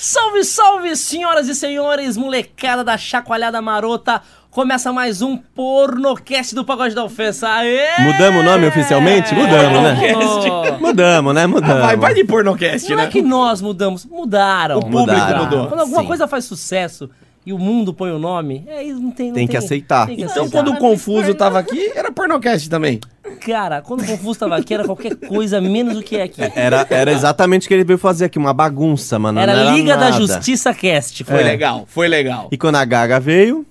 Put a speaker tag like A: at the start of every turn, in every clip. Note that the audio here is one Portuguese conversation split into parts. A: Salve, salve, senhoras e senhores, molecada da chacoalhada marota. Começa mais um pornocast do Pagode da Ofensa. Aê!
B: Mudamos o nome oficialmente? Mudamos, né?
A: Pornocast.
B: Mudamos, né? Mudamos.
C: Ah, Vai, vai de pornocast,
A: Não
C: né?
A: é que nós mudamos, mudaram. O
C: público mudou.
A: Quando alguma
B: Sim.
A: coisa faz sucesso e o mundo põe o nome, é isso, não tem não
B: Tem que aceitar.
A: tem que
C: Então,
A: aceitar.
C: quando o
A: né?
C: Confuso tava aqui, era pornocast também.
A: Cara, quando o Confuso tava aqui, era qualquer coisa menos o que é aqui.
B: Era, era exatamente o que ele veio fazer aqui, uma bagunça, mano.
A: Era,
B: não
A: Liga da
B: nada.
A: Justiça Cast.
C: Foi
A: Foi legal.
C: legal, foi legal.
B: É. E quando a Gaga veio.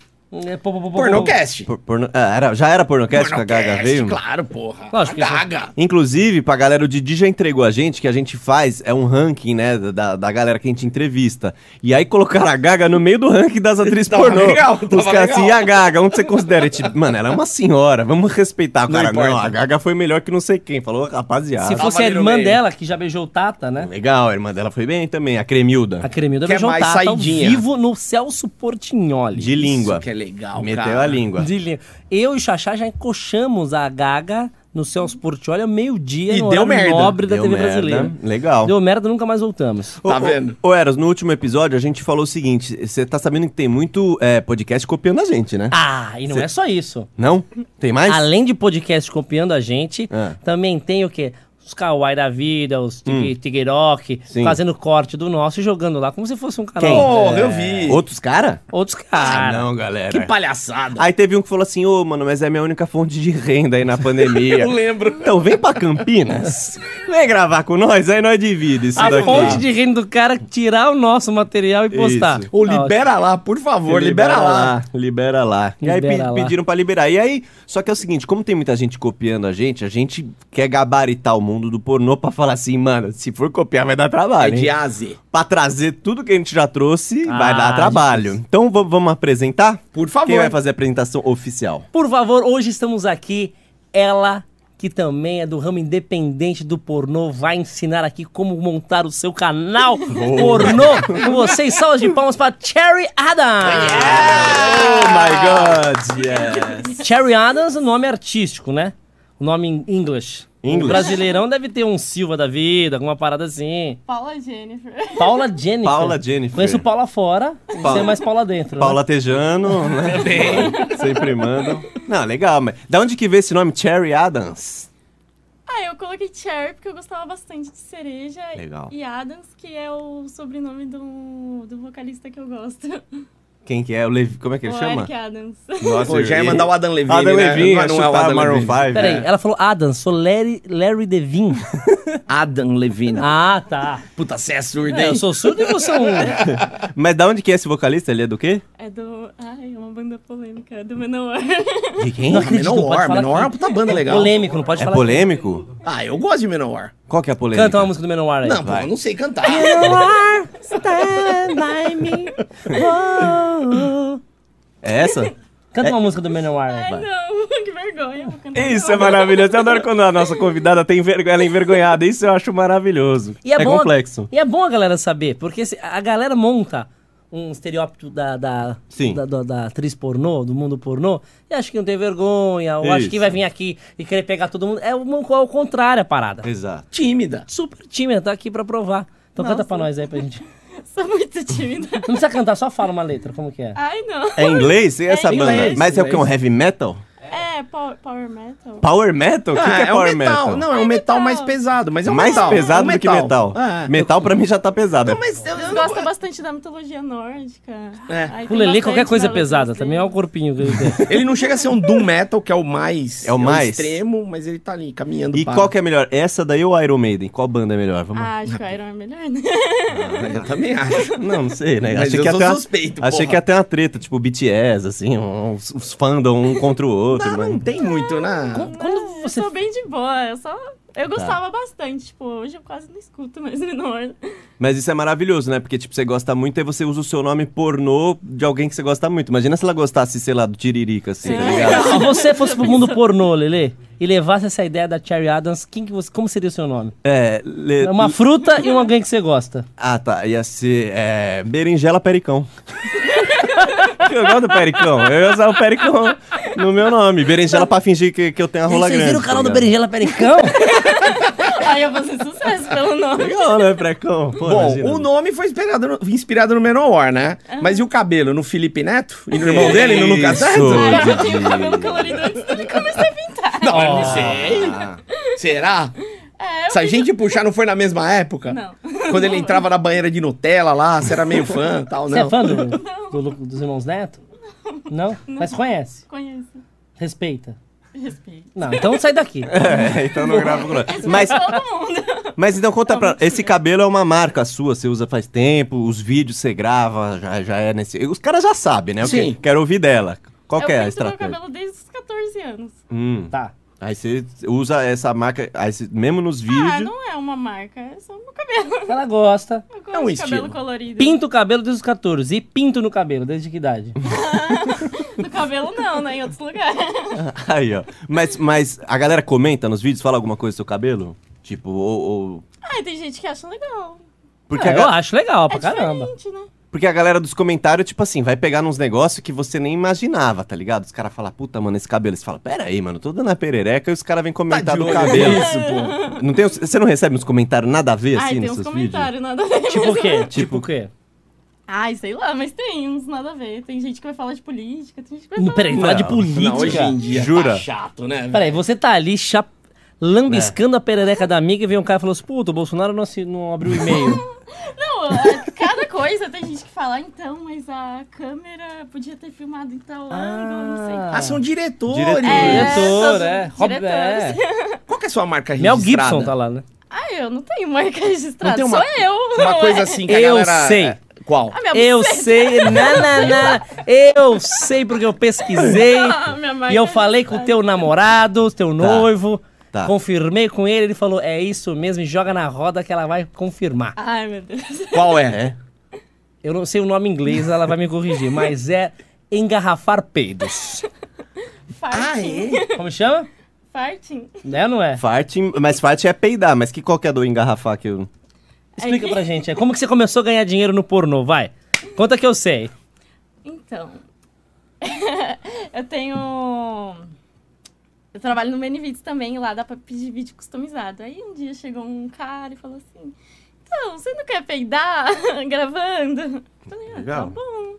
A: É, pô, pô, pô, pô, pô.
C: Pornocast.
B: por- porno- ah, era, já era pornocast quando a Gaga veio?
C: claro, porra.
A: Lógico que
C: a
A: isso-
C: Gaga.
B: Inclusive, pra galera, o Didi já entregou a gente, que a gente faz, é um ranking, né, da, da galera que a gente entrevista. E aí colocaram a Gaga no meio do ranking das atrizes
C: Tava
B: pornô.
C: legal,
B: Os
C: tava
B: caras assim,
C: legal.
B: e a Gaga, onde você considera? E Tipo, mano, ela é uma senhora, vamos respeitar. O
C: Não
B: cara, não,
C: importa.
B: a Gaga foi melhor que não sei quem. Falou, rapaziada.
A: Se fosse
C: Tava
A: a
C: ali no
A: irmã
C: meio.
A: dela, que já beijou o Tata, né?
B: Legal, a irmã dela foi bem também, a Cremilda.
A: A Cremilda
C: Quer
A: beijou o
C: mais
A: Tata tá ao
C: saidinha?
A: vivo no Celso Portignoli.
B: De língua.
C: Isso que é legal,
B: Meteu
C: cara.
B: a língua.
A: De linha. Eu e o Xaxá já encoxamos a Gaga no Celso Portignoli ao meio-dia
C: E
A: no
C: deu
A: horário
C: merda.
A: nobre da
B: Deu
A: TV
B: merda.
A: brasileira.
B: Legal.
A: Deu merda, nunca mais voltamos.
C: Tá
B: Ô, ô,
C: vendo?
B: Ô, Eras, no último episódio a gente falou o seguinte: você tá sabendo que tem muito é, podcast copiando a gente, né?
A: Ah, e não é só isso.
B: Não? Tem mais?
A: Além de podcast copiando a gente,
B: Ah.
A: também tem o quê? Os Kawaii da vida, os tig- Tiggerok,
B: Sim.
A: fazendo corte do nosso e jogando lá como se fosse um canal.
B: É.
C: Porra, eu vi.
B: Outros cara? Ah,
A: Outros caras.
B: galera.
C: Que palhaçada.
B: Aí teve um que falou assim: ô, mano, mas é minha única fonte de renda aí na pandemia.
C: Eu lembro.
B: Então vem pra Campinas. vem gravar com nós, aí nós dividimos isso
A: A
B: daqui.
A: fonte de renda do cara é tirar o nosso material e postar.
B: Isso.
C: Ou
A: Tá ótimo.
C: libera lá, por favor, libera, lá.
B: Libera lá. E aí
A: Libera
B: pe-
A: lá.
B: pediram pra liberar. E aí, só que é o seguinte, como tem muita gente copiando a gente, a gente quer gabaritar o mundo do pornô pra falar assim, mano, se for copiar vai dar
C: É
B: trabalho.
C: de
B: Tá hein?
C: Aze.
B: Pra trazer tudo que a gente já trouxe,
A: Ah,
B: vai dar trabalho.
A: difícil.
B: Então va- vamos apresentar?
C: Por favor.
B: Quem vai fazer a apresentação oficial?
A: Por favor, hoje estamos aqui. Ela, que também é do ramo independente do pornô, vai ensinar aqui como montar o seu canal
B: Oh.
A: pornô. Com vocês, salvas de palmas para Cherry Adams.
B: Oh my god, Oh, yes.
A: Cherry Adams, o nome é artístico, né? O nome em inglês.
B: English.
A: O brasileirão deve ter um Silva da vida, alguma parada assim.
D: Paula Jennifer.
A: Paula Jennifer.
B: Paula Jennifer.
A: Conheço Paula fora,
B: Paula.
A: você é mais Paula dentro. né?
B: Paula Tejano, né?
C: É
B: Sempre mandam. Não, legal, mas da onde que veio esse nome? Cherry Adams?
D: Ah, eu coloquei Cherry porque eu gostava bastante de cereja.
B: Legal.
D: E Adams, que é o sobrenome do, do vocalista que eu gosto.
B: Quem que é? O Levi, como é que ele
D: o
B: chama?
D: Eric Adams.
B: Nossa,
C: Pô, já ia
B: ele-
C: mandar o Adam Levine,
B: Adam
C: né?
B: Levine,
C: Mas não é o Adam Levine.
A: Peraí, ela falou Adam, sou Larry, Larry Devin.
C: Adam Levine.
A: ah, tá.
C: Puta, você é surdo,
A: É,
C: hein?
A: eu sou surdo e você é um.
B: Mas da onde que é esse vocalista? Ele é do quê?
D: É do. Ai, é uma banda polêmica, é do Menor.
B: De quem?
A: Não acredito, não pode
C: Menor,
A: falar
C: Menor é
A: que-
C: uma puta banda legal.
A: polêmico, não pode
B: É
A: falar.
B: polêmico?
C: Ah, eu gosto de Menor.
B: Qual que é a polêmica?
A: Canta uma música do Menor aí.
C: Não, pô,
B: vai.
C: eu não sei cantar.
A: Menor, stand by me. Oh, oh.
B: É essa?
A: Canta uma música do Menor
D: Ai,
A: aí.
D: não, que vergonha. eu Vou cantar
B: Isso é
D: não.
B: maravilhoso. Eu adoro quando a nossa convidada tem vergonha, ela é envergonhada. Isso eu acho maravilhoso.
A: E é, bom,
B: complexo.
A: E é bom a galera saber, porque se- a galera monta um estereótipo da, da,
B: Sim.
A: da, da- da atriz pornô, do mundo pornô, e acha que não tem vergonha, ou acha
B: Isso.
A: que vai vir aqui e querer pegar todo mundo. É, o- é o contrário a parada.
B: Exato.
C: Tímida.
A: Super tímida, tá aqui pra provar. Então canta
D: Nossa.
A: pra nós aí pra gente.
D: Sou muito tímida.
A: Não precisa cantar, só fala uma letra, como que é?
D: Ai, não.
B: É em inglês? E essa
D: É em
B: banda?
C: inglês,
B: Mas é o que? Um
C: inglês.
B: heavy metal?
D: É, power, power metal.
B: Power metal? O que,
C: Ah,
B: que é,
C: um
B: power metal?
C: Não, é um metal
D: É metal.
C: mais pesado, mas é um
B: Mais
C: metal.
B: pesado
C: É um
B: do que metal.
C: Ah, é.
B: Metal pra mim já tá pesado.
C: Mas eu, eu não-
D: Gosta bastante da mitologia nórdica.
C: É.
D: Aí
A: O
D: tem
A: Lelê,
D: bastante
A: qualquer coisa
D: na
A: pesada,
D: letra
A: também é o
D: dele.
A: corpinho que ele tem.
C: Ele não chega a ser um doom metal, que é o mais...
B: É o mais.
C: extremo, mas ele tá ali, caminhando
B: E
C: para-
B: qual que é melhor? Essa daí ou Iron Maiden? Qual banda é melhor? Vamos
D: Ah, acho que o Iron é melhor, né?
C: Ah, Eu também acho.
B: Não, não sei, né?
C: Mas
B: achei
C: eu
B: que
C: sou
B: até
C: suspeito,
B: Achei
C: porra.
B: que até uma treta, tipo BTS, assim, uns, uns fandom um contra o outro.
C: Não,
B: mas-
C: não tem muito, né?
A: Quando
D: Mas
A: você-
D: Ah, Eu sou bem de boa, eu só... Eu gostava bastante, tipo, hoje eu quase não escuto mais menor.
B: Mas isso é maravilhoso, né? Porque, tipo, você gosta muito e você usa o seu nome pornô de alguém que você gosta muito. Imagina se ela gostasse, sei lá, do Tiririca, assim, tá ligado?
A: Se você fosse pro mundo pornô, Lelê, e levasse essa ideia da Cherry Adams, quem que você, como seria o seu nome?
B: É, le-
A: É Uma fruta e um alguém que você gosta.
B: Ah, tá. Ia ser é, berinjela pericão. eu gosto do pericão. Eu ia usar o pericão no meu nome. Berinjela pra fingir que, que eu tenho a rola grande. tá ligado?
A: Perigela Pericão?
D: Só ia fazer sucesso pelo nome.
B: Legal, né, Precão? Pô,
C: Bom,
B: imagina.
C: o nome foi inspirado no, inspirado no Menor, né? Mas e o cabelo? No Felipe Neto? E no irmão dele? E no Lucas
B: Isso.
C: Neto?
B: Ai,
D: Cara, eu tinha o cabelo colorido antes de começar a pintar.
C: Não, eu não sei. Será?
D: É, eu
C: Se a
D: fiz-
C: gente puxar, não foi na mesma época?
D: Não.
C: Quando ele entrava na banheira de Nutella lá, você era meio fã tal,
A: Você
C: não?
A: é fã do, do Lu- dos Irmãos Neto? Não? Mas conhece.
D: Conheço.
A: Respeita.
D: Respeito.
A: Não, então sai daqui.
B: É, então não grava com nós. Mas,
D: Todo mundo.
B: mas então conta pra. Esse cabelo é uma marca sua, você usa faz tempo, os vídeos você grava, já, já é nesse. Os caras já sabem, né? Eu
C: Sim.
B: que- quero ouvir dela. Qual que é
D: eu
B: a
D: pinto meu
B: estratégia?
D: cabelo desde os 14 anos.
B: Hum.
A: Tá.
B: Aí você usa essa marca, aí você- mesmo nos vídeos.
D: Ah, não é uma marca, é só meu cabelo.
A: Ela gosta.
D: Eu
C: É um
D: gosto de
C: estilo.
D: cabelo colorido.
A: Pinta o cabelo desde os 14. E pinto no cabelo, desde que idade?
D: No cabelo não, né? Em outros lugares.
B: Aí, ó. Mas, mas a galera comenta nos vídeos, fala alguma coisa do seu cabelo? Tipo, ou. ou-
D: Ai, tem gente que acha legal.
B: Porque,
A: Ah,
B: a
A: eu
B: ga-
A: acho legal pra
D: é
A: caramba.
D: diferente, né?
B: porque a galera dos comentários, tipo assim, vai pegar uns negócios que você nem imaginava, tá ligado? Os caras falam, puta, mano, esse cabelo. Você fala, pera aí, mano, tô dando a perereca e os caras vêm
A: Tá
B: comentar
C: Tadinho
B: do
C: do
A: É.
B: cabelo.
C: cabelo. Isso,
B: Não tem, os- você não recebe uns comentários nada a ver,
D: Ai,
B: assim,
D: tem
B: nos
D: uns
B: seus vídeos?
D: comentários, nada a ver.
A: Tipo o quê? Tipo
B: Tipo-
A: o quê?
D: Ai, sei lá, mas tem uns nada a ver. Tem gente que vai falar de política, tem gente que vai
A: Não,
D: falar...
A: Peraí, falar de
B: Não,
A: política.
C: Não, hoje em dia
B: Jura?
C: tá chato, né? velho?
A: Peraí, você tá ali cha- lambiscando a perereca da amiga e vem um cara e falou assim: Puta, o Bolsonaro não, assi- não abriu o e-mail.
D: Não, é, cada coisa tem gente que fala, então, mas a câmera podia ter filmado em tal ângulo, não sei.
A: Ah.
D: o
C: Ah, são diretores.
B: Diretor.
D: quê.
B: É,
A: Diretor,
D: são
A: é. Rob, é.
D: diretores.
C: Qual que é a sua marca
A: Mel
C: registrada?
A: Gibson tá lá, né?
D: Ah, eu não tenho marca registrada,
C: Não tem uma-
D: sou eu.
C: Uma
D: ué.
C: coisa assim que a
A: Eu
C: galera...
A: sei.
C: é, Qual?
D: Ah, minha
A: Eu
D: buceta.
A: sei, nanana, eu sei porque eu pesquisei
D: Ah, minha marca
A: e eu falei com o teu namorado, teu noivo,
B: tá.
A: confirmei com ele, ele falou, é isso mesmo, e joga na roda que ela vai confirmar.
D: Ai, meu Deus.
C: Qual é?
A: Eu não sei o nome em inglês, ela vai me corrigir, mas é engarrafar peidos.
C: Ah,
D: Farting.
C: é?
A: Como chama?
D: Farting.
A: Né, não é?
B: Farting, mas farting é peidar, mas que qual que é do engarrafar que eu.
A: Explica pra gente, é, como que você começou a ganhar dinheiro no pornô, vai. Conta que eu sei.
D: Então, eu tenho... Eu trabalho no Benevides também, lá dá pra pedir vídeo customizado. Aí um dia chegou um cara e falou assim, então, você não quer peidar gravando? Eu Falei, ah, tá
B: Legal.
D: bom.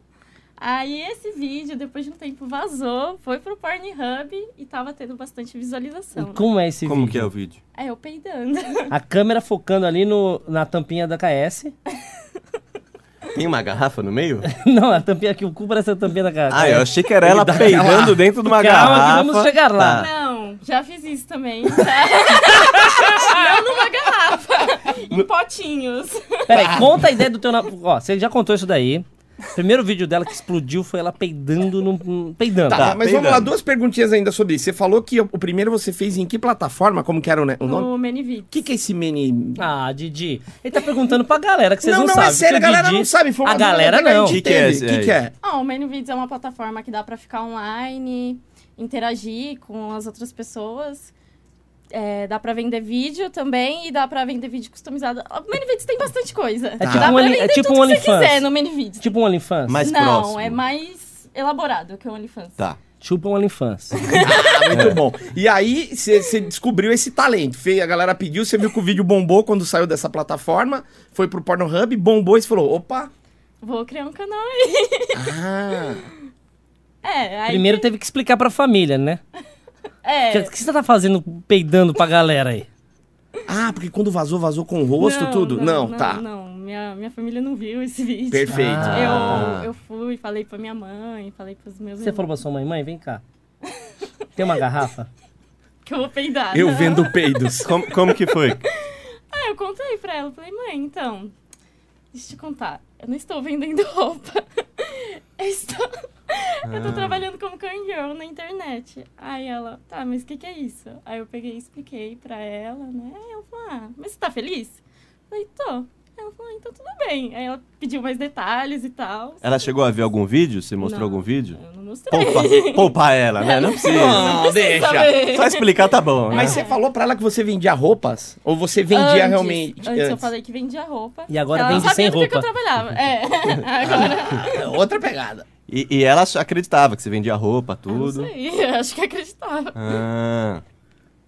D: Aí esse vídeo, depois de um tempo, vazou, foi pro Pornhub e tava tendo bastante visualização. né?
A: Como é esse
B: Como que
A: vídeo?
B: é o vídeo?
D: Aí eu peidando.
A: A câmera focando ali no, na tampinha da KS.
B: Tem uma garrafa no meio?
A: Não, a tampinha que o cu parece a tampinha da KS.
B: Ah, eu achei que era ela peidando dentro de
A: Calma
B: uma
A: que
B: garrafa. Tá,
A: vamos chegar
B: Ah.
A: lá.
D: Não, já fiz isso também. não numa garrafa, em potinhos.
A: Peraí, conta a ideia do teu. na- Ó, você já contou isso daí. O primeiro vídeo dela que explodiu foi ela peidando num. num- Peidando.
C: Tá,
B: Tá,
C: mas
B: peidando.
C: vamos lá, duas perguntinhas ainda sobre isso. Você falou que o primeiro você fez em que plataforma? Como que era o, ne- o nome?
A: Hum.
C: O
D: No Menivides.
C: que, que é esse mini...
A: Ah, Didi. Ele tá perguntando pra galera que vocês não,
C: não,
A: sabem.
C: é sério, a
A: porque o
C: galera
A: Didi-
C: não sabe. Foi uma
A: A galera
C: dúvida
A: não.
C: Que
B: Que que é
C: O
B: esse-
C: que, que é?
D: Ah, o Menivides é uma plataforma que dá pra ficar online, interagir com as outras pessoas. É, dá pra vender vídeo também e dá pra vender vídeo customizado. Ah, O Menivides tem bastante coisa.
A: tipo
D: É dá
A: um
D: pra
A: Only-
D: vender
A: é tipo
D: tudo
A: um
D: que você
A: OnlyFans.
D: quiser no Menivides.
A: Tipo um OnlyFans.
B: Mas- mais
D: Não,
B: próximo.
D: é mais elaborado que o OnlyFans.
B: Tá.
A: Chupa um OnlyFans.
C: Ah,
B: É.
C: muito bom. E aí, você descobriu esse talento. Fe- A galera pediu, você viu que o vídeo bombou quando saiu dessa plataforma, foi pro Pornhub, bombou e você falou, opa...
D: Vou criar um canal aí.
C: Ah,
D: É, aí...
A: Primeiro teve que explicar pra família, né?
D: É,
A: Que- O que, você tá fazendo peidando pra galera aí?
C: ah porque quando vazou, vazou com o rosto,
D: Não,
C: tudo? Não, tá.
D: Não, minha, minha família não viu esse vídeo.
C: Perfeito.
A: Ah.
D: Eu, eu fui, falei pra minha mãe, falei pros meus
A: Você falou pra sua mãe, mãe, vem cá. Tem uma garrafa?
D: que eu vou peidar.
C: Eu
D: né?
C: vendo peidos.
B: Como, como que foi?
D: Ah, eu contei pra ela. Falei, mãe, então, deixa eu te contar. Eu não estou vendendo roupa. Eu estou... Eu tô trabalhando como girl na internet. Aí ela, tá, mas o que que é isso? Aí eu peguei e expliquei pra ela, né? Aí ela falou, ah, mas você tá feliz? Eu falei, tô. Ela falou, então tudo bem. Aí ela pediu mais detalhes e tal.
B: Ela chegou a ver algum vídeo? Você mostrou
D: Não,
B: algum vídeo?
D: Eu não mostrei.
B: Poupa, poupa ela, né? Não precisa.
C: Não,
D: saber.
B: Só explicar tá bom, né?
C: Mas você falou pra ela que você vendia roupas? Ou você vendia
D: Antes,
C: realmente?
D: Antes, eu falei que vendia roupa.
A: E agora
D: ela
A: vende
D: sabia
A: sem
D: do que que
A: roupa.
D: eu trabalhava. É, agora.
C: É Outra pegada.
B: E, e ela ach- acreditava que você vendia roupa,
D: Eu Não
B: tudo.
D: sei, eu acho que acreditava.
B: Ah.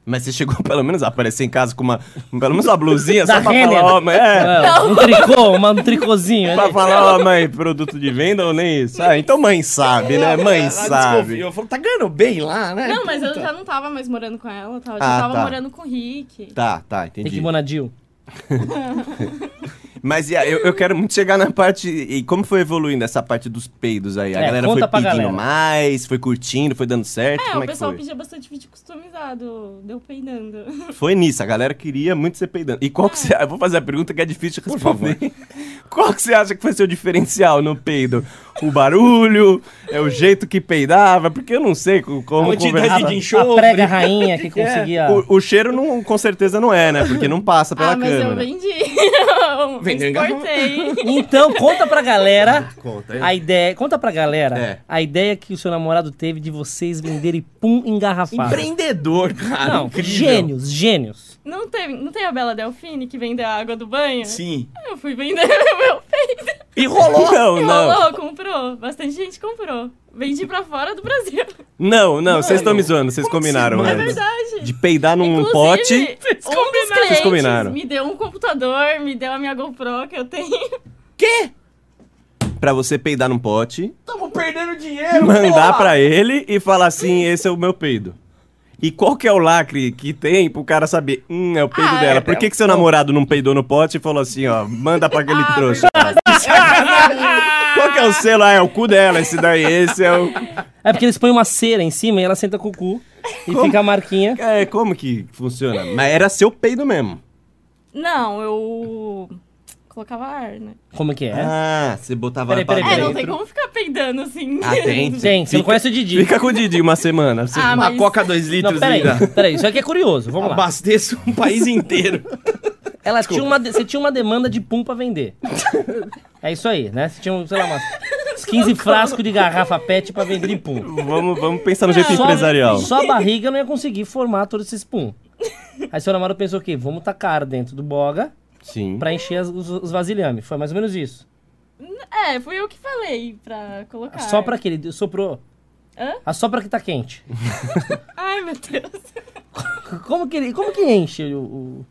B: Mas você chegou pelo menos a aparecer em casa com uma. Pelo menos uma blusinha,
A: Da
B: só pra
A: Renner.
B: falar, ó, mãe. É,
A: É, um tricô, uma- um tricôzinho.
B: pra
A: ali.
B: falar, ó, mãe, produto de venda ou nem isso? Ah, então mãe sabe, né? Mãe sabe.
C: Eu falo, tá ganhando bem lá, né?
D: Não, mas eu
C: Puta.
D: já não tava mais morando com ela, tá? eu
B: Ah,
D: já tava
B: tá.
D: morando com o Rick.
B: Tá, tá,
A: Tem que
B: entendi.
A: ir monadil.
B: Mas e aí, eu, eu quero muito chegar na parte. E como foi evoluindo essa parte dos peidos aí? A
A: É,
B: galera
A: conta
B: foi
A: pra
B: pedindo
A: galera.
B: mais, foi curtindo, foi dando certo?
D: É,
B: como
D: o
B: é que
D: pessoal
B: foi?
D: pedia bastante vídeo customizado, deu peidando.
B: Foi nisso, a galera queria muito ser peidando. E qual que você. Eu vou fazer a pergunta que é difícil de responder. Qual que você acha que foi seu diferencial no peido? O barulho? É o jeito que peidava? Porque eu não sei co- como.
C: A quantidade
B: conversar.
C: de
A: A
C: enxofre.
A: prega rainha que
B: É,
A: conseguia.
B: o, o cheiro não, com certeza não é, né? Porque não passa pela
D: ah, mas eu
B: câmera.
D: vendi.
C: Vendeu
D: Vendeu
C: em garrafa.
D: Exportei.
A: Então, conta pra galera
B: Conta,
C: Ah,
A: a ideia. Conta pra galera
B: É.
A: a ideia que o seu namorado teve de vocês venderem pum engarrafado.
C: Empreendedor,
B: Ah,
C: cara.
A: Não,
C: incrível.
A: gênios, gênios.
D: Não tem, não tem a Bela Delfine que vende a água do banho?
C: Sim.
D: Eu fui vender o meu peido.
B: E rolou! Não, Oh, não.
D: Rolou, comprou. Bastante gente comprou. Vendi pra fora do Brasil.
B: Não, não, vocês estão me zoando, vocês
C: como
B: combinaram.
C: assim,
D: É
C: mano?
B: antes.
D: verdade.
B: De peidar num
D: Inclusive,
B: pote.
D: um dos
B: Vocês
D: clientes
B: combinaram.
D: me deu um computador, me deu a minha GoPro que eu tenho.
C: Quê?
B: Pra você peidar num pote,
C: Tamo perdendo dinheiro,
B: mandar
C: porra.
B: pra ele e falar assim: esse é o meu peido. E qual que é o lacre que tem pro cara saber? Hum, é o peido
D: Ah,
B: dela.
D: é
B: Por que, que seu namorado não peidou no pote e falou assim: ó, manda pra aquele
D: Ah,
B: trouxa? Qual que é o selo? Ah, é o cu dela, esse daí, esse é o.
A: É porque eles põem uma cera em cima e ela senta com o cu e fica a marquinha.
B: É, como que funciona? Mas era seu peido mesmo.
D: Não, eu colocava ar, né?
A: Como que é?
B: Ah, você botava
A: Peraí,
B: pra
A: peraí,
D: É,
A: peraí.
B: dentro.
D: não tem como ficar peidando assim.
B: Ah,
A: Gente,
B: tem.
A: você não
B: Fica-
A: conhece o Didi.
B: Fica com o Didi uma semana. Você-
D: Ah,
C: Uma
D: mas-
C: coca 2
A: Não,
C: litros
A: peraí,
C: ainda.
A: peraí, isso aqui é curioso, vamos lá.
C: Abasteço um país inteiro.
A: Ela tinha uma, de- você tinha uma demanda de pum pra vender. é isso aí, né? Você tinha, sei lá, umas, uns 15 frascos de garrafa pet pra vender em pum.
B: Vamos, vamos pensar no jeito
A: Só- um
B: empresarial.
A: Só a barriga não ia conseguir formar todos esses pum. Aí seu namorado pensou o quê? Vamos tacar dentro do boga
B: Sim.
A: pra encher as- os, os vasilhames. Foi mais ou menos isso.
D: É, foi eu que falei pra colocar.
A: Só pra que ele soprou.
D: Hã?
A: A sopra que tá quente.
D: Ai, meu Deus.
A: Como que, ele, como que enche o... o-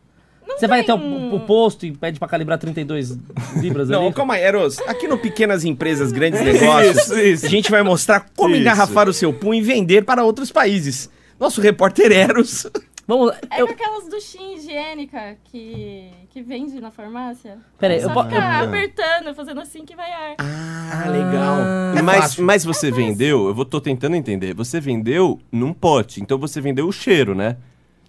A: Você vai
D: tem
A: até o,
D: um-
A: o posto e pede pra calibrar 32 libras
C: Não,
A: ali?
C: calma aí, Eros. Aqui no Pequenas Empresas, Grandes Negócios,
B: Isso, isso.
C: a gente vai mostrar como
B: Isso.
C: engarrafar o seu punho e vender para outros países. Nosso repórter Eros.
A: Vamos lá.
D: É
A: Eu,
D: com aquelas duchinhas higiênicas que, que vende na farmácia.
A: peraí, eu,
D: Só
A: po- eu,
D: ficar apertando, fazendo assim que vai ar.
C: Ah, legal. É
B: Mas,
C: fácil.
B: mas você vendeu, eu vou, tô tentando entender. Você vendeu num pote, então você vendeu o cheiro, né?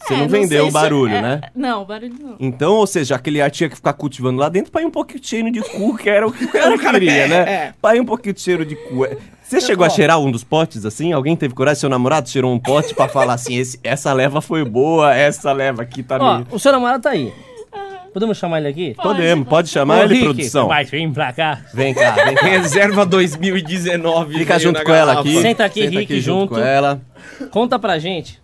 B: Você
D: É,
B: não
D: sei
B: vendeu o
D: se-
B: barulho,
D: é,
B: né?
D: Não, o barulho não.
B: Então, ou seja, aquele ar tinha que ficar cultivando lá dentro pra ir um pouquinho de cheiro de cu, que era o que o cara queria, né? Pra ir um pouquinho de cheiro de cu. Você chegou a cheirar um dos potes, assim? Alguém teve coragem? Seu namorado cheirou um pote pra falar assim, "Esse- essa leva foi boa, essa leva aqui tá meio...
A: Ó, o seu namorado tá aí. Podemos chamar ele aqui?
B: Podemos,
D: pode.
B: pode chamar
A: Ô,
B: ele,
A: Rick,
B: produção.
A: Vai, vem pra cá.
B: Vem cá, vem cá.
C: Reserva 2019.
B: Fica
C: veio
B: junto
C: na
B: com ela
C: garrafa.
B: aqui.
A: Senta aqui, Rick, junto.
B: com ela.
A: Conta pra gente.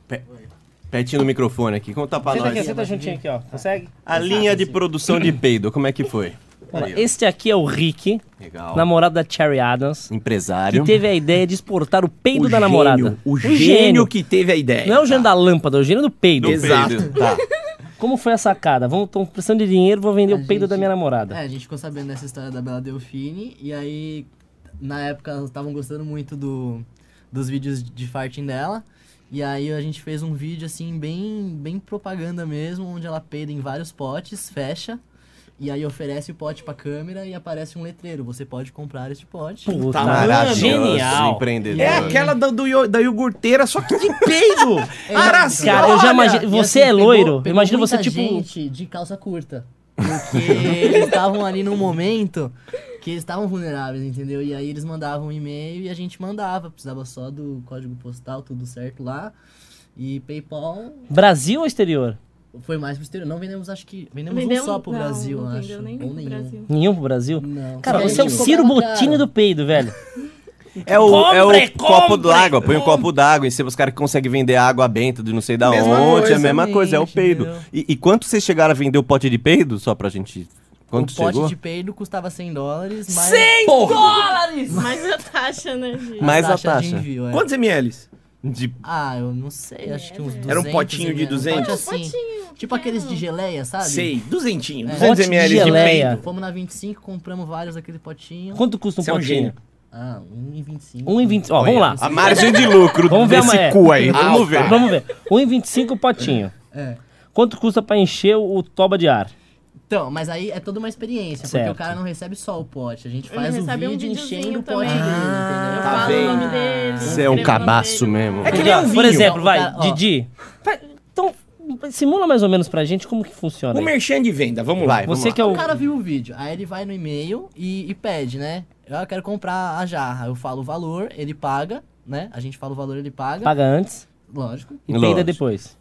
B: Pertinho do microfone aqui, conta pra
A: Senta
B: nós.
A: tá aqui, senta juntinho aqui, ó. Consegue?
B: A linha de produção de peido, como é que foi?
A: Olha lá, Este aqui é o Rick,
B: Legal.
A: namorado da Cherry Adams,
B: Empresário.
A: que teve a ideia de exportar o peido
C: O
A: da
C: gênio,
A: namorada. Um
C: O gênio, que teve a ideia.
A: Não é o gênio da lâmpada, é o gênio do peido.
B: do
C: Exato.
B: peido. Tá.
A: Como foi a sacada? Estão precisando de dinheiro, vou vender o peido
E: gente-
A: da minha namorada.
E: É, a gente ficou sabendo dessa história da Bela Delfine e aí na época elas estavam gostando muito do, dos vídeos de farting dela. E aí a gente fez um vídeo assim bem bem propaganda mesmo, onde ela peida em vários potes, fecha e aí oferece o pote pra câmera e aparece um letreiro, você pode comprar este pote.
A: Puta,
B: Maravilhoso.
A: genial.
B: Empreendedor.
C: É aquela da, do io- da iogurteira, só que de peido.
E: É,
C: Araçá,
A: Cara, eu já
C: olha.
A: imagino.
E: E,
A: Você
E: assim,
A: é
E: pegou-
A: loiro,
E: pegou
A: imagina
E: muita
A: você tipo.
E: gente de calça curta. Porque eles estavam ali num momento que eles estavam vulneráveis, entendeu? E aí eles mandavam um e-mail e a gente mandava. Precisava só do código postal, tudo certo lá. E PayPal
A: Brasil ou exterior?
E: foi mais pro exterior. Não vendemos, acho que. Vendemos,
D: Vendeu-
E: um só pro
D: não,
E: Brasil,
D: não
E: acho.
D: vendeu nenhum
E: ou
D: pro
E: nenhum.
D: Brasil.
A: Nenhum pro Brasil?
E: Não.
A: Cara,
E: Só que
A: você é
E: a
A: o
E: gente um
A: Ciro
E: cobrava
A: Bottini
E: caro.
A: do peido, velho.
B: É o, é o
A: Compre,
B: copo
A: compre,
B: d'água. Põe um copo d'água em cima, os caras que conseguem vender água benta de não sei da onde. é
C: Mesma
B: a
C: coisa,
B: mesma coisa, é o
E: gente,
B: peido.
E: entendeu?
B: E, e quanto vocês chegaram a vender o pote de peido? Só pra gente. Quanto
A: Um
E: o pote
B: chegou?
E: de peido custava 100 dólares, mas.
C: Porra.
D: Dólares! Mas a taxa, né, gente?
B: Mas a taxa.
E: de envio, é.
C: Quantos ml?
B: De...
E: Ah, eu não sei, acho que uns 200
C: Era um potinho de
E: ml, um
C: 200?
E: pote assim.
D: É, Potinho,
E: Tipo aqueles de
D: pequeno.
E: geleia, sabe?
C: Sei, duzentinho,
E: É.
C: 200
A: Pote de
C: ml de,
A: geleia.
C: peito.
E: Fomos na 25, compramos vários daquele potinho.
A: Quanto custa um
C: Você é um
A: potinho?
C: gênio.
E: Ah, 1,25.
A: 1,25. Ó, vamos lá.
B: A margem de lucro
A: Vamos ver
B: desse
A: amanhã.
B: cu aí. Vamos ver.
A: Vamos ver. 1,25 o potinho.
E: É.
A: Quanto custa pra encher o o toba de ar?
E: Então, mas aí é toda uma experiência,
A: Certo.
E: porque o cara não recebe só o pote. A gente
D: Ele
E: faz o
D: recebe um
E: vídeo
D: videozinho
E: enchendo o pote
D: também.
E: dele,
D: Eu
E: entendeu?
C: Tá
D: falo o
C: bem.
D: nome dele.
B: Você é um
D: escrevo o nome
B: cabaço
D: dele.
B: mesmo.
C: É que nem um
A: Por
C: vinho.
A: exemplo, vai,
E: tá, Ó.
A: Didi. vai, Então, simula mais ou menos pra gente como que funciona.
C: O
A: aí.
C: merchan de venda, vamos
B: Vai,
C: lá.
B: vamos
A: Você
B: lá.
A: que é o.
E: O cara viu o vídeo, aí ele vai no e-mail e, e pede, né? Eu quero comprar a jarra. Eu falo o valor, ele paga, né? A gente fala o valor, ele paga.
A: Paga antes
E: Lógico.
A: e é
B: Lógico.
A: peida depois.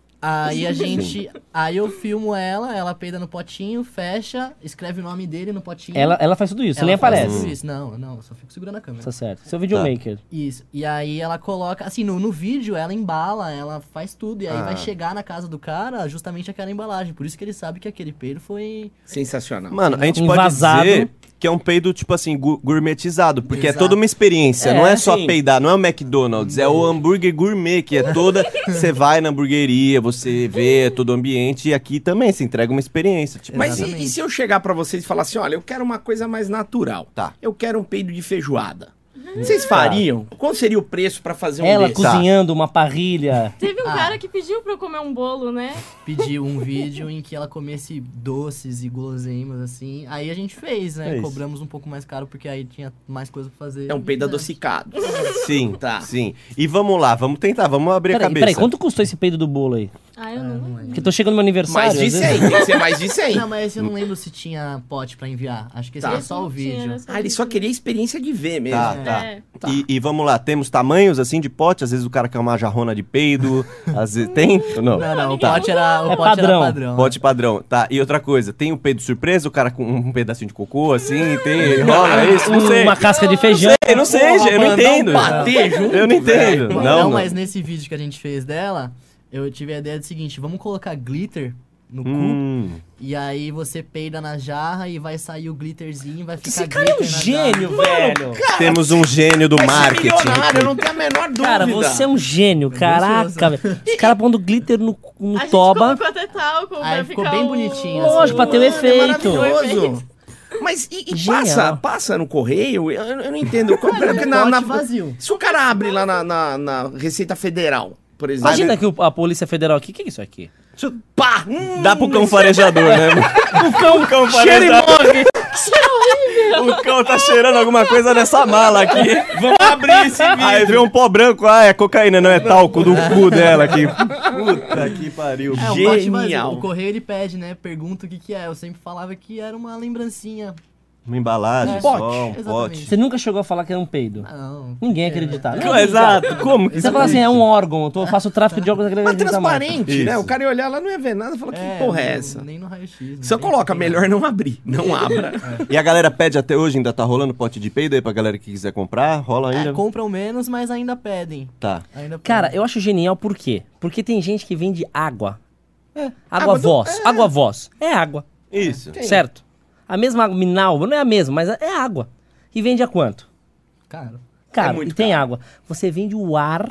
E: Aí a gente. Aí eu filmo ela, ela peida no potinho, fecha, escreve o nome dele no potinho.
A: Ela, ela faz tudo isso,
E: Ela
A: nem
E: faz
A: aparece.
E: tudo Isso. Não, não, eu só fico segurando a câmera.
A: Tá certo. Seu videomaker.
E: Isso. E aí ela coloca, assim, no, no vídeo ela embala, ela faz tudo. E aí
B: Ah.
E: vai chegar na casa do cara justamente aquela embalagem. Por isso que ele sabe que aquele peido foi.
C: Sensacional.
B: Mano, a
A: Um
B: gente
A: Envasado.
B: pode dizer que é um peido, tipo assim, gu- gourmetizado. Porque é
E: Exato.
B: toda uma experiência.
A: É,
B: não é só
C: sim.
B: peidar, não é o McDonald's. É o hambúrguer gourmet, que é toda... Você vai na hamburgueria, você vê é todo o ambiente. E aqui também se entrega uma experiência. Tipo,
C: Mas e- e,
E: Exatamente.
C: se eu chegar pra vocês e falar assim, olha, eu quero uma coisa mais natural.
B: Tá.
C: Eu quero um peido de feijoada. Vocês fariam? Qual seria o preço pra fazer um
A: Ela
C: desses?
B: Tá.
A: cozinhando uma parrilha.
D: Teve um
E: Ah.
D: cara que pediu pra eu comer um bolo, né?
E: Pediu um vídeo em que ela comesse doces e guloseimas, assim. Aí a gente fez,
B: É
E: né?
B: isso.
E: Cobramos um pouco mais caro porque aí tinha mais coisa pra fazer.
C: É um peido
E: Exato.
C: adocicado.
B: Sim,
C: Tá.
B: sim. E vamos lá, vamos tentar, vamos abrir a
A: Peraí,
B: cabeça.
A: peraí, quanto custou esse peido do bolo aí?
D: Ah, eu não lembro.
A: Porque tô chegando no meu aniversário.
C: Mais de
A: às
C: 100,
A: vezes-
C: tem que ser mais de 100.
E: Não, mas esse eu não lembro se tinha pote pra enviar. Acho que esse
C: Tá.
E: era só o vídeo.
D: Tinha,
C: Ah, ele só queria a experiência de ver mesmo.
B: Tá,
E: É.
B: tá.
C: Tá.
B: E, e vamos lá, temos tamanhos assim de pote? Às vezes o cara quer uma jarrona de peido, às vezes tem? Ou Não.
E: Não, não, o
D: Tá.
E: pote era, o
A: É
E: pote
A: padrão.
E: era padrão.
B: Pote padrão. Tá, e outra coisa, tem o peido surpresa, o cara com um pedacinho de cocô assim, tem, rola isso, não sei.
A: Uma casca de feijão.
B: Eu não sei, gente, eu não
C: mandar um
B: entendo.
C: patê junto,
B: eu não entendo.
E: Não,
B: Não, não.
E: mas nesse vídeo que a gente fez dela, eu tive a ideia do seguinte: vamos colocar glitter no cu.
B: Hum.
E: E aí você peida na jarra e vai sair o glitterzinho, vai ficar
A: Esse cara é um
E: glitter na jarra.
A: gênio, velho.
B: Temos um gênio do
C: Vai ser
B: marketing.
C: milionário, eu não tenho a menor dúvida.
A: Cara, você é um gênio, caraca, velho. Os caras pondo glitter no, no
D: A gente
A: toba.
D: colocou até talco
E: Aí
D: pra
E: ficou
D: ficar
E: bem
D: o-
E: bonitinho, assim.
A: Lógico, pra ter o
C: Mano, é
A: efeito.
E: um
C: maravilhoso. Mas e, e
A: Genial.
C: passa, passa no correio? Eu, eu não entendo. Como- porque na-
E: é pote
C: na-
E: vazio.
C: Se o cara abre lá na, na- na Receita Federal, por exemplo.
A: Imagina que o- a Polícia Federal aqui, o que é isso aqui?
C: Pá! Hum,
B: Dá pro cão farejador, né? o cão, cão
C: cheiro e
B: farejador.
C: morre.
B: O cão tá cheirando alguma coisa nessa mala aqui.
C: Vamos abrir esse vídeo.
B: Aí vê um pó branco, ah, é cocaína, não é talco do cu dela aqui. Puta que pariu.
E: É, o
C: Genial.
E: pote vazio. O correio ele pede, né? Pergunta o que que é. Eu sempre falava que era uma lembrancinha.
B: Uma embalagem,
E: É.
B: só um
E: Exatamente.
B: pote.
A: Você nunca chegou a falar que era um peido.
E: Ah, não.
A: Ninguém acreditava.
B: Não, Exato, como que
A: Você fala assim, é um órgão, eu tô- eu faço tráfico de órgãos
E: Hum,
C: Mas
A: acredita mais.
C: tá transparente, né?
B: Isso.
C: O cara ia olhar lá, não ia ver nada, fala, que porra é
E: não-
C: essa?
E: Nem no raio-x. não
C: Só
E: tem- É
C: coloca,
E: tem
C: é melhor não abrir. Não abra.
B: E a galera pede até hoje, ainda tá rolando pote de peido aí pra galera que quiser comprar, rola
E: nada.
B: ainda.
E: É, compram menos, mas ainda pedem.
B: Tá.
E: Ainda pedem.
A: Cara, eu acho genial por quê? Porque tem gente que vende água. Água
C: Água do-
A: voz. Água voz. É água,
B: Isso.
A: certo? A mesma água Minalba, não é a mesma, mas é água. E vende a quanto?
E: Cara.
A: Cara,
C: muito
A: e tem água. Você vende o ar,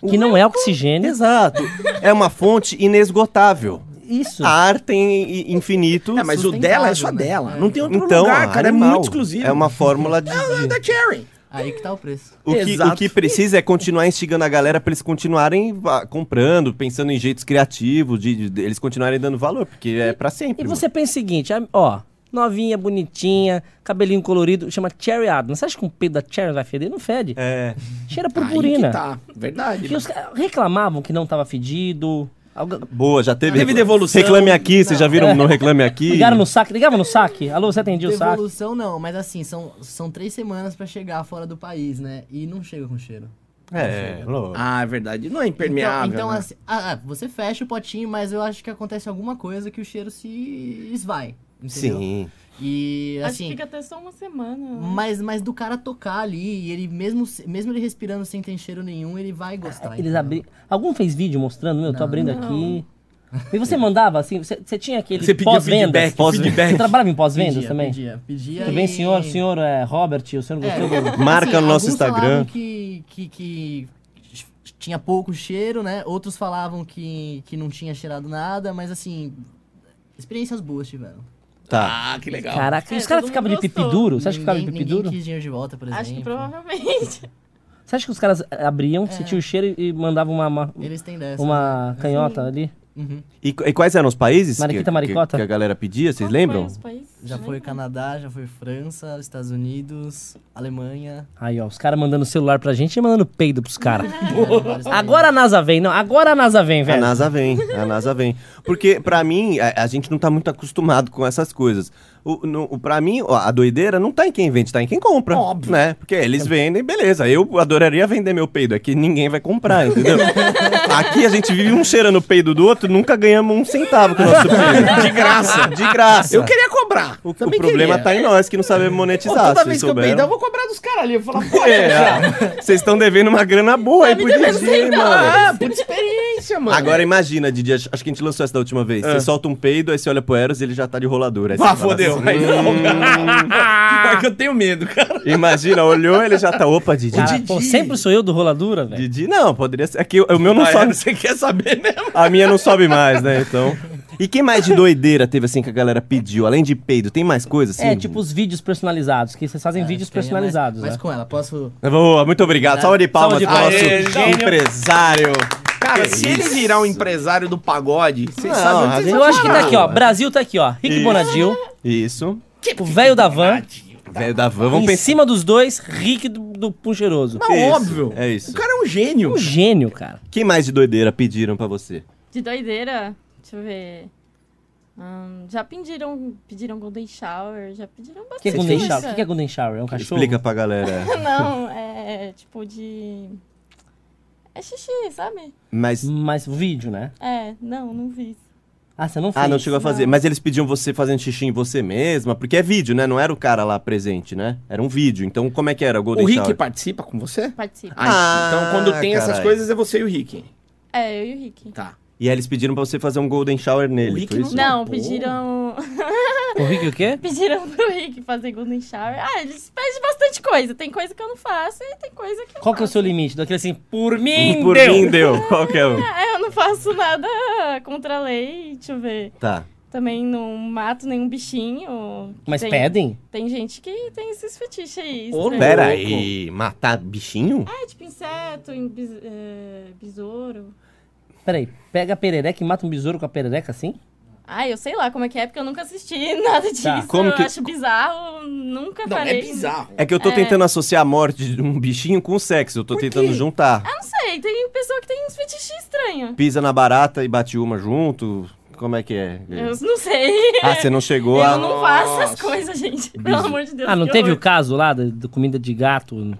A: que não é oxigênio.
B: Exato. É uma fonte inesgotável.
A: Isso.
B: A ar tem i- infinito.
C: É, mas o
E: sustentável,
C: dela é só
E: né?
C: dela.
E: É.
C: Não tem outro
B: então,
C: lugar, cara.
B: animal.
C: É muito exclusivo.
B: É uma fórmula de.
C: É da Cherry.
E: Aí que tá o preço.
B: O que,
C: Exato.
B: o que precisa é continuar instigando a galera pra eles continuarem ah, comprando, pensando em jeitos criativos, de, de- de- eles continuarem dando valor, porque é pra sempre.
A: E
B: mano.
A: você pensa o seguinte, a- ó, novinha, bonitinha, cabelinho colorido, chama Cherry Adams. Você acha que um peido da Cherry vai feder? Não fede.
B: É.
A: Cheira a
C: Aí
A: purpurina.
C: que tá. Verdade.
A: Porque os caras reclamavam que não tava fedido. algu-
B: Boa, já teve.
C: Teve devolução.
B: Reclame aqui, vocês já viram no Reclame Aqui?
A: Ligaram no saque, ligava no saque? Alô, você atendia o saque?
E: Devolução não, mas assim, são, são três semanas pra chegar fora do país, né? E não chega com cheiro.
B: É, louco.
C: Ah, é verdade. Não é
E: Então,
C: impermeável.
E: então
C: né?
E: assim, ah, ah, você fecha o potinho, mas eu acho que acontece alguma coisa que o cheiro se esvai. Entendeu?
B: Sim.
E: E
D: Acho que
E: assim.
D: fica até só uma semana.
E: Mas, mas do cara tocar ali, e ele mesmo, se- mesmo ele respirando sem ter cheiro nenhum, ele vai gostar.
A: Eles
E: entendeu?
A: abri... Algum fez vídeo mostrando? Meu, eu tô
E: Não.
A: abrindo
D: Não.
A: aqui. E você mandava assim, você, você tinha aquele
C: Você pedia
A: pós-vendas?
C: feedback. feedback.
A: Você trabalhava em pós-vendas
E: Pedia,
A: também?
E: Pedia, pedia.
A: Tudo bem,
E: e-
A: senhor? Senhor é, Robert, o senhor
E: É,
C: assim,
A: gostou do...
B: Marca no nosso
E: alguns
B: Instagram.
E: falavam Que, que, que tinha pouco cheiro, né? Outros falavam que, que não tinha cheirado nada, mas assim, experiências boas tiveram.
B: Tá.
C: Ah, que legal.
A: Caraca,
D: É,
A: e os caras
D: todo mundo
A: ficavam de pipi
D: gostou.
A: duro? Você acha que ficava de
E: ninguém,
A: pipi
E: ninguém
A: duro?
E: quis dinheiro de volta, por exemplo.
D: Acho que provavelmente.
A: Você acha que os caras eh,
E: É.
A: abriam, sentiam o cheiro e mandavam uma, uma,
E: Eles têm dessa. assim, né?
A: uma canhota ali?
E: Uhum.
B: E, qu- e quais eram os países que-
A: Mariquita,
B: que,
A: maricota?
B: que a galera pedia?
D: Qual
B: Vocês lembram?
D: foi os países?
E: Já
D: Nem
E: foi
D: lembro.
E: Canadá, já foi França, Estados Unidos, Alemanha.
A: Aí, ó, os caras mandando celular pra gente e mandando peido pros caras.
E: tiveram vários
A: Agora a NASA vem, não, agora a NASA vem,
B: A
A: velho.
B: NASA vem, a NASA vem. Porque, pra mim, a, a gente não tá muito acostumado com essas coisas. O, no, o- pra mim, ó, a doideira não tá em quem vende, tá em quem compra.
C: Óbvio.
B: Né? Porque eles vendem, beleza. Eu adoraria vender meu peido aqui, ninguém vai comprar, entendeu? aqui a gente vive um cheirando o peido do outro, nunca ganhamos um centavo com o nosso peido. De graça. De graça.
C: Eu queria cobrar.
B: O, o
C: Também
B: problema
C: queria.
B: tá em nós, que não sabemos
C: Pô,
B: monetizar.
C: toda
B: Tipo, "Ah, vocês
C: vez que eu
B: souberam.
C: peidar, eu vou cobrar dos caras ali. Eu vou falar, pô,
B: É, vocês estão devendo uma grana boa aí pro Didi, mano.
C: ah, por experiência, mano.
B: Agora imagina, Didi, acho acho que a gente lançou essa da última vez. Você solta um peido, aí você olha pro Eros e ele já tá de roladura. Aí você
C: Pá,
B: fala
C: Ah, fodeu.
B: assim,
C: Aí não,
B: "Hum."
C: cara. É que eu tenho medo, cara.
B: imagina, olhou, ele já tá. Opa, Didi.
A: Cara,
B: Didi.
A: pô, sempre sou eu do roladura, velho.
B: Didi, não, poderia ser. É que o o meu não
C: Ah, é,
B: sobe.
C: Você quer saber mesmo?
B: A minha não sobe mais, né? Então. E que mais de doideira teve assim que a galera pediu? Além de peido, tem mais coisa assim?
A: É, tipo os vídeos personalizados, que vocês fazem
E: É,
A: vídeos
E: tem, mas-
A: personalizados,
E: Mas,
A: né?
E: com ela, posso.
B: Ah, Boa, muito obrigado. Salva de palmas
A: Salva de
B: pro nosso
C: palmas. Aê, gênio.
B: empresário.
C: Cara,
B: Que
C: se ele virar um empresário do pagode, vocês
B: Não,
C: sabem
B: a
C: onde vocês
B: gente-
C: vão
A: Eu acho que tá
C: parar.
A: aqui, ó. Brasil tá aqui, ó. Rick
B: Isso.
A: Bonadil,
B: Isso.
A: o velho da van.
B: Velho da van, vamos
A: Em
B: pensar.
A: cima dos dois, Rick do, do Pum Cheiroso.
C: Mas
B: Isso,
C: tá óbvio.
B: é isso.
C: O cara é um gênio.
A: Um gênio, cara.
B: Quem mais de doideira pediram pra você?
D: De doideira, deixa eu ver. Ahn, já pediram, pediram Golden Shower, já pediram
A: O que
D: bastante
A: é Golden
D: coisa.
A: Shower? O que é Golden Shower? É um cachorro?
B: Explica pra galera.
D: Não, é tipo de... É xixi, sabe?
B: Mas.
A: Mas o vídeo, né?
D: É, não, não vi.
A: Ah, você não fez?
B: Ah, não chegou a fazer.
D: não.
B: Mas eles pediam você fazendo xixi em você mesma, porque é vídeo, né? Não era o cara lá presente, né? Era um vídeo. Então, como é que era o Golden
C: O Rick
B: Shower?
C: participa com você?
D: Participa.
C: Ah, então quando tem essas
B: caralho.
C: coisas é você e o Rick.
D: É, eu e o Rick.
C: Tá.
B: E aí eles pediram pra você fazer um Golden Shower
C: O
B: nele,
C: Rick
B: foi
C: não
B: isso?
D: Não,
C: Pô.
D: pediram.
A: O Rick o quê?
D: Pediram pro Rick fazer Golden Shower. Ah, eles pedem bastante coisa. Tem coisa que eu não faço e tem coisa que eu
A: Qual que é o
D: faço.
A: seu limite? Daquele assim, por mim,
B: Por
A: deu.
B: mim deu. Qual que é o.
D: É, eu não faço nada contra a lei, deixa eu ver.
B: Tá.
D: Também não mato nenhum bichinho.
A: Mas
D: tem,
A: pedem?
D: Tem gente que tem esses fetiches aí.
C: Ô,
D: estranho.
B: Pera aí, matar bichinho?
D: É, tipo inseto, em bis, é, besouro.
A: Peraí, pega a perereca e mata um besouro com a perereca assim?
D: Ah, eu sei lá como é que é, porque eu nunca assisti nada disso.
A: Tá,
B: Como
D: eu
B: que-
D: acho bizarro, nunca
C: Não,
D: farei.
C: é bizarro.
B: É que eu tô tentando associar a morte de um bichinho com o sexo. Eu tô tentando juntar.
D: Não sei, tem pessoa que tem uns fetiches estranhos.
B: Pisa na barata e bate uma junto. Como é que é?
D: Eu não sei.
B: Ah, você não chegou a.
D: Eu não faço essas
C: Nossa.
D: coisas, gente.
B: Uhum.
D: Pelo amor de Deus.
A: Ah, não
D: que
A: teve o
D: horror.
A: caso lá da, da comida de gato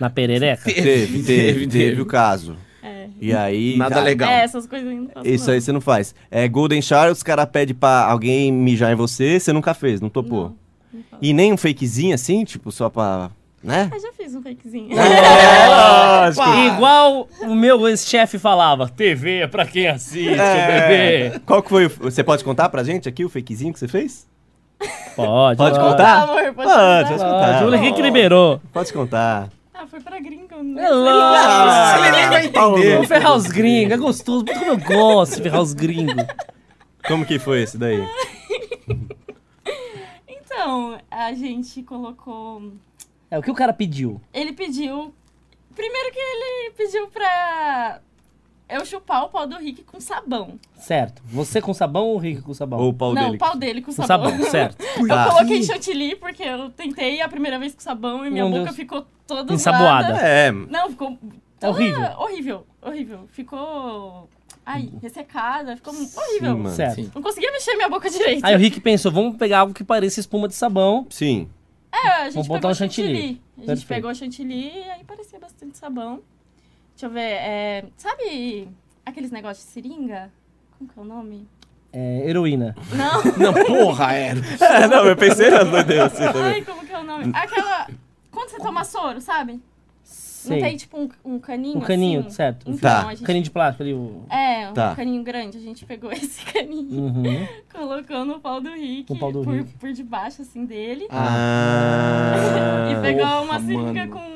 A: na perereca?
B: Teve, teve, teve o caso.
D: É.
B: E aí.
C: Nada
B: Ah,
C: legal.
D: É, essas coisas eu não faço,
B: Isso
D: não.
B: aí você não faz. É Golden Shower, os caras pedem pra alguém mijar em você, você nunca fez, não topou.
D: Não, não faço.
B: E nem um fakezinho assim, tipo, só pra. Né?
D: Ah, já fiz um fakezinho.
A: Ah.
B: É, lógico.
A: Igual o meu ex-chefe falava, TV é pra quem assiste,
B: É.
A: bebê.
B: Qual que foi o. Você pode contar pra gente aqui o fakezinho que você fez? Ah,
A: Pode,
B: Pode
A: pode.
B: contar?
D: Amor, pode
B: Pode,
D: contar?
B: pode
A: Ah, Júlio
B: contar.
A: Henrique liberou.
B: Pode contar.
D: Ah, foi pra gringa.
A: É
D: Não.
A: lógico.
C: Ele nem vai entender.
A: Vamos ferrar os gringos, é gostoso. Muito como eu gosto de ferrar os gringos.
B: Como que foi esse daí?
D: Então, a gente colocou...
A: É o que o cara pediu.
D: Ele pediu... Primeiro que ele pediu pra eu chupar o pau do Rick com sabão.
A: Certo. Você com sabão ou o Rick com sabão?
B: Ou o pau
D: não,
B: dele?
D: o pau dele com
A: com
D: sabão.
A: sabão, certo.
D: Eu
B: Tá.
D: coloquei chantilly porque eu tentei a primeira vez com sabão e minha
A: Meu
D: boca
A: Deus.
D: ficou toda
A: Ensaboada.
D: zoada.
B: É.
D: Não, ficou
A: É horrível.
D: Ah, horrível, horrível. Ficou. Ai,
A: Uhum.
D: ressecada, ficou horrível.
B: mano.
A: certo.
C: sim.
D: não conseguia mexer minha boca direito.
A: Aí o Rick pensou, vamos pegar algo que pareça espuma de sabão.
B: Sim.
D: é, a gente
A: Vamos
D: pegou
A: botar um chantilly.
D: A gente
A: Perfeito.
D: pegou chantilly e aí parecia bastante sabão. Deixa eu ver. é, sabe aqueles negócios de seringa? Como que é o nome?
A: É, heroína.
D: Não,
C: Não, porra, era.
B: É, não, eu pensei nas doideiras assim também.
D: ai, como que é o nome? Aquela. Quando você toma soro, sabe?
A: Sei.
D: Não tem tipo um, um caninho?
A: Um caninho,
D: assim?
A: certo.
D: Então,
B: Tá.
D: a gente...
A: Caninho de plástico ali. O...
D: É, um
B: Tá.
D: caninho grande. A gente pegou esse caninho.
A: Uhum.
D: Colocou no pau do Rick,
A: No pau do
D: por,
A: Rick.
D: por debaixo, assim, dele.
B: Ah.
D: e pegou
C: porra,
D: uma seringa
C: mano.
D: com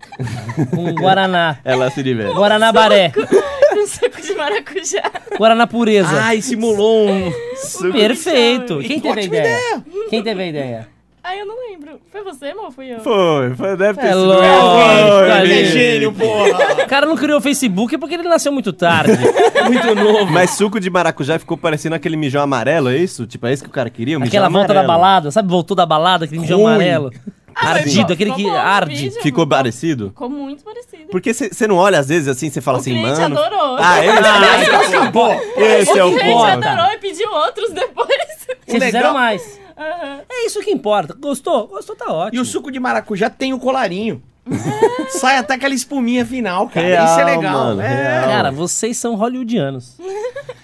A: com Um Guaraná.
B: Ela se diverte.
A: Guaranabaré.
D: Um suco de maracujá.
A: Guaraná pureza.
C: Ai, simulou um.
A: Perfeito. Quem teve a
C: Ótima
A: ideia? Quem teve a ideia?
D: Ai, eu não lembro. Foi você, amor? Fui eu?
B: Foi, foi, deve ter
A: É
B: sido.
A: lógico,
B: Foi,
A: tá
B: Vivi.
A: ali.
C: é porra!
A: O cara não criou o Facebook é porque ele nasceu muito tarde.
B: Muito novo. Mas suco de maracujá ficou parecendo aquele mijão amarelo, é isso? Tipo, é esse que o cara queria? O mijão
A: Aquela volta da
B: amarelo.
A: balada, sabe? Voltou da balada, aquele mijão
B: Ruim.
A: amarelo.
C: Ah,
A: Ardido,
D: ficou-
A: aquele que
D: ficou bom o
A: arde.
D: vídeo,
B: Ficou
D: amor.
B: parecido?
D: Ficou muito parecido.
B: Porque você não olha às vezes assim, você fala
D: o
B: assim,
D: cliente
B: mano.
D: adorou.
B: Ah, esse,
A: Ah,
B: esse acabou. Esse é
D: o
B: o
D: cliente
A: ponto.
B: ponto.
D: adorou e pediu outros depois.
A: Vocês
C: legal-
A: fizeram mais.
D: Aham.
A: É isso que importa. Gostou? Gostou, tá
C: E
A: ótimo.
C: o suco de maracujá tem o colarinho. Sai até aquela espuminha final, cara.
B: Real,
C: Isso é legal.
B: mano,
C: é.
B: real.
A: Cara, vocês são hollywoodianos.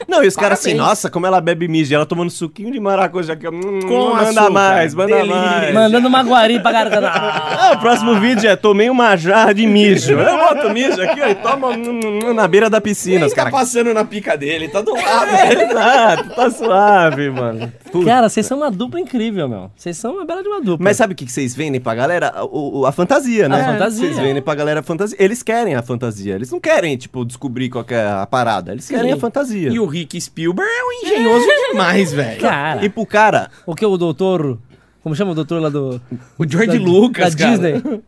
B: Não, e os caras assim,
C: Parabéns.
B: nossa, como ela bebe mijo, ela tomando suquinho de maracujá. Que, hum,
C: Com
B: manda
C: açúcar.
B: mais, manda
C: Delícia.
B: mais.
A: Mandando uma guari pra garganta.
B: Ah, o próximo vídeo é tomei uma jarra de mijo. Eu boto mijo aqui, ó, e toma hum, hum, na beira da piscina, os
C: Ele tá
B: caras.
C: passando na pica dele, tá do lado.
B: Exato, tá suave, mano. Puta.
A: Cara, vocês são uma dupla incrível, meu. Vocês são uma bela de uma dupla.
B: Mas sabe o que que vocês vendem pra galera? O, o- a fantasia, né?
A: A fantasia.
B: Vocês vendem pra galera a fantasia. Eles querem a fantasia. Eles não querem, tipo, descobrir qual que é a parada. Eles querem
A: Sim.
B: a fantasia.
C: E o Rick Spielberg é um engenhoso demais, velho.
A: Cara,
B: E pro cara,
A: o que o doutor... Como chama o doutor lá do...
C: O George
A: da,
C: Lucas,
A: Da
C: cara.
A: Disney.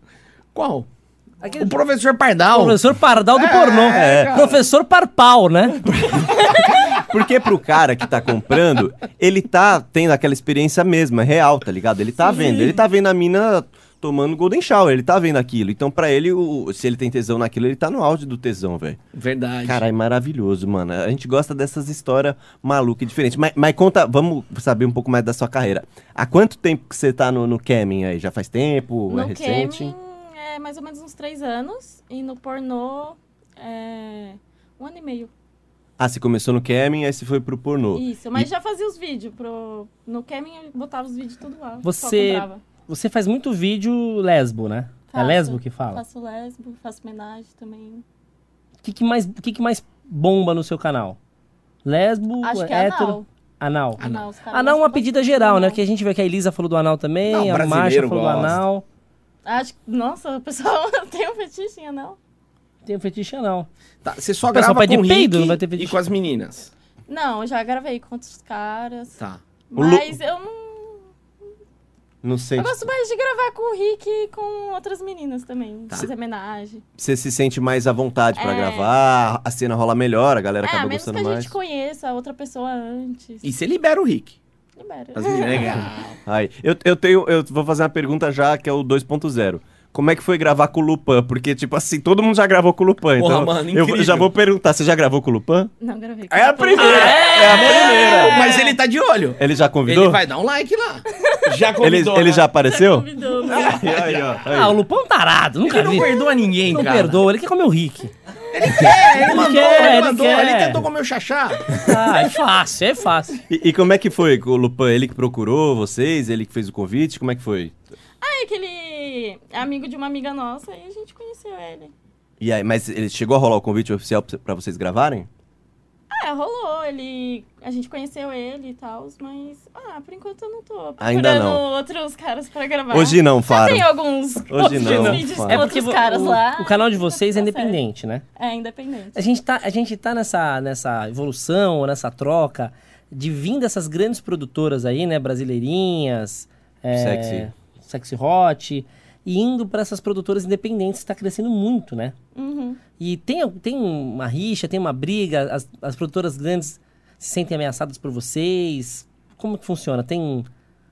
C: Qual?
A: Aquele
C: O professor Pardal.
A: professor Pardal do pornô. É. Professor Parpal, né?
B: Porque pro cara que tá comprando, ele tá tendo aquela experiência mesma, real, tá ligado? Ele tá vendo, ele tá vendo a mina tomando golden shower, ele tá vendo aquilo. Então pra ele, o- se ele tem tesão naquilo, ele tá no auge do tesão, velho.
C: Verdade.
B: Caralho, é maravilhoso, mano. A gente gosta dessas histórias malucas e diferentes. Mas, mas conta, vamos saber um pouco mais da sua carreira. Há quanto tempo que você tá no, no camming aí? Já faz tempo? é
D: No
B: recente?
D: Kemin é mais ou menos uns três anos. E no pornô é um ano e meio.
B: Ah, você começou no camming, aí você foi pro pornô.
D: Isso, mas já fazia os vídeos. Pro... No Kemin eu botava os vídeos tudo lá. só
A: Você-
D: comprava.
A: Você faz muito vídeo lesbo, né? É
D: Faço.
A: lesbo que fala?
D: Faço lesbo, faço homenagem também.
A: O que, que, mais, o que, que mais bomba no seu canal? Lesbo,
D: Acho que é
A: Uh, hétero,
D: anal.
A: anal.
B: Ah,
D: Anal, os caras
A: Anal é uma
D: gostam
A: pedida
D: bastante de
A: geral, né?
D: anal.
A: Porque a gente vê que a Elisa falou do anal também,
C: Não,
A: a Marcia
C: brasileiro
A: falou do
C: gosta.
A: anal.
D: Acho que, nossa, o pessoal tem um fetiche em anal.
A: Tem o fetiche anal.
C: Tá, você só
A: O pessoal
C: grava
A: pede
C: com o
A: peido, não vai ter
C: Rick
A: pedido.
C: e com as meninas.
D: Não, eu já gravei com outros caras.
C: Tá.
B: O Lu-
D: Mas eu não.
B: Não sei.
D: Eu gosto mais de gravar com o Rick e com outras meninas também.
B: Tá.
D: Fazer homenagem.
B: Você se sente mais à vontade pra
D: É.
B: gravar, a cena rola melhor, a galera
D: É, a
B: acaba
D: menos que
B: gostando
D: a
B: mais.
D: gente conheça a outra pessoa antes.
C: E você libera o Rick.
D: Libera.
C: As meninas. Legal.
B: Ai, eu, eu tenho, eu vou fazer uma pergunta já que é o 2.0. Como é que foi gravar com o Lupan? Porque, tipo assim, todo mundo já gravou com o Lupan.
C: Porra,
B: então
C: mano,
B: eu vou-
C: incrível.
B: já vou perguntar, você já gravou com o Lupan?
D: Não gravei. com
B: É a
D: outra
B: primeira! É, a primeira!
C: Mas ele tá de olho.
B: Ele já convidou?
C: Ele vai dar um like lá. Já
B: Ele-
C: convidou,
B: ele
C: né?
B: já apareceu?
D: Convidou, né?
B: Aí, aí, ó, aí.
A: Ah, o Lupão é um tarado, nunca
C: Ele não
A: vi.
C: perdoa ninguém,
A: Não
C: cara.
A: perdoa, ele quer comer o Rick.
C: É, ele mandou,
A: quer,
C: ele,
A: ele
C: mandou.
A: quer.
C: Ele tentou comer o xaxá.
A: Ah, é fácil, é fácil.
B: E, e como é que foi com o Lupan? Ele que procurou vocês? Ele que fez o convite? Como é que foi?
D: É que ele é amigo de uma amiga nossa e a gente conheceu ele.
B: E aí, mas ele chegou a rolar o convite oficial pra pra vocês gravarem?
D: É, rolou, ele. A gente conheceu ele e tal, mas. Ah, por enquanto eu não tô procurando
B: Ainda não.
D: outros caras pra gravar.
B: Hoje não,
D: Já
B: Faro.
D: tem alguns outros
B: não,
D: vídeos
B: Faro.
D: com
B: É
D: outros
A: vo-
D: caras
A: o,
D: lá.
A: o canal de vocês é
D: Tá certo.
A: independente, né?
D: É, independente.
A: A gente tá, a gente tá nessa, nessa evolução, nessa troca de vir dessas grandes produtoras aí, né? Brasileirinhas, é,
B: Sexy.
A: sexy hot, e indo pra essas produtoras independentes, tá crescendo muito, né?
D: Uhum.
A: E tem, tem uma rixa, tem uma briga, as, as produtoras grandes se sentem ameaçadas por vocês. Como que funciona? Tem.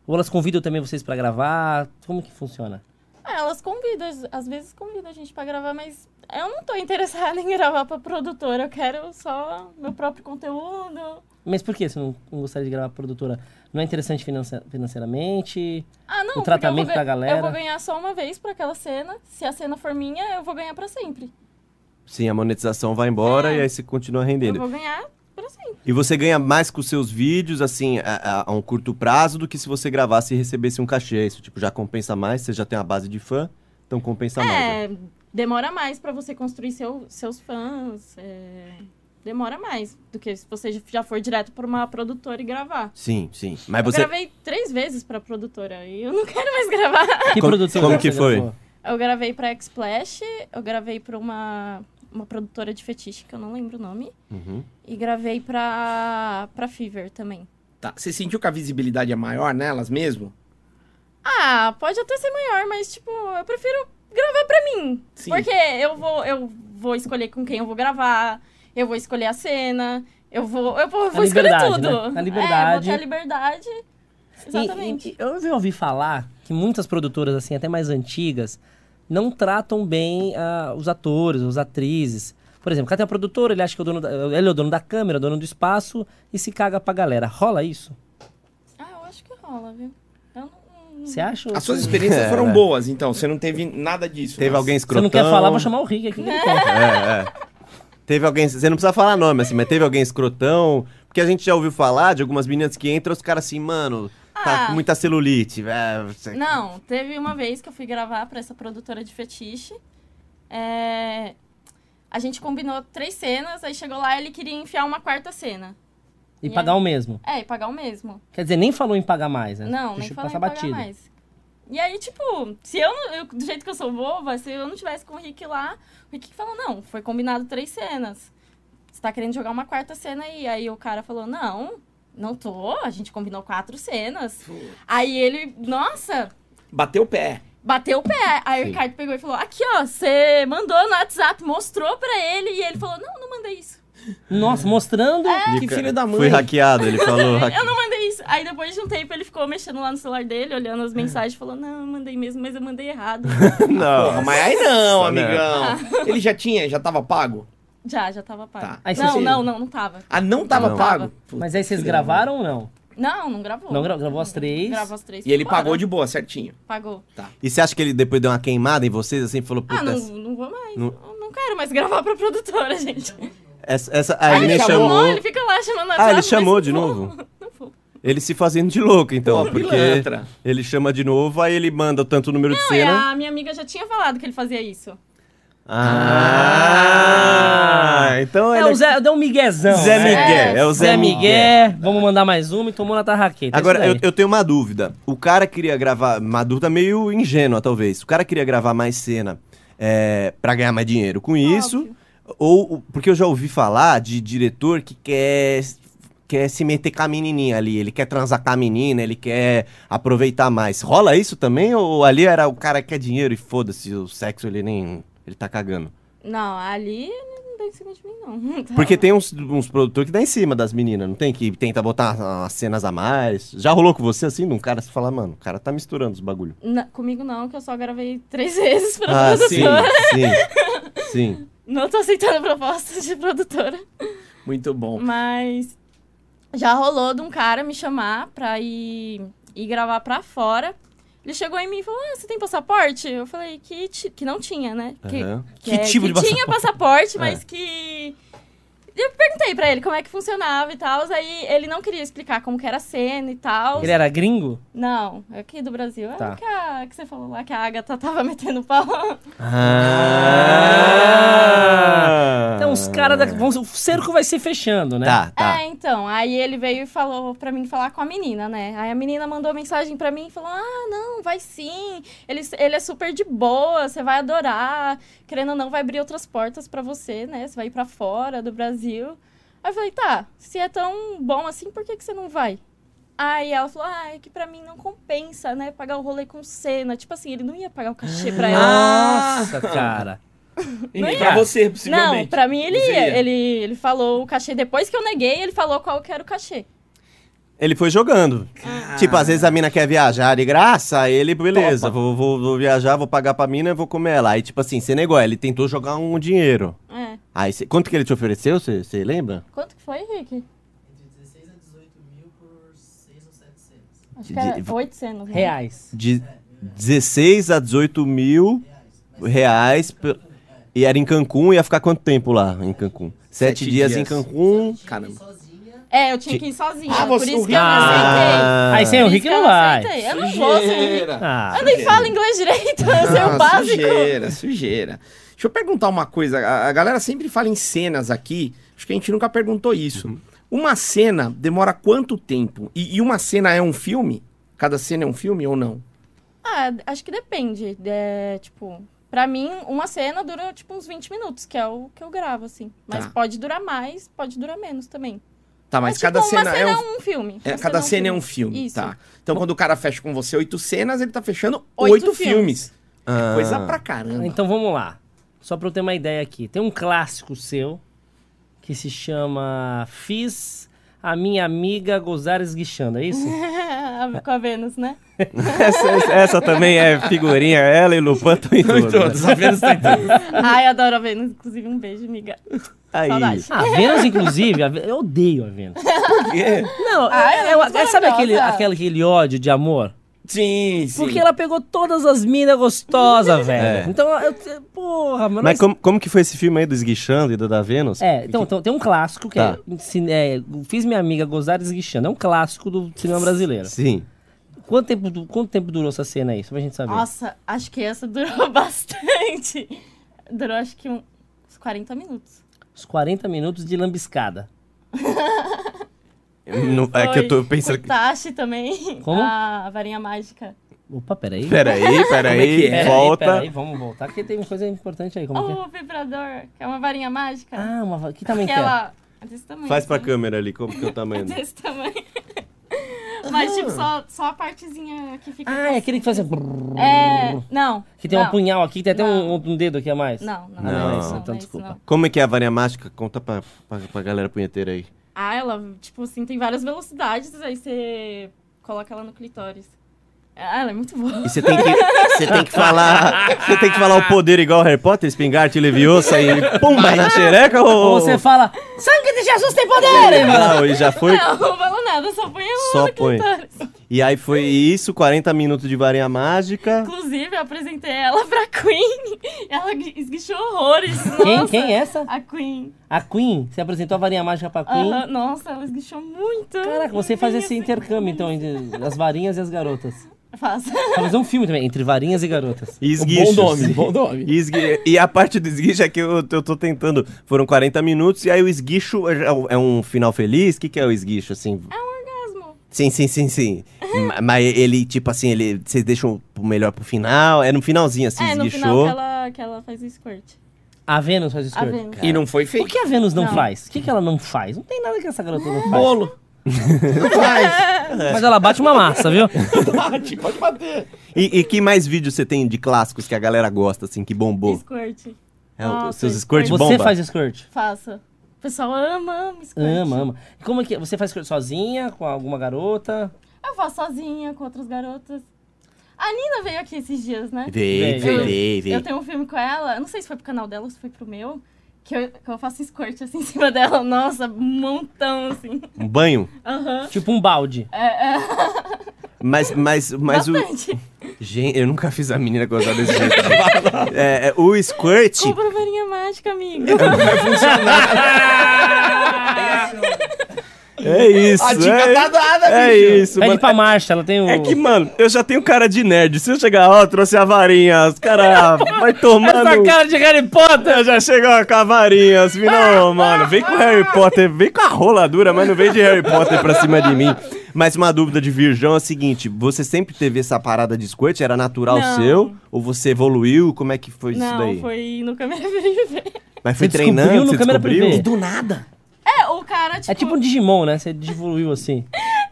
A: Ou elas convidam também vocês pra gravar? Como que funciona?
D: Ah, elas convidam, às- às vezes convidam a gente pra gravar, mas eu não tô interessada em gravar pra produtora. Eu quero só meu próprio conteúdo.
A: Mas por que você não, não gostaria de gravar pra produtora? Não é interessante financi- financeiramente?
D: Ah, não,
A: O
D: porque eu vou
A: tratamento
D: gan-
A: da galera.
D: Eu vou ganhar só uma vez pra aquela cena. Se a cena for minha, eu vou ganhar pra sempre.
B: Sim, a monetização vai embora e aí você continua rendendo.
D: Eu vou ganhar pra sempre.
B: E você ganha mais com seus vídeos, assim, a, a- a um curto prazo, do que se você gravasse e recebesse um cachê. Isso, tipo, já compensa mais, você já tem uma base de fã, então compensa mais. né?
D: é, demora mais pra você construir seu- seus fãs. é, demora mais do que se você já for direto pra uma produtora e gravar.
B: Sim, sim. Mas
D: Eu
B: você.
D: gravei três vezes pra produtora e eu não quero mais gravar.
A: Que
B: Como-
A: produtora
B: como
A: você
B: que foi?
A: gravou?
D: Eu gravei pra Xplash, eu gravei pra uma, uma produtora de fetiche, que eu não lembro o nome.
B: Uhum.
D: E gravei pra, pra Fever também.
C: Tá. Você sentiu que a visibilidade é maior nelas mesmo?
D: Ah, pode até ser maior, mas tipo, eu prefiro gravar pra mim.
C: Sim.
D: Porque eu vou, eu vou escolher com quem eu vou gravar, eu vou escolher a cena, eu vou, eu vou, eu vou escolher
A: liberdade, né?
D: tudo.
A: A liberdade.
D: É, eu vou ter a liberdade. Exatamente.
A: E- e- e eu ouvi falar que muitas produtoras, assim, até mais antigas, não tratam bem ah, os atores, os atrizes. Por exemplo, cadê a produtora? Ele acha que é o dono da, ele é o dono da câmera, o dono do espaço e se caga pra galera. Rola isso?
D: Ah, eu acho que rola, viu? Eu não...
A: Você acha?
C: As suas experiências
B: É,
C: foram
B: né?
C: boas, então. Você não teve nada disso.
B: Teve
C: mas-
B: alguém
A: Você
B: escrotão?
A: não quer falar, vou chamar o Rick aqui. que ele conta.
B: É, é. Teve alguém. Você não precisa falar nome, assim, mas teve alguém escrotão. Porque a gente já ouviu falar de algumas meninas que entram, os caras assim, mano, tá
D: Ah.
B: com muita celulite. É, você-
D: Não, teve uma vez que eu fui gravar pra essa produtora de fetiche. É, A gente combinou três cenas, aí chegou lá e ele queria enfiar uma quarta cena.
A: E pagar o mesmo.
D: É, e pagar o mesmo.
A: Quer dizer, nem falou em pagar mais, né?
D: Não, nem falei em pagar mais. E aí, tipo, se eu, não- eu- do jeito que eu sou boba, se eu não tivesse com o Rick lá, o Rick falou, não, foi combinado três cenas. Você tá querendo jogar uma quarta cena aí. Aí o cara falou, não, não tô, a gente combinou quatro cenas. Aí ele, nossa,
C: Bateu o pé.
D: bateu o pé. Aí o
B: Sim.
D: Ricardo pegou e falou, aqui ó, você mandou no WhatsApp, mostrou pra ele. E ele falou, não, não mandei isso.
A: Nossa, mostrando.
B: Ele
C: que
B: ca-
C: filho da mãe.
B: Fui hackeado, ele falou. hack-
D: Eu não mandei isso. Aí depois de um tempo ele ficou mexendo lá no celular dele, olhando
B: É.
D: as mensagens, falou, não, eu mandei mesmo, mas eu mandei errado.
B: Não.
C: Porra, mas aí não,
B: Nossa, né?
C: amigão. Ele já tinha, já tava pago?
D: Já, já tava pago.
C: Tá.
A: Aí você
D: Não,
A: se-
D: não, não, não tava.
C: Ah, não tava
B: Não.
C: pago?
A: Mas aí vocês gravaram ou não?
D: Não, não gravou.
A: Não gra- gravou as três.
D: Gravou as três.
C: E ele
D: foi embora.
C: pagou de boa, certinho.
D: Pagou.
B: E você acha que ele depois deu uma queimada em vocês, assim, falou, puta,
D: Ah, não, não vou mais.
B: Não-
D: Não... não quero mais gravar pra produtora, gente. Tá
B: essa. essa... Ah, ele
C: ele
B: nem
C: chamou,
B: chamou.
D: ele fica lá chamando a
B: Ah, ele chamou de novo?
D: Não vou.
B: Ele se fazendo de louco, então.
C: Pô,
B: porque
C: pilantra.
B: ele chama de novo, aí ele manda tanto número de
D: Não, e
B: cena.
D: a minha amiga já tinha falado que ele fazia isso.
B: Ah, então
A: É
B: ele
A: o Zé, deu um miguezão.
B: Zé
A: né?
B: Miguel. É o Zé,
A: Zé
B: Miguel.
A: Miguel, vamos mandar mais uma e tomou na tarraqueta. é
B: Agora,
A: isso
B: eu,
A: daí.
B: eu tenho uma dúvida. O cara queria gravar. Uma dúvida meio ingênua, talvez. O cara queria gravar mais cena é, para ganhar mais dinheiro com isso.
D: Óbvio.
B: Ou. Porque eu já ouvi falar de diretor que quer. Quer se meter com a menininha ali, ele quer transar com a menina, ele quer aproveitar mais. Rola isso também? Ou ali era o cara que quer dinheiro e foda-se, o sexo ele nem. ele tá cagando?
D: Não, ali ele não deu em cima de mim, não.
B: Porque tem uns, uns produtores que dá em cima das meninas, não tem? Que tenta botar umas- umas cenas a mais. Já rolou com você assim? Num cara, você fala, mano, o cara tá misturando os bagulho.
D: Na- comigo não, que eu só gravei três vezes pra
B: Ah, sim,
D: produtora.
B: sim. Sim.
D: Não tô aceitando propostas de produtora.
C: Muito bom.
D: Mas já rolou de um cara me chamar pra ir, ir gravar pra fora. Ele chegou em mim e falou: ah, você tem passaporte? Eu falei que, ti- que não tinha, né? Que,
B: Aham. tipo
D: que, é- que tinha passaporte,
B: É.
D: mas que. Eu perguntei pra ele como é que funcionava e tal. Aí ele não queria explicar como que era a cena e tal.
A: Ele era gringo?
D: Não, é aqui do Brasil.
A: Tá.
D: É o que, a- que você falou lá que a Agatha tava metendo pau.
B: Ah!
A: Então os caras da. vão- O cerco vai se fechando, né?
B: Tá, tá.
D: É, então, aí ele veio e falou pra mim falar com a menina, né? Aí a menina mandou mensagem pra mim e falou: Ah, não, vai sim. Ele, ele é super de boa, você vai adorar. Querendo ou não, vai abrir outras portas pra você, né? Você vai ir pra fora do Brasil. Aí eu falei: Tá, se é tão bom assim, por que, que você não vai? Aí ela falou: Ah, é que pra mim não compensa, né? Pagar o rolê com cena. Tipo assim, ele não ia pagar o cachê pra ela.
A: Ah,
B: Ah.
A: Nossa, cara.
C: E nem pra você, possivelmente.
D: Não, pra mim ele
C: Você
D: ia.
C: ia.
D: Ele, ele falou o cachê. Depois que eu neguei, ele falou qual que era o cachê.
B: Ele foi jogando. Tipo, às vezes a mina quer viajar de graça, aí ele, beleza, vou, vou, vou viajar, vou pagar pra mina e vou comer ela. Aí, tipo assim, você negou, ele tentou jogar um dinheiro.
D: É.
B: Aí, cê- quanto que ele te ofereceu, você lembra?
D: Quanto que foi, Henrique?
E: Entre 16 a 18 mil por 6 ou 7 cenas.
D: Acho
B: De-
D: que era 8 cenas. Né?
A: Reais.
B: De 16 a 18 mil reais. pe- E era em Cancún, ia ficar quanto tempo lá em Cancún? Sete,
C: Sete
B: dias,
C: dias.
B: em Cancún.
C: Caramba.
D: É, eu tinha que ir sozinha.
C: Ah,
D: por
C: você-
D: isso
C: o
D: que eu não
A: Rick-
D: aceitei.
B: Ah.
A: Aí sem
D: Por
A: o
D: isso
A: Rick
D: que eu
A: não vai.
D: aceitei. Eu não vou sem o Rick.
A: Ah,
D: Eu nem falo inglês direito, eu
C: Ah,
D: sei é o básico.
C: Sujeira, sujeira. Deixa eu perguntar uma coisa. A, a galera sempre fala em cenas aqui. Acho que a gente nunca perguntou isso.
B: Uhum.
C: Uma cena demora quanto tempo? E, e uma cena é um filme? Cada cena é um filme ou não?
D: Ah, acho que depende. É, tipo, Pra mim, uma cena dura tipo uns 20 minutos, que é o que eu gravo, assim. Mas
C: Tá.
D: pode durar mais, pode durar menos também.
C: Tá, mas, cada
D: tipo,
C: cena,
D: uma
C: é
D: cena
C: um.
D: é um filme.
C: é,
D: Uma
C: cada cena é um filme,
D: Isso.
C: tá. Então quando o cara fecha com você oito cenas, ele tá fechando oito,
D: Oito
C: filmes.
B: Ah.
C: Coisa pra caramba.
A: Então vamos lá. Só pra eu ter uma ideia aqui. Tem um clássico seu que se chama Fiz a Minha Amiga Gozar Esguichando, é isso?
D: Com a Vênus, né?
B: Essa, essa- essa também é figurinha, ela e Lupan estão em né?
C: Então,
B: todas.
C: a Vênus tá em todos.
D: Ai, adoro a Vênus. Inclusive, um beijo, amiga.
B: Aí.
D: Saudade.
A: A Vênus, inclusive, a Vê- eu odeio a Vênus.
B: Por quê?
A: Não,
D: Ah,
A: é,
D: ela
A: é
D: é
A: uma-
D: muito
A: é- sabe aquele,
D: maravilhosa.
A: aquele, aquele ódio de amor?
C: Sim, sim.
A: Porque ela pegou todas as minas gostosas, velho.
B: É.
A: Então, eu, eu- porra, mano.
B: Mas como, como que foi esse filme aí do Esguichando e do da Vênus?
A: É, então, então tem um clássico que
B: Tá.
A: é, cine- é, Fiz Minha Amiga Gozar Esguichando. É um clássico do cinema brasileiro.
B: Sim.
A: Quanto tempo, du- quanto tempo durou essa cena aí? Só pra gente saber.
D: Nossa, acho que essa durou bastante. Durou, acho que um- uns 40 minutos.
A: Uns 40 minutos de lambiscada.
B: Não- é que eu tô pensando.
D: O
B: que-
D: Tashi também.
A: Como?
D: A varinha mágica.
A: Opa, peraí.
B: Peraí, peraí,
C: é que é?
B: volta.
A: Peraí, peraí, vamos voltar, porque tem uma coisa importante aí. Como que é?
D: Ou o vibrador, que é uma varinha mágica.
A: Ah, uma... va- que tamanho
D: que
A: que é?
D: ela... É desse tamanho.
B: Faz pra
D: sabe?
B: câmera ali, como que é o tamanho? dele?
D: Desse tamanho. Mas, tipo, só, só a partezinha que fica...
A: Ah, é aquele que fazia...
D: É... Não.
A: Que tem
D: não,
A: um punhal aqui, que tem até um,
D: Não.
A: um dedo aqui a mais.
D: Não, não.
A: Ah,
B: não,
D: é
B: então
D: não é isso,
A: desculpa.
D: não.
B: Como é que é a varinha mágica? Conta pra, pra, pra galera punheteira aí.
D: Ah, ela, tipo assim, tem várias velocidades, aí você coloca ela no clitóris. Ah, ela é muito boa.
B: E você tem que, você tem que falar. Você tem que falar o poder igual Harry Potter, espingarte, leviosa e pumba na xereca
A: Ou
B: ou.
A: você fala, sangue de Jesus tem poder! hein, mano?"
B: Não, e já foi.
D: Não, não falo nada, só põe ela
B: Só
D: no
B: põe.
D: clitóris.
B: E aí foi isso, 40 minutos de varinha mágica.
D: Inclusive, eu apresentei ela pra Queen. Ela esguichou horrores.
A: Quem,
D: Nossa.
A: quem é essa?
D: A Queen.
A: A Queen. Você apresentou a varinha mágica pra Queen.
D: Aham, nossa, ela esguichou muito.
A: Caraca, você faz esse
D: Assim,
A: intercâmbio, então, entre as varinhas e as garotas.
D: Faço.
A: Vai fazer um filme também, entre varinhas e garotas.
B: E
C: Bom
B: esguichos.
C: nome, bom nome.
B: E, esgui- e a parte do esguicho é que eu, eu tô tentando. Foram 40 minutos e aí o esguicho é, é um final feliz? O que, que é o esguicho, assim?
D: Mesmo.
B: Sim, sim, sim, sim. Ma- Mas ele, tipo assim, ele, vocês deixam o melhor pro final? É no finalzinho, assim,
D: É, no final
B: esguichou.
D: que ela, que ela faz o squirt.
A: A Vênus faz
D: A
A: isso.
D: Vênus.
C: E não foi feito.
A: O que a Vênus não,
D: Não.
A: faz? O que, que ela não faz? Não tem nada que essa garota não faz.
C: Bolo. Não faz.
A: Mas ela bate uma massa, viu?
C: Bate, pode bater.
B: E, e que mais vídeos você tem de clássicos que a galera gosta, assim, que bombou?
D: Squirt.
B: É, o-
D: Nossa,
B: seus squirt
A: Você
B: bomba?
A: faz squirt?
D: Faça. O pessoal ama, ama squirt.
A: Ama, ama. E Como é que é? Você faz squirt sozinha, com alguma garota?
D: Eu faço sozinha, com outras garotas. A Nina veio aqui esses dias, né?
B: Vem,
A: Vem.
B: vem, vem,
D: Eu
B: vem.
D: tenho um filme com ela, eu não sei se foi pro canal dela ou se foi pro meu, que eu, que eu faço squirt assim em cima dela. Nossa, um montão, assim.
B: Um banho?
D: Aham.
A: Tipo um balde.
D: É, é,
B: Mas, mas, mas o...
D: bastante.
B: Gente, eu nunca fiz a menina gozar desse jeito. é, é, o squirt...
D: Compra varinha mágica, amiga.
B: É isso,
C: A dica
B: é,
C: tá dada,
B: É
C: bicho.
B: isso,
A: Pede
B: mano.
A: pra Marcha, ela tem o...
B: É que, mano, eu já tenho cara de nerd. Se eu chegar, ó, trouxe a varinha, os caras vai tomando.
A: Essa cara de Harry Potter!
B: Eu já chego ó, com a varinha, assim, não, mano, vem com Harry Potter, vem com a rola dura, mas não vem de Harry Potter pra cima de mim. Mas uma dúvida de Virgão é a seguinte, você sempre teve essa parada de squirt? Era natural
D: Não.
B: seu? Ou você evoluiu? Como é que foi isso
D: não,
B: daí?
D: foi no câmera privê.
B: Mas foi
A: Você
B: treinando,
A: descobriu no
B: você
A: câmera
B: descobriu?
A: privê.
C: Do nada.
D: É, o cara, tipo,
A: É tipo um Digimon, né? Você evoluiu assim.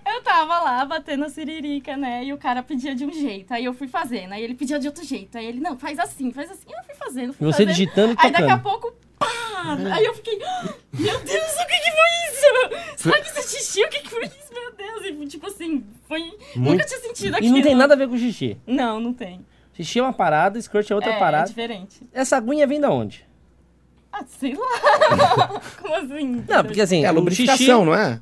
D: É eu tava lá batendo a siririca, né? E o cara pedia de um jeito. Aí eu fui fazendo. Aí ele pedia de outro jeito. Aí ele, não, faz assim, faz assim. Eu fui fazendo,
A: E
D: fui
A: você
D: fazendo.
A: digitando e
D: Aí daqui a
A: tocando. É.
D: pouco, pá! Aí eu fiquei, "Ah, meu Deus, o que que foi isso? Será que isso é xixi? O que que foi isso? Meu Deus. E, tipo assim, foi... Nunca tinha sentido
A: E
D: aquilo.
A: não tem nada a ver com xixi.
D: Não, não tem.
A: Xixi é uma parada, squirt é outra
D: é, É
A: parada.
D: diferente.
A: Essa aguinha vem da onde?
D: Ah, sei lá. Como assim?
A: Não, porque assim,
C: É a
A: o
C: lubrificação,
A: xixi...
C: não é?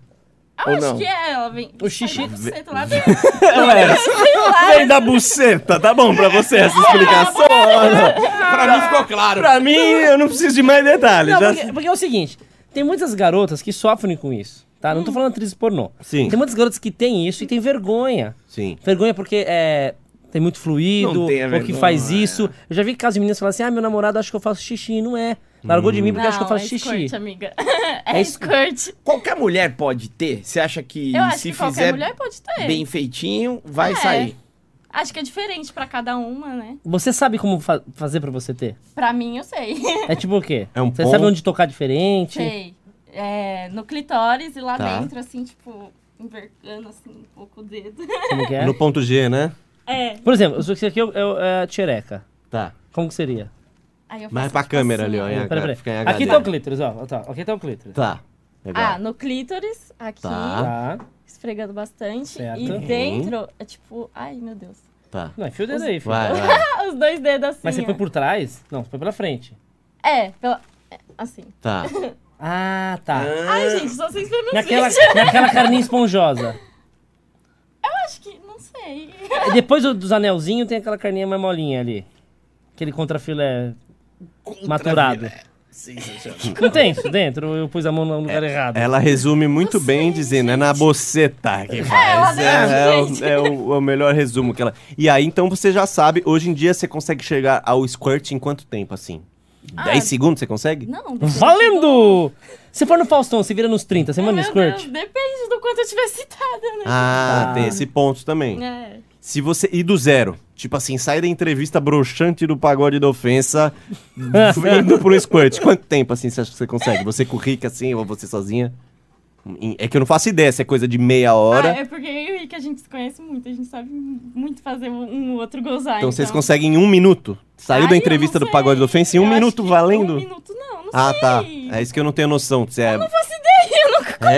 D: Ah,
C: ou
D: acho
C: não?
D: que é, ela vem...
A: O xixi-
D: Sai da buceta lá dentro. Sei lá.
B: Vem da buceta, tá bom pra você essa explicação?
C: Pra mim ficou claro.
B: pra mim, eu não preciso de mais detalhes.
A: Não,
B: já-
A: porque, porque é o seguinte, tem muitas garotas que sofrem com isso, tá?
D: Hum.
A: Não tô falando atriz pornô.
B: Sim.
A: Tem muitas garotas que têm isso e tem vergonha.
B: Sim.
A: Vergonha porque é, tem muito fluido,
C: Não tem a
A: ou que
C: vergonha,
A: faz
C: é.
A: isso. Eu já vi casos de meninas falando assim, ah, meu namorado acha que eu faço xixi. Não é. Largou de mim porque
D: Não,
A: acha que eu faço
D: é
A: xixi.
D: squirt, amiga.
A: É
D: É,
A: isso-
D: squirt.
C: Qualquer mulher pode ter? Você acha que
D: Eu acho
C: se
D: que qualquer
C: fizer
D: mulher pode ter.
C: bem feitinho, vai
D: É.
C: sair?
D: Acho que é diferente pra cada uma, né?
A: Você sabe como fa- fazer pra você ter?
D: Pra mim, eu sei.
A: É tipo o quê?
B: É um
A: Você
B: pom-
A: sabe onde tocar diferente?
D: sei. É, no clitóris e lá
B: Tá.
D: dentro, assim, tipo, envergando, assim, um pouco o dedo.
A: Como que é?
B: No ponto G, né?
D: É.
A: Por exemplo, isso aqui é, o- é o- é a tchereca.
B: Tá.
A: Como que seria?
D: Aí eu faço,
B: Mas pra
D: tipo,
B: câmera
D: assim,
B: ali, ó.
D: ó.
B: em
A: Pera,
B: H-
A: pera.
B: Fica em
A: Aqui
B: HD.
A: tá o clítoris, ó. ó, Tá. Aqui tá o clítoris.
B: Tá. Legal.
D: Ah, no clítoris, aqui,
B: Tá.
A: Tá.
D: esfregando bastante.
A: Certo.
D: E
A: Uhum.
D: dentro, é tipo, ai, meu Deus.
B: Tá.
A: Não, enfia o dedo aí, filho.
B: Vai, vai.
D: Ah, Os dois dedos assim.
A: Mas você
D: ó.
A: foi por trás? Não, você foi pela frente.
D: É, pela... é, assim.
B: Tá.
A: Ah, tá.
D: Ai, gente, só vocês verem meus
A: Naquela,
D: vídeos.
A: naquela carninha esponjosa.
D: Acho que, não sei.
A: E depois do- dos anelzinhos tem aquela carninha mais molinha ali. Aquele contrafilé maturado.
C: Sensacional.
A: Não tem isso dentro? Eu pus a mão no lugar
B: É,
A: errado.
B: Ela resume muito bem dizendo, é na boceta que faz. É, é o, é o- é o melhor resumo que ela. E aí, então você já sabe, hoje em dia você consegue chegar ao squirt em quanto tempo, assim? 10 segundos você consegue?
D: Não, depende do-
A: Valendo! Se for no Faustão, você vira nos 30, você manda
D: Meu
A: squirt.
D: Deus, depende do quanto eu tiver citada, né?
B: Ah,
A: Ah.
B: tem esse ponto também.
D: É.
B: Se você. E do zero. Tipo assim, sai da entrevista broxante do pagode da ofensa, indo pro squirt. Quanto tempo assim você acha que você consegue? Você com o Rick assim, ou você sozinha? Em- É que eu não faço ideia se é coisa de meia hora.
D: Ah, é porque eu e o Rick, a gente se conhece muito, a gente sabe muito fazer um, um outro gozar.
B: Então vocês conseguem em um minuto. Saiu
D: Ai,
B: da
D: eu
B: entrevista
D: não
B: do Pagode do
D: sei.
B: Ofensa em um
D: Eu acho
B: minuto
D: que
B: valendo?
D: Um minuto não, não
B: ah,
D: sei.
B: tá. É isso que eu não tenho noção. Você é... Eu não faço ideia, eu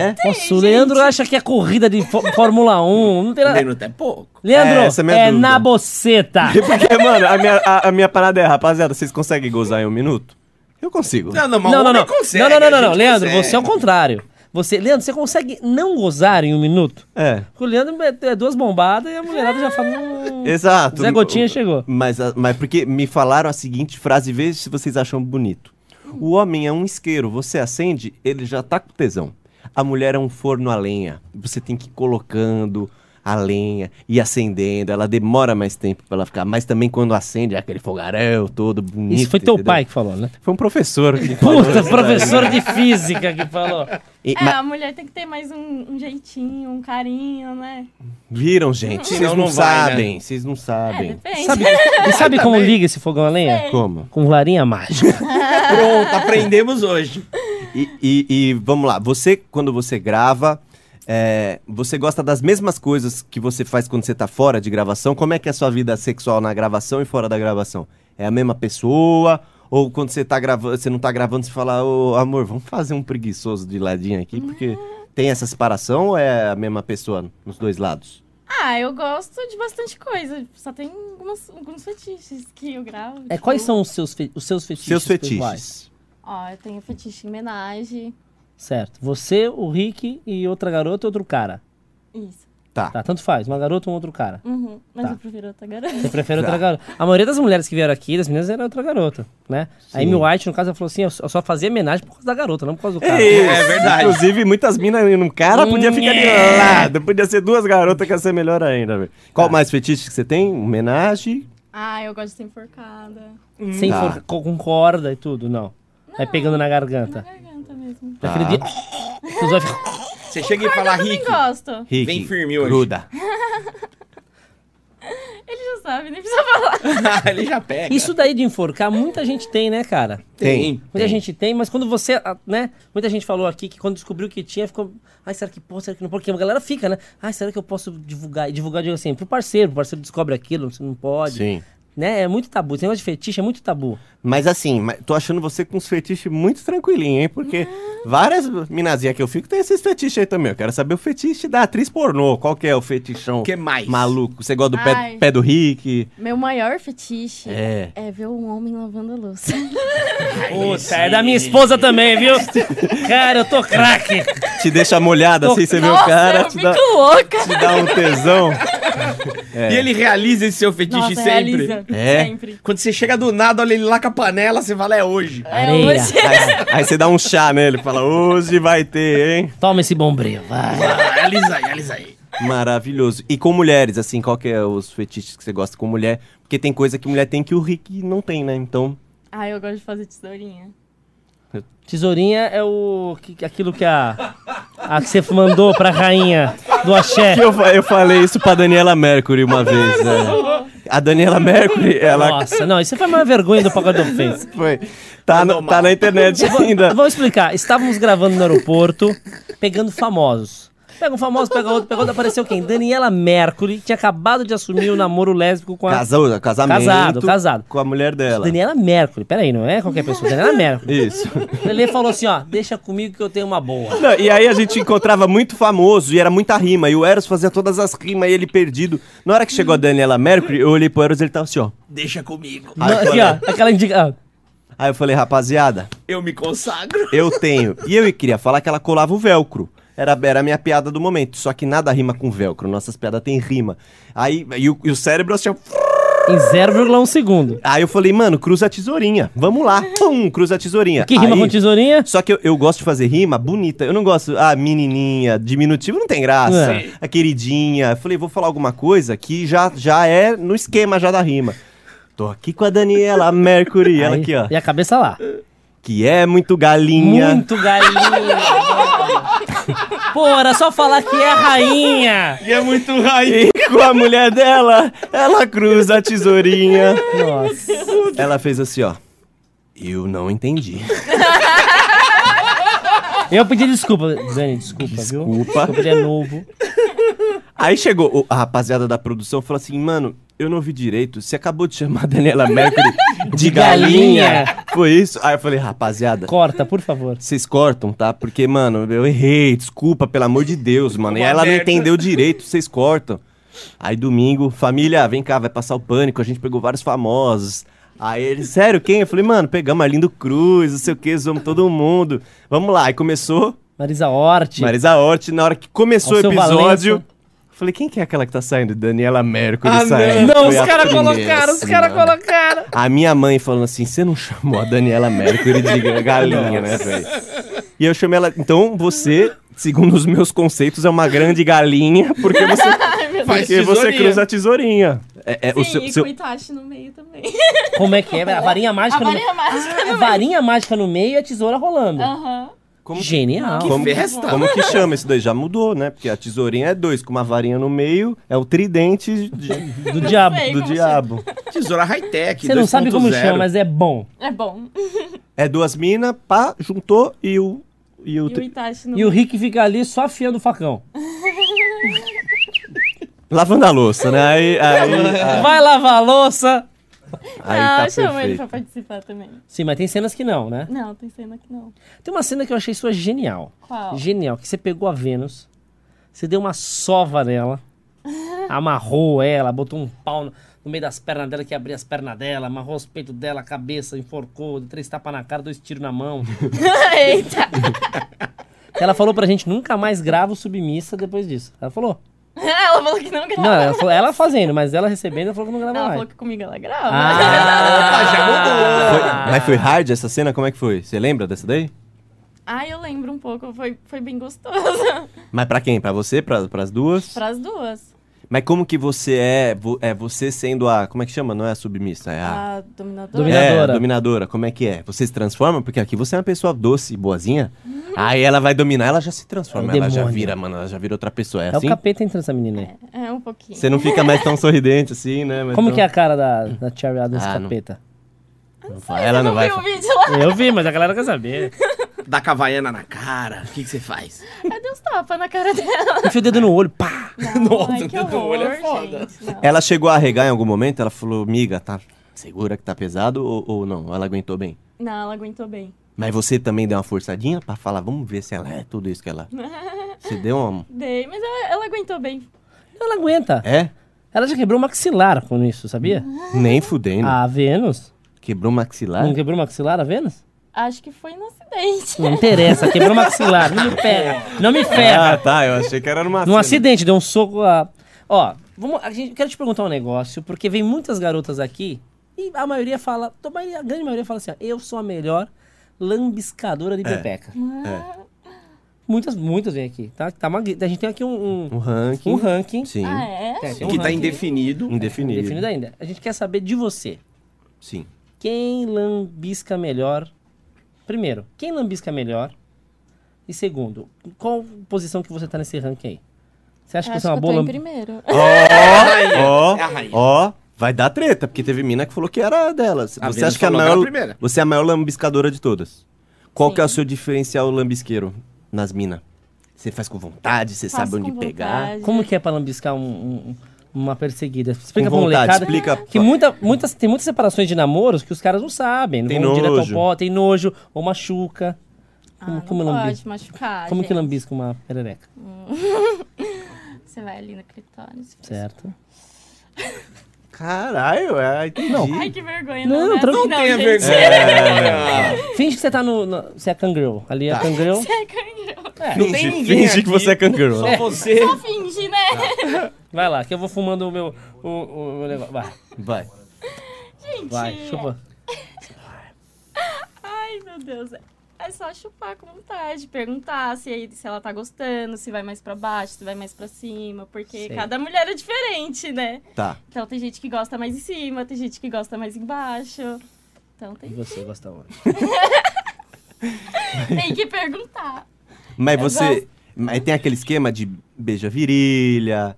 B: nunca
A: Nossa, o Leandro acha que é corrida de Fó- Fórmula 1. Não tem nada.
C: Menos até pouco.
A: Leandro,
B: É, essa é a minha
A: é,
B: dúvida.
A: na boceta.
B: É? Porque, mano, a minha, a, a minha parada é, rapaziada, vocês conseguem gozar em um minuto? Eu consigo.
C: Não, não, mas
A: Não,
C: o
A: não,
C: homem
A: não.
C: consegue.
A: não, não,
B: né,
A: não,
C: a
A: não, não.
C: gente
A: Leandro,
C: consegue.
A: você é o contrário. Você, Leandro, você consegue não gozar em um minuto?
B: É,
A: Porque O Leandro é é duas bombadas e a mulherada já fala. "Hum".
B: É exato.
A: Zé Gotinha chegou.
B: Mas, a- mas porque me falaram a seguinte frase, veja se vocês acham bonito. O homem é um isqueiro, você acende, ele já tá com tesão. A mulher é um forno a lenha, você tem que ir colocando a lenha e acendendo, ela demora mais tempo pra ela ficar, mas também quando acende é aquele fogarel todo bonito.
A: Isso foi teu
B: entendeu?
A: pai que falou, né?
B: Foi um professor que falou
A: Puta,
B: isso
A: professor
B: daí.
A: de física que falou.
B: E-
D: É,
B: mas-
D: a mulher tem que ter mais um, um jeitinho, um carinho, né?
B: viram, gente? Vocês
C: Senão
B: não, né?
C: não vai,
B: sabem, vocês não
D: É,
B: sabem.
D: depende.
A: Sabe, e sabe como liga esse fogão a lenha?
B: Como?
A: Com larinha mágica.
C: Pronto,
A: tá,
C: aprendemos hoje.
B: E, e- e vamos lá, você, quando você grava, é, você gosta das mesmas coisas que você faz quando você tá fora de gravação? Como é que é a sua vida sexual na gravação e fora da gravação? É a mesma pessoa? Ou quando você tá gravando, você não tá gravando, você fala, ô amor, vamos fazer um preguiçoso de ladinho aqui, porque tem essa separação ou é a mesma pessoa nos dois lados?
D: Ah, eu gosto de bastante coisa. Só tem algumas- alguns fetiches que eu gravo.
A: É,
D: tipo,
A: quais são os seus, fe- os seus fetiches?
B: Seus
A: pessoais?
B: fetiches.
D: Ó, eu tenho fetiche em homenagem.
A: Certo. Você, o Rick e outra garota e outro cara.
D: Isso.
B: Tá.
A: Tá, tanto faz. Uma garota e um outro cara.
D: Uhum. Mas
A: Tá.
D: eu prefiro outra garota.
A: Você prefere
B: Tá.
A: outra garota. A maioria das mulheres que vieram aqui, das meninas, era outra garota, né? A Amy White, no caso, ela falou assim, eu só eu só fazia homenagem por causa da garota, não por causa do cara.
C: É verdade.
B: Inclusive, muitas minas e um cara podia ficar de lado. Podia ser duas garotas que ia ser melhor ainda, velho. Qual mais fetiche que você tem? Homenagem?
D: Ah, eu gosto de ser enforcada.
A: Sem
B: Tá.
A: forca- co- com corda e tudo, não. Vai pegando na
B: Tá.
D: Na
A: garganta.
D: garganta mesmo.
A: Aquele dia... que os olhos ficam-
C: Você chega e fala,
D: Também
C: Rick,
D: gosto.
B: Rick,
C: Vem firme hoje.
B: Gruda.
D: Ele já sabe, nem precisa falar.
C: ele já pega.
A: Isso daí de enforcar, muita gente tem, né, cara?
B: Tem.
A: Muita gente tem, mas quando você, ah, né? Muita gente falou aqui que quando descobriu que tinha, ficou. Ai, será que posso? Será que não posso? Porque a galera fica, né? Ai, será que eu posso divulgar? E divulgar, eu digo assim, pro parceiro, o parceiro descobre aquilo, você não pode.
B: Sim.
A: Né? É muito tabu. Esse negócio de fetiche é muito tabu.
B: Mas assim, mas tô achando você com uns fetiches muito tranquilinho, hein? Porque
D: Ah.
B: várias minazinhas que eu fico tem esses fetiches aí também. Eu quero saber o fetiche da atriz pornô. Qual que é o fetichão
C: O que mais?
B: maluco? Você gosta do pé,
D: Ai.
B: pé do Rick?
D: Meu maior fetiche
B: É.
D: ver um homem lavando a louça.
A: Puta, é da minha esposa também, viu? cara, eu tô craque.
B: Te deixa molhada assim, você vê o
D: Nossa,
B: cara,
D: eu
B: te
D: fico
B: dá,
D: louca.
B: te dá um tesão.
A: é.
C: E ele realiza esse seu fetiche
D: Nossa,
C: sempre.
D: realiza.
B: É?
D: Sempre.
C: Quando você chega do nada, olha ele lá com a panela, você fala, é hoje.
D: É
A: Areia.
D: hoje.
B: Aí, aí você dá um chá nele, fala, hoje vai ter, hein?
A: Toma esse bombril, vai.
C: Ah, Realiza aí, realiza aí.
B: Maravilhoso. E com mulheres, assim, qual que é os fetiches que você gosta com mulher? Porque tem coisa que mulher tem que o Rick não tem, né? Então,
D: Ah, eu gosto de fazer tesourinha.
A: Tesourinha é o. que- aquilo que a. A que você mandou pra rainha do axé.
B: Que eu, fa- eu falei isso pra Daniela Mercury uma vez, né? A Daniela Mercury, ela
A: Nossa, não, isso foi uma vergonha do Pagode Ofensa.
B: foi. Tá, na- tá na internet ainda.
A: Vamos explicar. Estávamos gravando no aeroporto, pegando famosos. Pega um famoso, pega outro, pega outro. Apareceu quem? Daniela Mercury, tinha acabado de assumir o namoro lésbico com a.
B: Casou, casamento.
A: Casado, casado.
B: Com a mulher dela.
A: Daniela Mercury, peraí, não é qualquer pessoa, Daniela Mercury.
B: Isso.
A: Lele falou assim: ó, deixa comigo que eu tenho uma boa.
B: Não, e aí a gente encontrava muito famoso e era muita rima. E o Eros fazia todas as rimas e ele perdido. Na hora que chegou a Daniela Mercury, eu olhei pro Eros e ele tava assim, ó.
C: Deixa comigo.
B: Aí eu
A: Aqui,
B: falei,
A: ó, aquela indica.
B: aí eu falei, rapaziada,
C: Eu me consagro.
B: eu tenho. E eu queria falar que ela colava o velcro. Era, era a minha piada do momento. Só que nada rima com velcro. Nossas piadas têm rima. Aí e o, e o cérebro assim, ó.
A: ó, Em 0,1 segundo.
B: Aí eu falei, mano, cruza a tesourinha. Vamos lá. Pum, cruza a tesourinha.
A: Que rima
B: Aí-
A: com tesourinha?
B: Só que eu, eu gosto de fazer rima bonita. Eu não gosto, ah, menininha, diminutivo não tem graça.
A: É.
B: A queridinha. Eu falei, vou falar alguma coisa que já, já é no esquema já da rima. Tô aqui com a Daniela Mercury, ela
A: Aí,
B: aqui, ó.
A: E a cabeça lá.
B: Que é muito galinha.
A: Muito galinha. Pô, era só falar que é a rainha.
C: E é muito raiz.
B: E com a mulher dela, ela cruza a tesourinha.
A: Nossa.
B: Ela fez assim, ó. Eu não
A: Tá
B: entendi.
A: Eu pedi desculpa, Dani, desculpa, viu?
B: Desculpa.
A: Desculpa, ele é novo.
B: Aí chegou o- a rapaziada da produção e falou assim, mano, eu não ouvi direito, você acabou de chamar a Daniela Mercury de
A: galinha."
B: galinha. Foi isso? Aí eu falei, rapaziada,
A: Corta, por favor.
B: vocês cortam, tá? Porque, mano, eu errei, desculpa, pelo amor de Deus, mano. E
C: Uma
B: ela não
C: merda.
B: entendeu direito, vocês cortam. Aí domingo, família, vem cá, vai passar o pânico, a gente pegou vários famosos. Aí ele, sério, quem? Eu falei, mano, pegamos Arlindo Cruz, não sei o que, zoamos todo mundo. Vamos lá, aí começou...
A: Marisa Hort.
B: Marisa Hort, na hora que começou o
A: Alceu
B: episódio.
A: Valença.
B: Falei, quem que é aquela que tá saindo? Daniela Mercury
C: Ah,
B: saindo.
A: Não,
B: Foi
A: os
B: a
A: caras
B: primeira,
A: colocaram, os
B: assim,
A: caras
B: mano.
A: colocaram.
B: A minha mãe falando assim, você não chamou a Daniela Mercury de galinha, né, velho? E eu chamei ela, então você, segundo os meus conceitos, é uma grande galinha, porque você,
D: Ai, meu Deus.
C: Faz
B: porque você
C: tesourinha.
B: cruza a tesourinha. É, é,
D: Sim,
B: o seu,
D: e
B: seu-
D: com o Itachi no meio também.
A: Como é que é? A varinha
D: A
A: mágica no meio.
D: varinha mágica
A: A
D: no meio.
A: varinha mágica no meio e a tesoura rolando.
D: Ah. Aham.
B: como,
A: Genial.
B: como,
C: festa.
B: como que chama isso daí? Já mudou, né? Porque a tesourinha é dois, com uma varinha no meio, é o tridente de-
A: Do diabo.
D: sei.
B: do
D: como
B: diabo.
C: Tesoura high-tech.
A: Você não sabe como
C: 2.0.
A: chama, mas é bom.
D: É bom.
B: É duas minas, pá, juntou e o. E o,
D: E o Itachi no
A: E o Rick fica ali só afiando o facão.
B: Lavando a louça, né? Aí. Aí, aí,
A: Vai lavar a louça.
B: aí
D: não,
B: tá
D: eu chamo ele pra
B: perfeito.
D: participar também.
A: Sim, mas tem cenas que não, né?
D: Não, tem cena que não.
A: Tem uma cena que eu achei sua genial.
D: Qual?
A: Genial, que você pegou a Vênus, você deu uma sova nela, amarrou ela, botou um pau no, no meio das pernas dela, que abria as pernas dela, amarrou os peitos dela, a cabeça, enforcou, deu três tapas na cara, dois tiros na mão.
D: Eita!
A: ela falou pra gente, nunca mais grava o Submissa depois disso. Ela falou.
D: Ela falou que não grava.
A: Não, ela, falou, ela fazendo, mas ela recebendo, ela falou que não grava
D: Ela
A: mais.
D: falou que comigo ela grava.
A: Ah,
B: Foi- mas foi hard essa cena? Como é que foi? Você lembra dessa daí?
D: Ah, eu lembro um pouco. Foi, foi bem gostoso.
B: Mas pra quem? Pra você? Pra, pras duas?
D: Pras duas.
B: Mas como que você é. vo- É você sendo a. Como é que chama? Não é a submissa, é a.
D: A dominadora.
A: Dominadora.
B: É, dominadora. Como é que é? Você se transforma? Porque aqui você é uma pessoa doce e boazinha. Aí ela vai dominar, ela já se transforma.
A: É o
B: ela já
A: demônio.
B: vira, mano. Ela já vira outra pessoa. É,
A: É
B: assim?
A: o capeta entrando essa menina aí.
D: É, um pouquinho.
B: Você não fica mais tão sorridente assim, né? Mas
A: Como
B: então-
A: que é a cara da, da Cherry Adams
B: Ah, não.
A: capeta?
B: Não fala. Ela não vai.
D: viu o vídeo lá?
A: Eu vi, mas a galera quer saber.
C: Dá cavaiana na cara. O que que você faz?
D: Eu dei uns tapas na cara dela.
A: Enfia o dedo no olho, pá!
D: Não, ai, que
C: dedo no
D: horror,
C: olho é foda.
D: gente. não.
B: Ela chegou a arregar em algum momento? Ela falou, miga, tá segura que tá pesado ou, ou não? Ela aguentou bem?
D: Não, ela aguentou bem.
B: Mas você também deu uma forçadinha pra falar, vamos ver se ela é tudo isso que ela... Você deu uma...
D: Dei, mas ela, ela aguentou bem.
A: Ela aguenta.
B: É?
A: Ela já quebrou o maxilar com isso, sabia?
B: Nem fudendo.
A: A Vênus?
B: Quebrou o maxilar?
A: Não quebrou o maxilar, a Vênus?
D: Acho que foi no acidente.
A: Não interessa, quebrou o maxilar, não me pega, não me ferra.
B: Ah, tá, eu achei que era numa
A: Num
B: cena.
A: acidente, deu um soco a. Ó, vamos, a gente, quero te perguntar um negócio, porque vem muitas garotas aqui e a maioria fala, a maioria- a grande maioria fala assim, ó, eu sou a melhor lambiscadora de pepeca. Muitas, muitas vêm aqui, tá? tá uma, gri- a gente tem aqui um,
B: Um
A: um,
B: ranking.
A: um ranking.
B: Sim.
D: Ah, é?
A: É, tem um
C: que tá
A: ranking
C: indefinido.
B: Indefinido.
A: definido ainda. A gente quer saber de você.
B: Sim.
A: Quem lambisca melhor? Primeiro, quem lambisca melhor? E segundo, qual posição que você tá nesse ranking aí? Você acha que
D: Acho
A: você é uma
D: que eu tô
A: bola...
D: em primeiro.
B: Ó,
C: É a rainha.
B: ó, ó. Vai dar treta, porque teve mina que falou que era delas.
C: A
B: você
C: Vênus
B: acha que é a
C: falou que era a
B: maior,
C: primeira.
B: você é a maior lambiscadora de todas? Qual que é o
D: Sim.
B: seu diferencial lambisqueiro nas minas? Você faz com vontade, você
D: Faço
B: sabe onde
D: com
B: pegar.
D: vontade.
A: Como que é pra lambiscar um- um- um- uma perseguida? Explica
B: com
A: pra molecada.
B: vontade, explica.
A: Que muita, muitas, tem muitas separações de namoros que os caras não sabem. Não
B: Tem
A: vão direto ao
B: nojo.
A: pó, tem nojo, ou machuca.
D: Ah,
A: Como,
D: não
A: como, lambis...
D: pode machucar,
A: como que
D: gente.
A: lambisca uma perereca?
D: Você vai ali no clitóris.
A: Certo.
B: Caralho, é, entendi. Não.
D: Ai, que vergonha.
A: Não,
D: Não, é assim,
A: tranquilo.
D: não,
C: Tenha
D: gente.
B: né,
C: É, vergonha.
A: Finge que você tá no. no- você é kangaroo. Ali é
B: Tá.
A: kangaroo.
D: Você ganhou.
C: Não tem
B: Finge,
C: ninguém
B: finge que
C: aqui.
B: você é canguru.
C: Só você.
D: Só finge, né?
A: Vai lá, que eu vou fumando o meu. O, o, o meu negócio. Vai,
B: Vai.
D: Gente.
A: vai, chupa.
D: Ai, meu Deus. É só chupar com vontade, perguntar se, aí- se ela tá gostando, se vai mais pra baixo, se vai mais pra cima, porque
A: Sei.
D: cada mulher é diferente, né?
B: Tá.
D: Então tem gente que gosta mais em cima, tem gente que gosta mais embaixo. Então
A: E
D: tem,
A: você gosta onde?
D: tem que perguntar.
B: Mas
D: Eu
B: você.
D: gosto.
B: Mas tem aquele esquema de beija a virilha.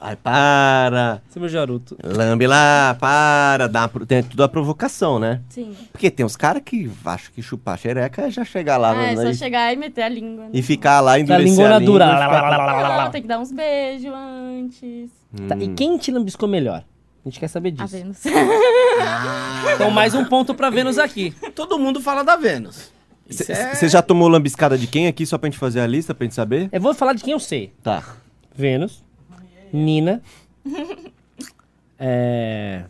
B: Ai, para.
A: Você é meu Jaruto.
B: Lambe lá, para. Dá uma pro- tem tudo a provocação, né?
D: Sim.
B: Porque tem uns caras que acham que chupar xereca é já chegar lá
D: ah, é
B: né,
D: só
B: e,
D: chegar e meter a língua. né?
B: e ficar lá
A: Da
B: endurecer
A: língua
B: a
A: na
B: língua.
A: dura.
B: e ficar-
D: Não, tem que dar uns beijos antes.
B: Hum.
A: Tá, E quem te lambiscou melhor? A gente quer saber
D: A
A: disso.
D: Vênus.
A: Então, mais um ponto pra Vênus aqui.
C: Todo mundo fala da Vênus. Isso
B: Você
C: é-
B: já tomou lambiscada de quem aqui, só pra gente fazer a lista, pra gente saber?
A: Eu vou falar de quem eu sei:
B: Tá.
A: Vênus, Nina. É.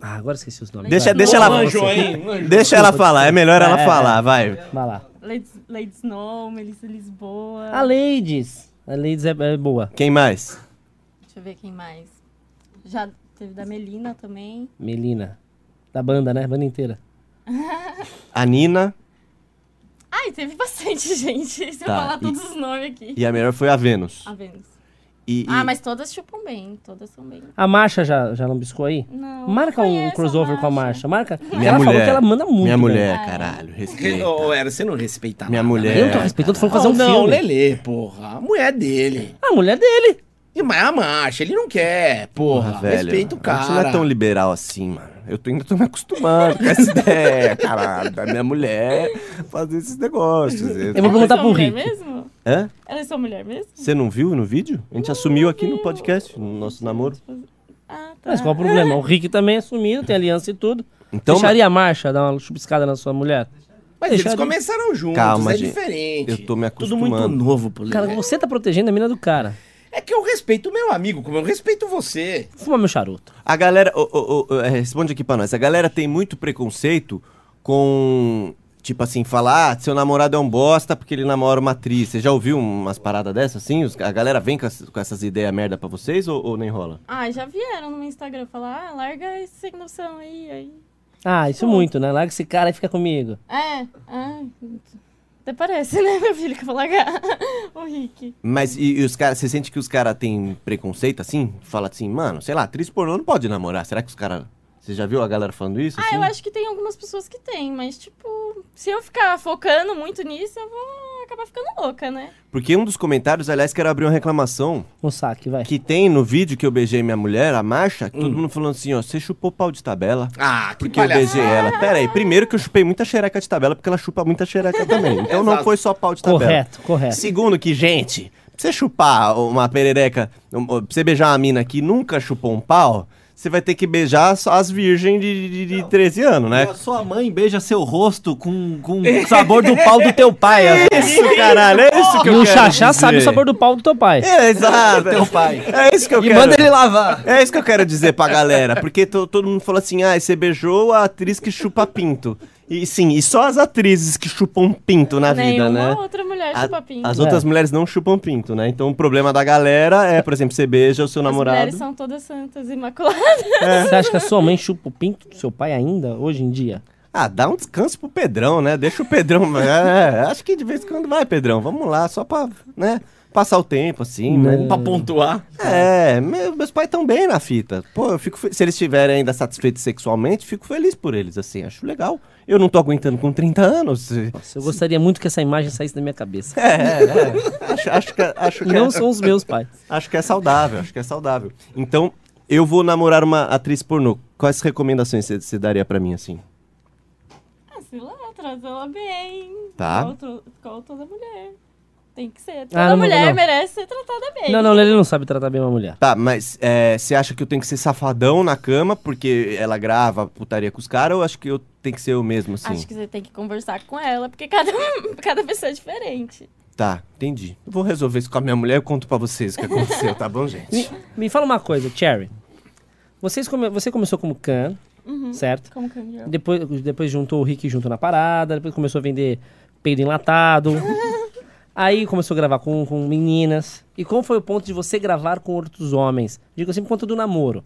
A: Ah, agora esqueci os nomes.
B: Deixa,
A: vai.
B: deixa ela...
C: um
B: Deixa ela falar, é melhor ela
A: É, é,
B: falar, vai.
A: Vai lá.
D: Lady, Lady Snow, Melissa Lisboa.
A: A Ladies. A Ladies é, é boa.
B: Quem mais?
D: Deixa eu ver quem mais. Já teve da Melina também.
A: Melina. Da banda, né? Banda inteira.
B: A Nina
D: Ai, teve bastante gente. Se eu
B: Tá,
D: falar
B: e-
D: todos os nomes aqui.
B: e a melhor foi a Vênus.
A: Ah,
D: A Vênus.
B: E, e-
D: Ah, mas todas chupam bem. Todas são bem.
A: A Marcha já, já lambiscou aí?
D: Não.
A: Marca
D: não
A: um
D: conheço
A: crossover com a Marcha. Marca.
B: Minha
A: ela falou
B: mulher.
A: que ela manda muito. né?
B: Minha mulher,
D: Ah, é.
B: caralho,
C: Re-
B: respeita.
C: Ô, é, era, você não respeita
B: Minha
C: nada, né?
B: mulher.
A: Eu não tô respeitando, foi fazer um
C: não,
A: filme.
C: Lelê, porra. A mulher dele.
A: A mulher dele.
C: E mas a marcha, ele não quer, porra.
B: Porra, velho.
C: Respeita o cara.
B: A gente não é tão liberal assim, mano. Eu tô, ainda tô me acostumando com essa ideia, caralho, da minha mulher fazer esses negócios.
A: Eu vou perguntar
D: Elas são
A: pro
D: mulher
A: Rick.
D: mesmo?
B: Hã?
D: Elas são mulher mesmo?
B: Você não viu no vídeo? A gente assumiu aqui no podcast, no nosso namoro.
D: Tipo, Ah, tá.
A: Mas qual o problema? O Rick também é sumido, tem aliança e tudo.
B: Então,
A: Deixaria a Marcha dar uma chupiscada na sua mulher?
C: Mas
A: Deixa
C: eles
A: ele-
C: começaram juntos,
B: Calma,
C: é
B: gente.
C: diferente.
B: Eu tô me
C: Tudo muito
B: acostumando.
C: novo pro Lelê.
B: É.
A: Cara, você tá protegendo a mina do cara.
C: É que eu respeito o meu amigo, como eu respeito você.
A: Fuma meu charuto.
B: a galera. ô, ô, ô, é, responde aqui pra nós. A galera tem muito preconceito com. Tipo assim, falar, ah, seu namorado é um bosta porque ele namora uma atriz. Você já ouviu umas paradas dessas assim? Os- A galera vem com, as- com essas ideias merda pra vocês ou, ou nem rola?
D: Ah, já vieram no meu Instagram falar, ah, larga esse sem noção aí, aí.
A: Ah, isso muito, né? Larga esse cara e fica comigo.
D: É, ah, até parece, né, meu filho, que eu vou largar o Rick.
B: Mas e, e os caras, você sente que os caras têm preconceito assim? Fala assim, mano, sei lá, atriz pornô não pode namorar. Será que os caras. Você já viu a galera falando isso?
D: Ah,
B: assim?
D: eu acho que tem algumas pessoas que tem, mas, tipo, se eu ficar focando muito nisso, eu vou acabar ficando louca, né?
B: Porque um dos comentários, aliás, quero abrir uma reclamação
A: Um saque, vai.
B: que tem no vídeo que eu beijei minha mulher, a Marcha, todo mundo falando assim, ó, você chupou pau de tabela.
C: Ah, que
B: Porque eu beijei ela. Pera aí, primeiro que eu chupei muita xereca de tabela, porque ela chupa muita xereca também. Então não
C: Exato.
B: foi só pau de tabela.
A: Correto, correto.
B: Segundo que, gente, pra você chupar uma perereca, um, pra você beijar uma mina que nunca chupou um pau, você vai ter que beijar só as virgens de, de, de 13 anos, né?
F: Sua mãe beija seu rosto com, com o sabor do pau do teu pai. às vezes.
B: é Isso, caralho, é isso que
A: E
B: eu
A: o
B: quero
A: Xaxá
B: dizer.
A: sabe o sabor do pau do teu pai.
B: É, exato. Teu pai. É isso que eu
F: E
B: quero.
F: manda ele lavar.
B: É isso que eu quero dizer pra galera, porque to- todo mundo falou assim, ah, você beijou a atriz que chupa pinto. E sim, e só as atrizes que chupam pinto na vida,
D: Nenhuma
B: né?
D: outra mulher
B: A-
D: chupa pinto.
B: As
A: É.
B: outras mulheres não chupam pinto, né? Então o problema da galera é, por exemplo, você beija o seu
D: As
B: namorado.
D: mulheres são todas santas, imaculadas.
B: É.
A: Você acha que a sua mãe chupa o pinto do seu pai ainda, hoje em dia?
B: Ah, dá um descanso pro Pedrão, né? Deixa o Pedrão. é, acho que de vez em quando vai, Pedrão. Vamos lá, só pra, né? Passar o tempo, assim, mas.
C: Pra pontuar.
B: É, me- meus pais estão bem na fita. Pô, eu fico fe- se eles estiverem ainda satisfeitos sexualmente, fico feliz por eles, assim, acho legal. Eu não tô aguentando com 30 anos.
A: Nossa, eu gostaria muito que essa imagem saísse da minha cabeça.
B: É, é, é. Acho, acho que, acho
A: E
B: que
A: não
B: é,
A: são os meus pais.
B: acho que é saudável, acho que é saudável. Então, eu vou namorar uma atriz pornô. Quais recomendações você- você daria pra mim, assim?
D: Ah, sei lá, trata ela bem.
B: Tá.
D: Igual, to- igual toda mulher. Tem que ser. Toda
A: Ah, não, não,
D: mulher
A: não.
D: merece ser tratada bem.
A: Não, não, ele não sabe tratar bem uma mulher.
B: Tá, mas é, você acha que eu tenho que ser safadão na cama porque ela grava putaria com os caras ou acho que eu tenho que ser eu mesmo, assim?
D: Acho que você tem que conversar com ela, porque cada, cada pessoa é diferente.
B: Tá, entendi. Eu vou resolver isso com a minha mulher e conto pra vocês o que aconteceu, tá bom, gente?
A: Me, me fala uma coisa, Cherry. Vocês come- você começou como can, certo?
D: Como é campeão.
A: Depois, depois juntou o Rick junto na parada, depois começou a vender peido enlatado. Aí começou a gravar com, com meninas. E como foi o ponto de você gravar com outros homens? Digo assim, por conta do namoro.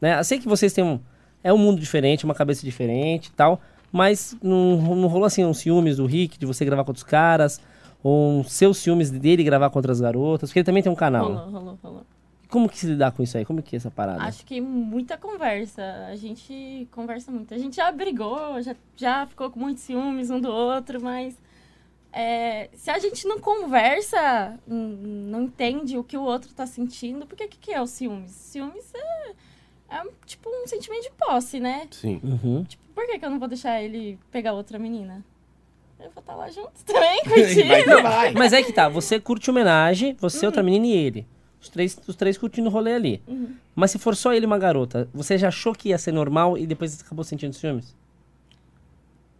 A: Né? Eu sei que vocês têm um... É um mundo diferente, uma cabeça diferente e tal. Mas não, não rolou assim uns ciúmes do Rick de você gravar com outros caras? Ou um seus ciúmes dele gravar com outras garotas? Porque ele também tem um canal. né?
D: Rolou, rolou, rolou.
A: Como que se lidar com isso aí? Como que é essa parada?
D: Acho que muita conversa. A gente conversa muito. A gente já brigou, já, já ficou com muitos ciúmes um do outro, mas é, se a gente não conversa, hum, não entende o que o outro tá sentindo, porque o que, que é o ciúmes? Ciúmes é, é um- tipo um sentimento de posse, né?
B: Sim.
A: Uhum.
D: Tipo, por que, que eu não vou deixar ele pegar outra menina? Eu vou estar lá junto também,
C: Vai
D: curtindo.
C: que vai.
A: Mas é que tá, você curte homenagem, você, outra menina e ele. Os três, os três curtindo o rolê ali.
D: Uhum.
A: Mas se for só ele e uma garota, você já achou que ia ser normal e depois acabou sentindo ciúmes?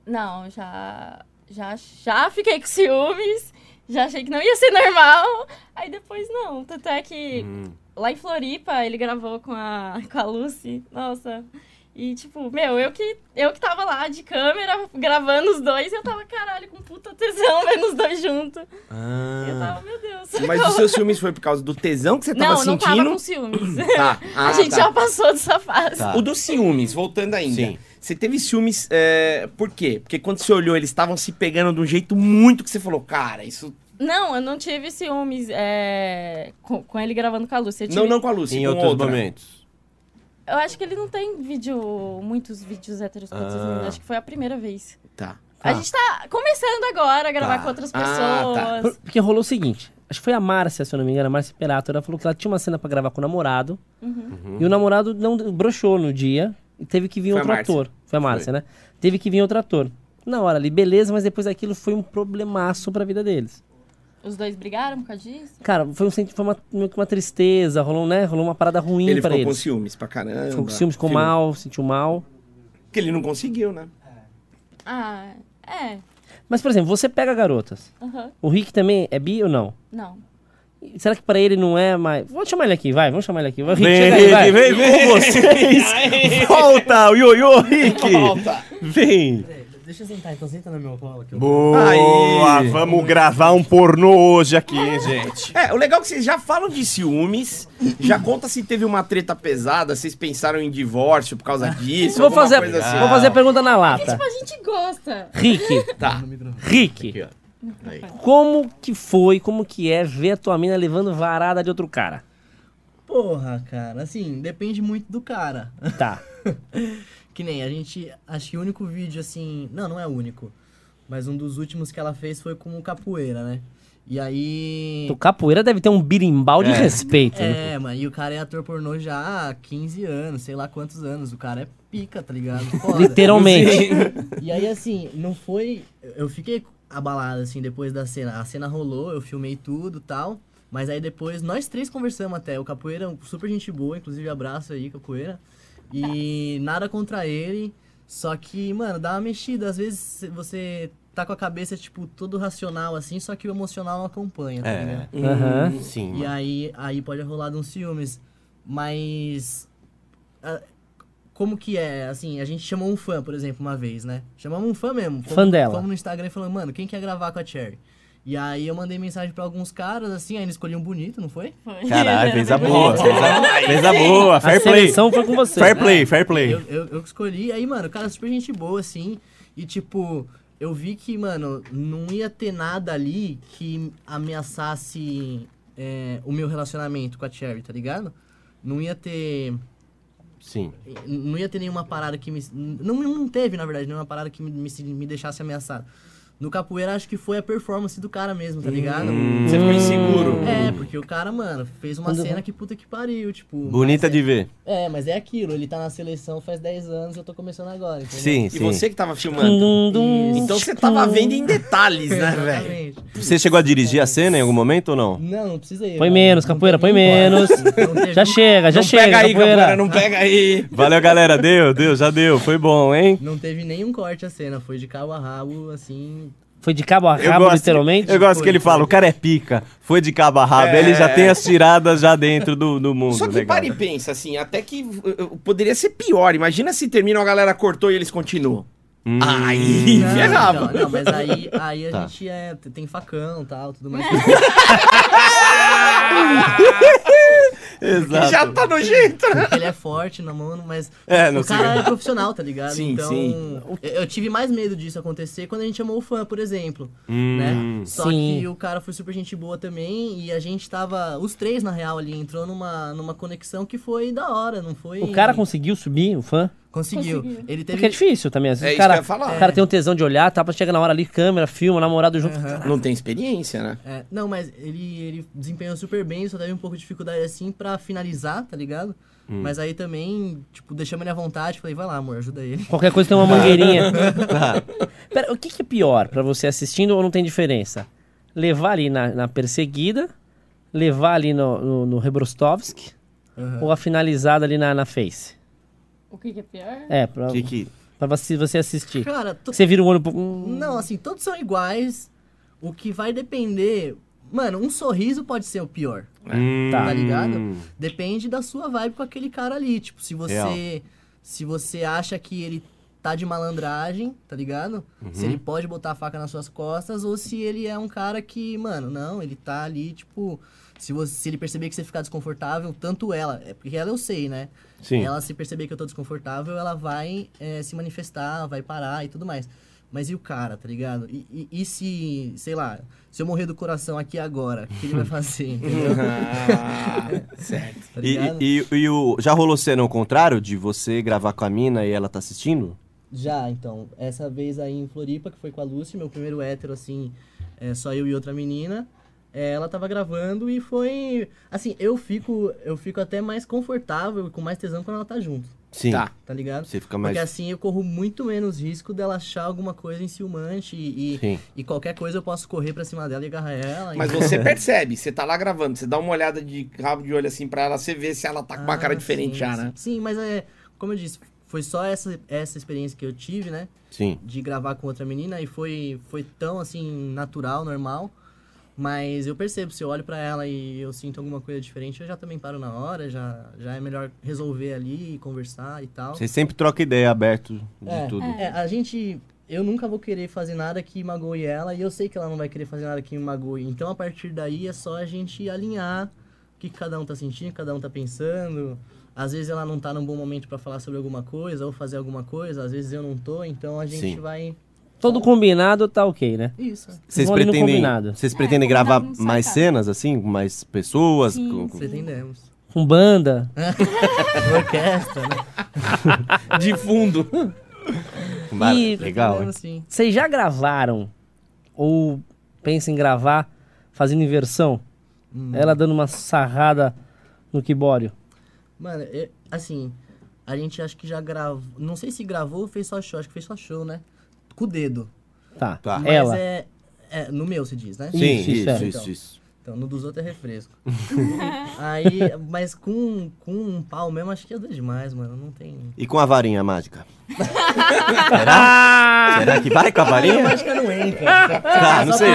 D: Não, já, já, já fiquei com ciúmes, já achei que não ia ser normal, aí depois não. Tanto é que
C: Hum.
D: lá em Floripa ele gravou com a, com a Lucy, nossa. E tipo, meu, eu que, eu que tava lá de câmera gravando os dois, e eu tava, caralho, com puta tesão vendo os dois juntos. Eu tava, meu Deus.
C: Ah. Mas os seus ciúmes foi por causa do tesão que você tava
D: não, não
C: sentindo?
D: tava com ciúmes.
C: Tá.
D: a
C: Ah,
D: gente
C: tá.
D: já passou dessa fase.
B: Tá.
C: O dos ciúmes, voltando ainda.
B: Sim.
C: Você teve ciúmes, é, por quê? Porque quando você olhou, eles estavam se pegando de um jeito muito que você falou, cara, isso...
D: Não, eu não tive ciúmes é, com, com ele gravando com a Lucy. Eu tive
C: Não, não com a Lucy,
B: Em
C: com
B: outros
C: outra.
B: momentos.
D: Eu acho que ele não tem vídeo, muitos vídeos heterossexuais.
B: Ah.
D: Acho que foi a primeira vez.
C: Tá.
A: Tá.
D: A gente tá começando agora a gravar
B: Tá.
D: com outras
C: Ah,
D: pessoas.
C: tá.
A: Por- porque rolou o seguinte, acho que foi a Márcia, se eu não me engano, a Márcia Perato, ela falou que ela tinha uma cena pra gravar com o namorado, e o namorado não broxou no dia, e teve que vir
C: Uhum. Foi a
A: outro
C: Márcia.
A: ator. Foi a Márcia, né? Teve que vir outro ator. Na hora ali, beleza, mas depois aquilo foi um problemaço pra vida deles.
D: Os dois brigaram por causa disso?
A: Cara, foi um senti- foi uma, meio que uma tristeza, rolou, né? Rolou uma parada ruim
C: Ele
A: pra
C: ficou com
A: eles.
C: ciúmes pra caramba.
A: Ficou com ciúmes, ficou
C: Filho,
A: mal, sentiu mal.
C: Porque ele não conseguiu, né?
D: Ah, é.
A: Mas, por exemplo, você pega garotas.
D: Aham.
A: O Rick também é bi ou não?
D: Não.
A: E Será que pra ele não é mais. Vou chamar ele aqui, vai, vamos chamar ele aqui. Vai, Rick,
B: Vem,
A: chega aí, vai.
B: Rick, vem com vocês! Volta, o ioiô, Rick!
C: Volta.
B: Vem!
E: Deixa eu sentar, então senta no meu colo que eu
B: Boa!
C: Aí.
B: Vamos gravar um pornô hoje aqui, hein, gente?
C: É, o legal é que vocês já falam de ciúmes, já conta se teve uma treta pesada, vocês pensaram em divórcio por causa disso,
A: Vou
C: alguma
A: fazer,
C: coisa assim.
A: vou fazer a pergunta na lata.
D: Tipo, a gente gosta.
A: Rick,
C: Tá.
E: no microfone.
A: Rick,
C: ó. Aí.
A: como que foi, como que é ver a tua mina levando varada de outro cara?
E: Porra, cara, assim, depende muito do cara.
A: Tá.
E: Que nem a gente. Acho que o único vídeo assim. Não, não é o único. Mas um dos últimos que ela fez foi com o capoeira, né? E aí.
A: O capoeira deve ter um birimbau de respeito. né?
E: É, mano, e o cara é ator pornô já há 15 anos, sei lá quantos anos. O cara é pica, tá ligado? Foda.
A: Literalmente.
E: E aí, assim, não foi. Eu fiquei abalado, assim, depois da cena. A cena rolou, eu filmei tudo e tal. Mas aí depois, nós três conversamos até. O Capoeira é um super gente boa, inclusive abraço aí, Capoeira. E nada contra ele. Só que, mano, dá uma mexida. Às vezes cê- você tá com a cabeça, tipo, todo racional, assim, só que o emocional não acompanha, tá ligado?
B: É,
A: Aham.
B: sim.
E: E
B: mano.
E: aí, aí pode rolar de uns ciúmes. Mas. ah, como que é? Assim, a gente chamou um fã, por exemplo, uma vez, né? Chamamos um fã mesmo.
A: Fã dela.
E: Fomos no Instagram e falamos, mano, quem quer gravar com a Cherry? E E aí eu mandei mensagem pra alguns caras, assim, aí eles escolhiam bonito, não foi?
D: Foi.
B: Caralho, fez a boa. Fez a, fez a boa.
A: A
B: Fair play.
A: seleção foi com você.
B: Fair play, fair play.
E: Eu, eu, eu que escolhi, aí, mano, cara, é super gente boa, assim. E tipo, eu vi que, mano, não ia ter nada ali que ameaçasse é, o meu relacionamento com a Cherry, tá ligado? Não ia ter.
B: Sim.
E: Não ia ter nenhuma parada que me. Não, não teve, na verdade, nenhuma parada que me, me, me deixasse ameaçado. No capoeira, acho que foi a performance do cara mesmo, tá ligado?
C: Você ficou inseguro.
E: É, porque o cara, mano, fez uma cena que puta que pariu, tipo.
B: Bonita
E: mas é-
B: de ver.
E: É, mas é aquilo, ele tá na seleção faz 10 anos, eu tô começando agora, entendeu?
B: Sim,
C: E
B: sim.
C: você que tava filmando.
A: Dum, dum.
C: Então você tava vendo em detalhes, né, velho?
E: Exatamente.
B: Você chegou a dirigir a cena em algum momento ou não?
E: Não, não precisa ir.
A: Põe
E: mano.
A: menos,
E: Não
A: capoeira,
E: teve assim.
A: põe menos.
E: Não teve-
A: Já chega, já
C: Não
A: chega.
C: pega aí,
A: capoeira.
C: Capoeira, não pega aí.
B: Valeu, galera. Deu, deu, já deu. Foi bom, hein?
E: Não teve nenhum corte a cena, foi de cabo a rabo, assim.
A: Foi de cabo a rabo, literalmente.
B: Eu gosto que ele fala, o cara é pica, foi de cabo a rabo, ele já tem as tiradas já dentro do, do mundo. né,
C: Só que
B: legal.
C: para e pensa, assim, até que uh, uh, poderia ser pior. Imagina se termina, a galera cortou e eles continuam.
B: Hum.
C: Aí,
E: Não,
C: ferrava.
E: então, não, mas aí, aí a
B: Tá.
E: gente é, tem facão e tal, tudo mais.
B: Exato.
C: Já tá nojento, né?
E: ele é forte na mão, mas
B: É, não
E: o cara
B: sei.
E: é profissional, tá ligado?
C: Sim,
E: então,
C: sim.
E: eu- eu tive mais medo disso acontecer quando a gente chamou o fã, por exemplo,
B: Hum.
E: né? Só
A: Sim.
E: que o cara foi super gente boa também e a gente tava, os três na real ali, entrou numa, numa conexão que foi da hora, não foi...
A: O cara conseguiu subir, o fã.
E: conseguiu.
D: Conseguiu.
E: Ele teve...
A: Porque é difícil também. Às
C: É
A: vezes
C: isso
A: o cara,
C: que eu ia falar.
A: o cara tem um tesão de olhar, tá? Chega na hora ali, câmera, filma, namorado junto.
C: Não tem experiência, né?
E: É, não, mas ele, ele desempenhou super bem, só teve um pouco de dificuldade assim pra finalizar, tá ligado?
B: Hum.
E: Mas aí também, tipo, deixamos ele à vontade, falei, vai lá, amor, ajuda ele.
A: Qualquer coisa tem uma mangueirinha. Pera, o que, que é pior pra você assistindo ou não tem diferença? Levar ali na, na perseguida, levar ali no, no, no Rebrostovsk ou a finalizada ali na, na face?
D: O que, que é pior?
A: É, pra,
B: Que que-
A: pra você, você assistir.
E: Cara, tu...
A: Você vira o olho pro. hum,
E: não, assim, todos são iguais. O que vai depender. Mano, um sorriso pode ser o pior,
B: Hum.
A: Tá.
E: tá ligado? Depende da sua vibe com aquele cara ali. Tipo, se você.
B: Real.
E: Se você acha que ele tá de malandragem, tá ligado? Se ele pode botar a faca nas suas costas, ou se ele é um cara que, mano, não, ele tá ali, tipo. Se, você, se ele perceber que você ficar desconfortável, tanto ela, é porque ela eu sei, né?
B: Sim.
E: Ela se perceber que eu tô desconfortável, ela vai eh, se manifestar, vai parar e tudo mais. Mas e o cara, tá ligado? E, e- e se, sei lá, se eu morrer do coração aqui agora, o que ele vai fazer, entendeu?
C: certo.
B: E,
E: Tá ligado?
B: e- e o, já rolou cena ao contrário de você gravar com a mina e ela tá assistindo?
E: Já, então, essa vez aí em Floripa, que foi com a Lucy, meu primeiro hétero, assim, é, só eu e outra menina. é, ela tava gravando e foi. Assim, eu fico, eu fico até mais confortável e com mais tesão quando ela tá junto,
B: Sim.
C: Tá.
E: tá ligado?
B: Você fica
E: Porque
B: mais.
E: assim eu corro muito menos risco dela achar alguma coisa enciumante e, e,
B: Sim.
E: e qualquer coisa eu posso correr pra cima dela e agarrar ela.
C: Mas é
E: e-
C: você percebe, você tá lá gravando, você dá uma olhada de rabo de olho assim pra ela, você vê se ela tá com uma
E: Ah,
C: cara diferente
E: sim,
C: já, né?
E: Sim, Sim, mas é, como eu disse, foi só essa, essa experiência que eu tive, né?
B: Sim.
E: de gravar com outra menina e foi, foi tão assim, natural, normal. Mas eu percebo, se eu olho pra ela e eu sinto alguma coisa diferente, eu já também paro na hora, já, já é melhor resolver ali, conversar e tal.
B: Você sempre troca ideia aberto de
E: É,
B: tudo.
E: É, a gente. Eu nunca vou querer fazer nada que magoe ela e eu sei que ela não vai querer fazer nada que me magoe. Então a partir daí é só a gente alinhar o que cada um tá sentindo, o que cada um tá pensando. Às vezes ela não tá num bom momento pra falar sobre alguma coisa ou fazer alguma coisa, às vezes eu não tô, então a gente
B: Sim.
E: vai.
A: Todo combinado tá ok, né?
E: Isso.
B: Vocês
A: Vão ali no
B: pretendem,
A: combinado.
B: vocês pretendem
D: combinado
B: gravar
D: não sai
B: mais
D: caro.
B: cenas assim, com mais pessoas?
D: Sim,
B: Com- com-
E: Pretendemos.
A: Com banda.
E: Orquestra, né?
C: De fundo.
B: com bar-
A: E-
B: Legal, hein?
E: Pretendemos, sim.
A: Vocês já gravaram ou pensam em gravar fazendo inversão?
B: Hum.
A: Ela dando uma sarrada no Kibório.
E: Mano, eu- assim, a gente acho que já gravou. Não sei se gravou ou fez só show, acho que fez só show, né? Com o dedo.
A: Tá.
B: Tá.
E: Mas
A: Ela.
E: é. é, no meu se diz, né?
B: Sim,
A: Isso,
B: isso,
A: isso,
B: isso,
A: é.
B: isso,
E: Então. Então, no dos outros é refresco. Aí, mas com, com um pau mesmo, acho que é doido demais, mano. Não tem.
B: E com a varinha mágica?
A: Ah,
B: Será? Será que vai com a
E: Eu
B: varinha?
E: acho que não entra.
B: Tá, não
E: Ah, Só
B: sei.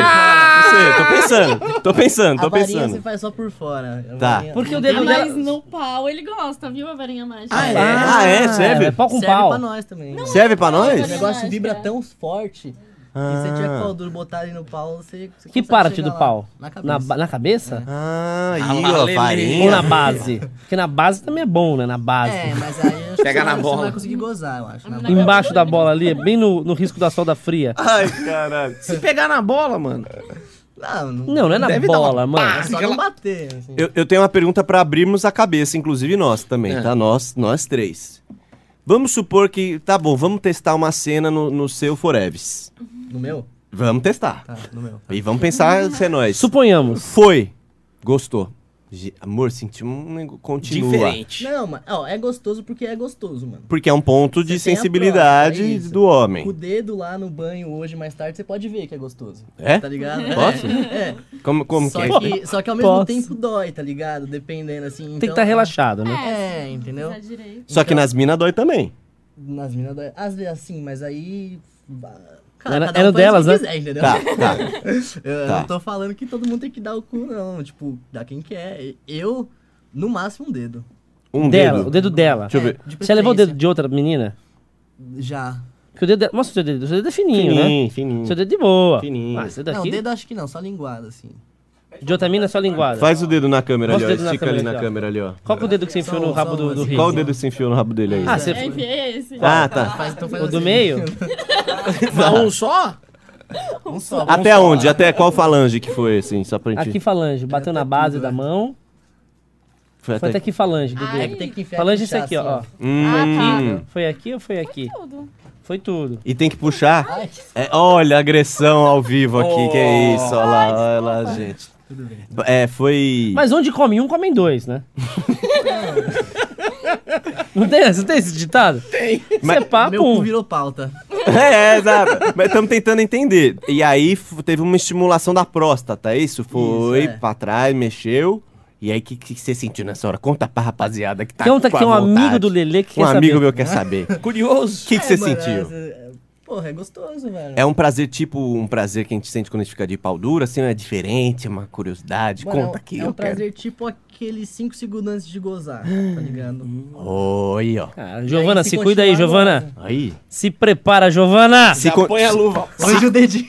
B: Não sei, tô pensando. Tô pensando,
E: A
B: tô
E: varinha você
B: pensando.
E: faz só por fora. A
B: Tá.
E: varinha-
A: Porque o dedo
D: Ah,
A: dela.
D: mas no pau ele gosta, viu, a varinha mágica?
E: Ah, é?
B: Ah, é? Serve?
A: pau com
E: Serve
A: pau.
E: pra nós também.
B: Serve pra
E: O
B: nós?
E: negócio
D: Mágica.
E: vibra tão forte E você tinha
B: Ah.
E: que pau duro botar ali no pau, você.
A: Que
E: você consegue
A: parte
E: chegar
A: do
E: lá.
A: pau?
E: Na
A: Na,
E: cabeça.
A: ba- na cabeça?
B: Ah,
C: Ah
B: aí,
C: lá,
B: ó,
C: Lele.
B: varinha.
A: Ou na base? Porque na base também é bom, né? Na base.
E: É, mas aí eu acho que
C: Pega
E: você
C: na
E: vai-
C: bola.
E: Você vai conseguir gozar, eu acho. né? na bola.
A: Embaixo da bola ali, bem no, no risco da solda fria.
B: Ai, caralho.
C: Se pegar na bola, mano.
E: Não, não.
A: Não, não é na
C: Deve dar uma
A: bola, mano.
E: É só
C: Aquela-
E: não bater. assim.
B: Eu, eu tenho uma pergunta pra abrirmos a cabeça, inclusive nós também,
C: É.
B: tá? Nós, nós três. Vamos supor que. Tá bom, vamos testar uma cena no, no seu Foreves.
E: No meu?
B: Vamos testar.
E: Tá, no meu.
B: E vamos
E: Uhum.
B: pensar se é nós.
A: Suponhamos.
B: Foi. Gostou. Ge- Amor, senti um. nego- Continua.
E: Não, mas ó, é gostoso porque é gostoso, mano.
B: Porque é um ponto de
E: Você tem a
B: sensibilidade
E: prova, é isso.
B: do homem.
E: Com o dedo lá no banho hoje, mais tarde, você pode ver que é gostoso.
B: É?
E: Tá ligado?
B: Posso?
E: É. é.
B: Como, como que
E: só,
B: é?
E: que, só que ao mesmo
A: Posso.
E: tempo dói, tá ligado? Dependendo, assim.
A: Tem que estar relaxado, né?
E: É, entendeu?
D: Usar direito.
B: Só que
A: Então-
B: nas minas dói também.
E: Nas minas dói. Às vezes assim, mas aí. ba-
A: Era-
E: cada
A: era
E: faz o
A: delas,
E: que
A: né?
E: quiser, entendeu?
B: Tá, tá.
E: Eu
B: Tá.
E: não tô falando que todo mundo tem que dar o cu, não. Tipo, dá quem quer. Eu, no máximo, um dedo. É,
B: Um
A: Dela,
B: dedo.
A: o dedo dela.
B: Deixa eu ver.
E: De
A: Você levou o dedo
E: preferência.
A: de outra menina?
E: Já.
A: Porque o dedo dela... Mostra o seu dedo. O seu dedo é fininho, né?
B: Fininho, fininho.
A: Seu dedo de boa.
B: Fininho.
A: Ah, esse dedo
E: Não,
A: aqui...
E: dedo acho que não, só linguada, assim.
A: De outra mina é só linguada.
B: Faz o dedo na câmera
A: Mostra o
B: ali, ó.
A: dedo na
B: Estica ali
A: câmera
B: na
A: aqui, ó.
B: câmera ali, ó.
A: Qual que é o dedo que você enfiou
E: Só-
A: no rabo
E: só
A: do, do
E: assim.
A: rio?
B: Qual o dedo que você enfiou no rabo dele aí?
A: Ah, você...
D: É, enfim, é esse.
B: Ah, tá.
E: Faz, então faz
A: O do
E: assim.
A: meio?
C: Mas um só?
E: Um só. um
B: Até
E: só.
B: onde? Até qual falange que foi, assim? Só pra gente...
A: Aqui falange. Bateu na base da mão.
B: Foi
A: Foi até aqui falange do
D: Ai,
E: É que
A: dedo.
E: tem que enfiar
A: Falange
E: e
A: é isso
E: puxar,
A: aqui, ó.
E: assim,
B: Hum.
D: Ah,
A: Foi aqui ou foi aqui?
D: Tudo.
A: Foi tudo.
B: E tem que puxar. É, olha, agressão ao vivo aqui, que é isso. Olha lá, olha lá, gente.
E: Tudo bem.
B: É, foi.
A: Mas onde come um, comem dois, né? não, tem, não tem esse ditado? Tem. Isso é
B: Mas-
E: Meu
A: papo.
E: cu virou pauta.
B: É, é, exato. Mas estamos tentando entender. E aí f- teve uma estimulação da próstata, é isso? Foi
E: Isso, é.
B: pra trás, mexeu. E aí, o que, que você sentiu nessa hora? Conta pra rapaziada que tá
A: Conta
B: com
A: que tem um
B: a vontade.
A: amigo do Lelê que
B: Um
A: quer
B: amigo
A: saber.
B: meu quer saber. O
C: Curioso.
B: que, que você
E: É, mano,
B: sentiu?
E: é- Porra, é gostoso, velho.
B: É um prazer, tipo, um prazer que a gente sente quando a gente fica de pau duro, assim, é diferente, é uma curiosidade.
E: Mano,
B: Conta
E: é um-
B: aqui,
E: É um
B: eu quero.
E: prazer tipo aqueles 5 segundos antes de gozar, tá ligado?
B: Hum. Oi, ó.
A: Ah, Giovana,
E: E aí, se
A: se cuida aí,
E: continuar,
A: Giovana.
B: Aí.
A: Se prepara, Giovana.
B: Se, con-
C: Põe a luva.
E: Hoje o dedinho.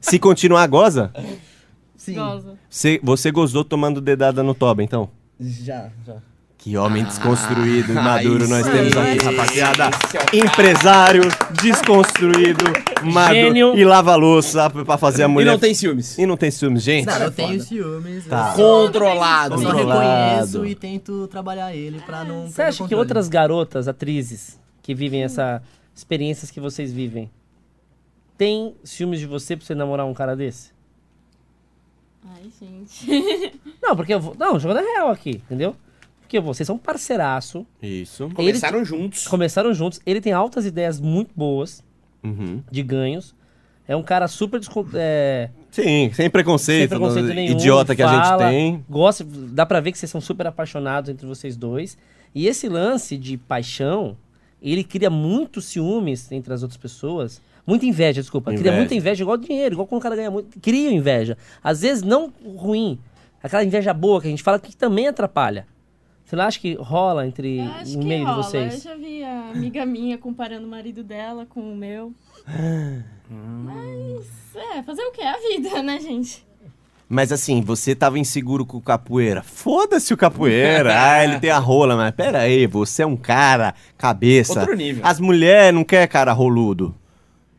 B: se continuar, goza?
E: Sim.
D: Gozo.
B: Você, você gozou tomando dedada no toba, então?
E: Já, já.
B: Que homem desconstruído e maduro
C: Ah, aí
B: nós
C: sim.
B: temos aqui, rapaziada.
C: é
B: Empresário, desconstruído, maduro
A: Gênio.
B: e lava-louça pra fazer a
C: E
B: mulher.
C: não tem ciúmes.
B: E não tem ciúmes, gente. é
E: Não, eu tenho ciúmes.
B: Tá.
E: Eu
C: Controlado.
E: só- eu só
B: Controlado.
E: reconheço e tento trabalhar ele pra não.
A: Você
E: perder
A: acha
E: o
A: que
E: controle.
A: outras garotas, atrizes, que vivem essa experiências que vocês vivem, têm ciúmes de você pra você namorar um cara desse?
D: Ai, gente.
A: Não, porque eu vou. Não, jogando é real aqui, entendeu? Porque vocês são um parceiraço,
B: Isso.
C: Começaram juntos.
A: começaram juntos, ele tem altas ideias muito boas
B: Uhum.
A: de ganhos. É um cara super descon- é,
B: Sim, sem
A: sem
B: preconceito,
A: preconceito
B: não-
A: nenhum.
B: idiota que a gente
A: fala,
B: tem.
A: Gosta, dá pra ver que vocês são super apaixonados entre vocês dois. E esse lance de paixão, ele cria muitos ciúmes entre as outras pessoas. Muita inveja, desculpa. Cria
B: Inveja.
A: muita inveja, igual dinheiro, igual quando o cara ganha muito. Cria inveja. Às vezes não ruim. Aquela inveja boa que a gente fala que também atrapalha. Você não acha que rola entre
D: Eu acho
A: no
D: que
A: meio
D: rola.
A: de vocês?
D: Eu já vi a amiga minha comparando o marido dela com o meu. Mas, é, fazer o quê? É a vida, né, gente?
B: Mas assim, você tava inseguro com o capoeira. Foda-se o capoeira. ah, ele tem a rola, mas pera aí, você é um cara cabeça.
C: Outro nível.
B: As mulheres não quer cara roludo.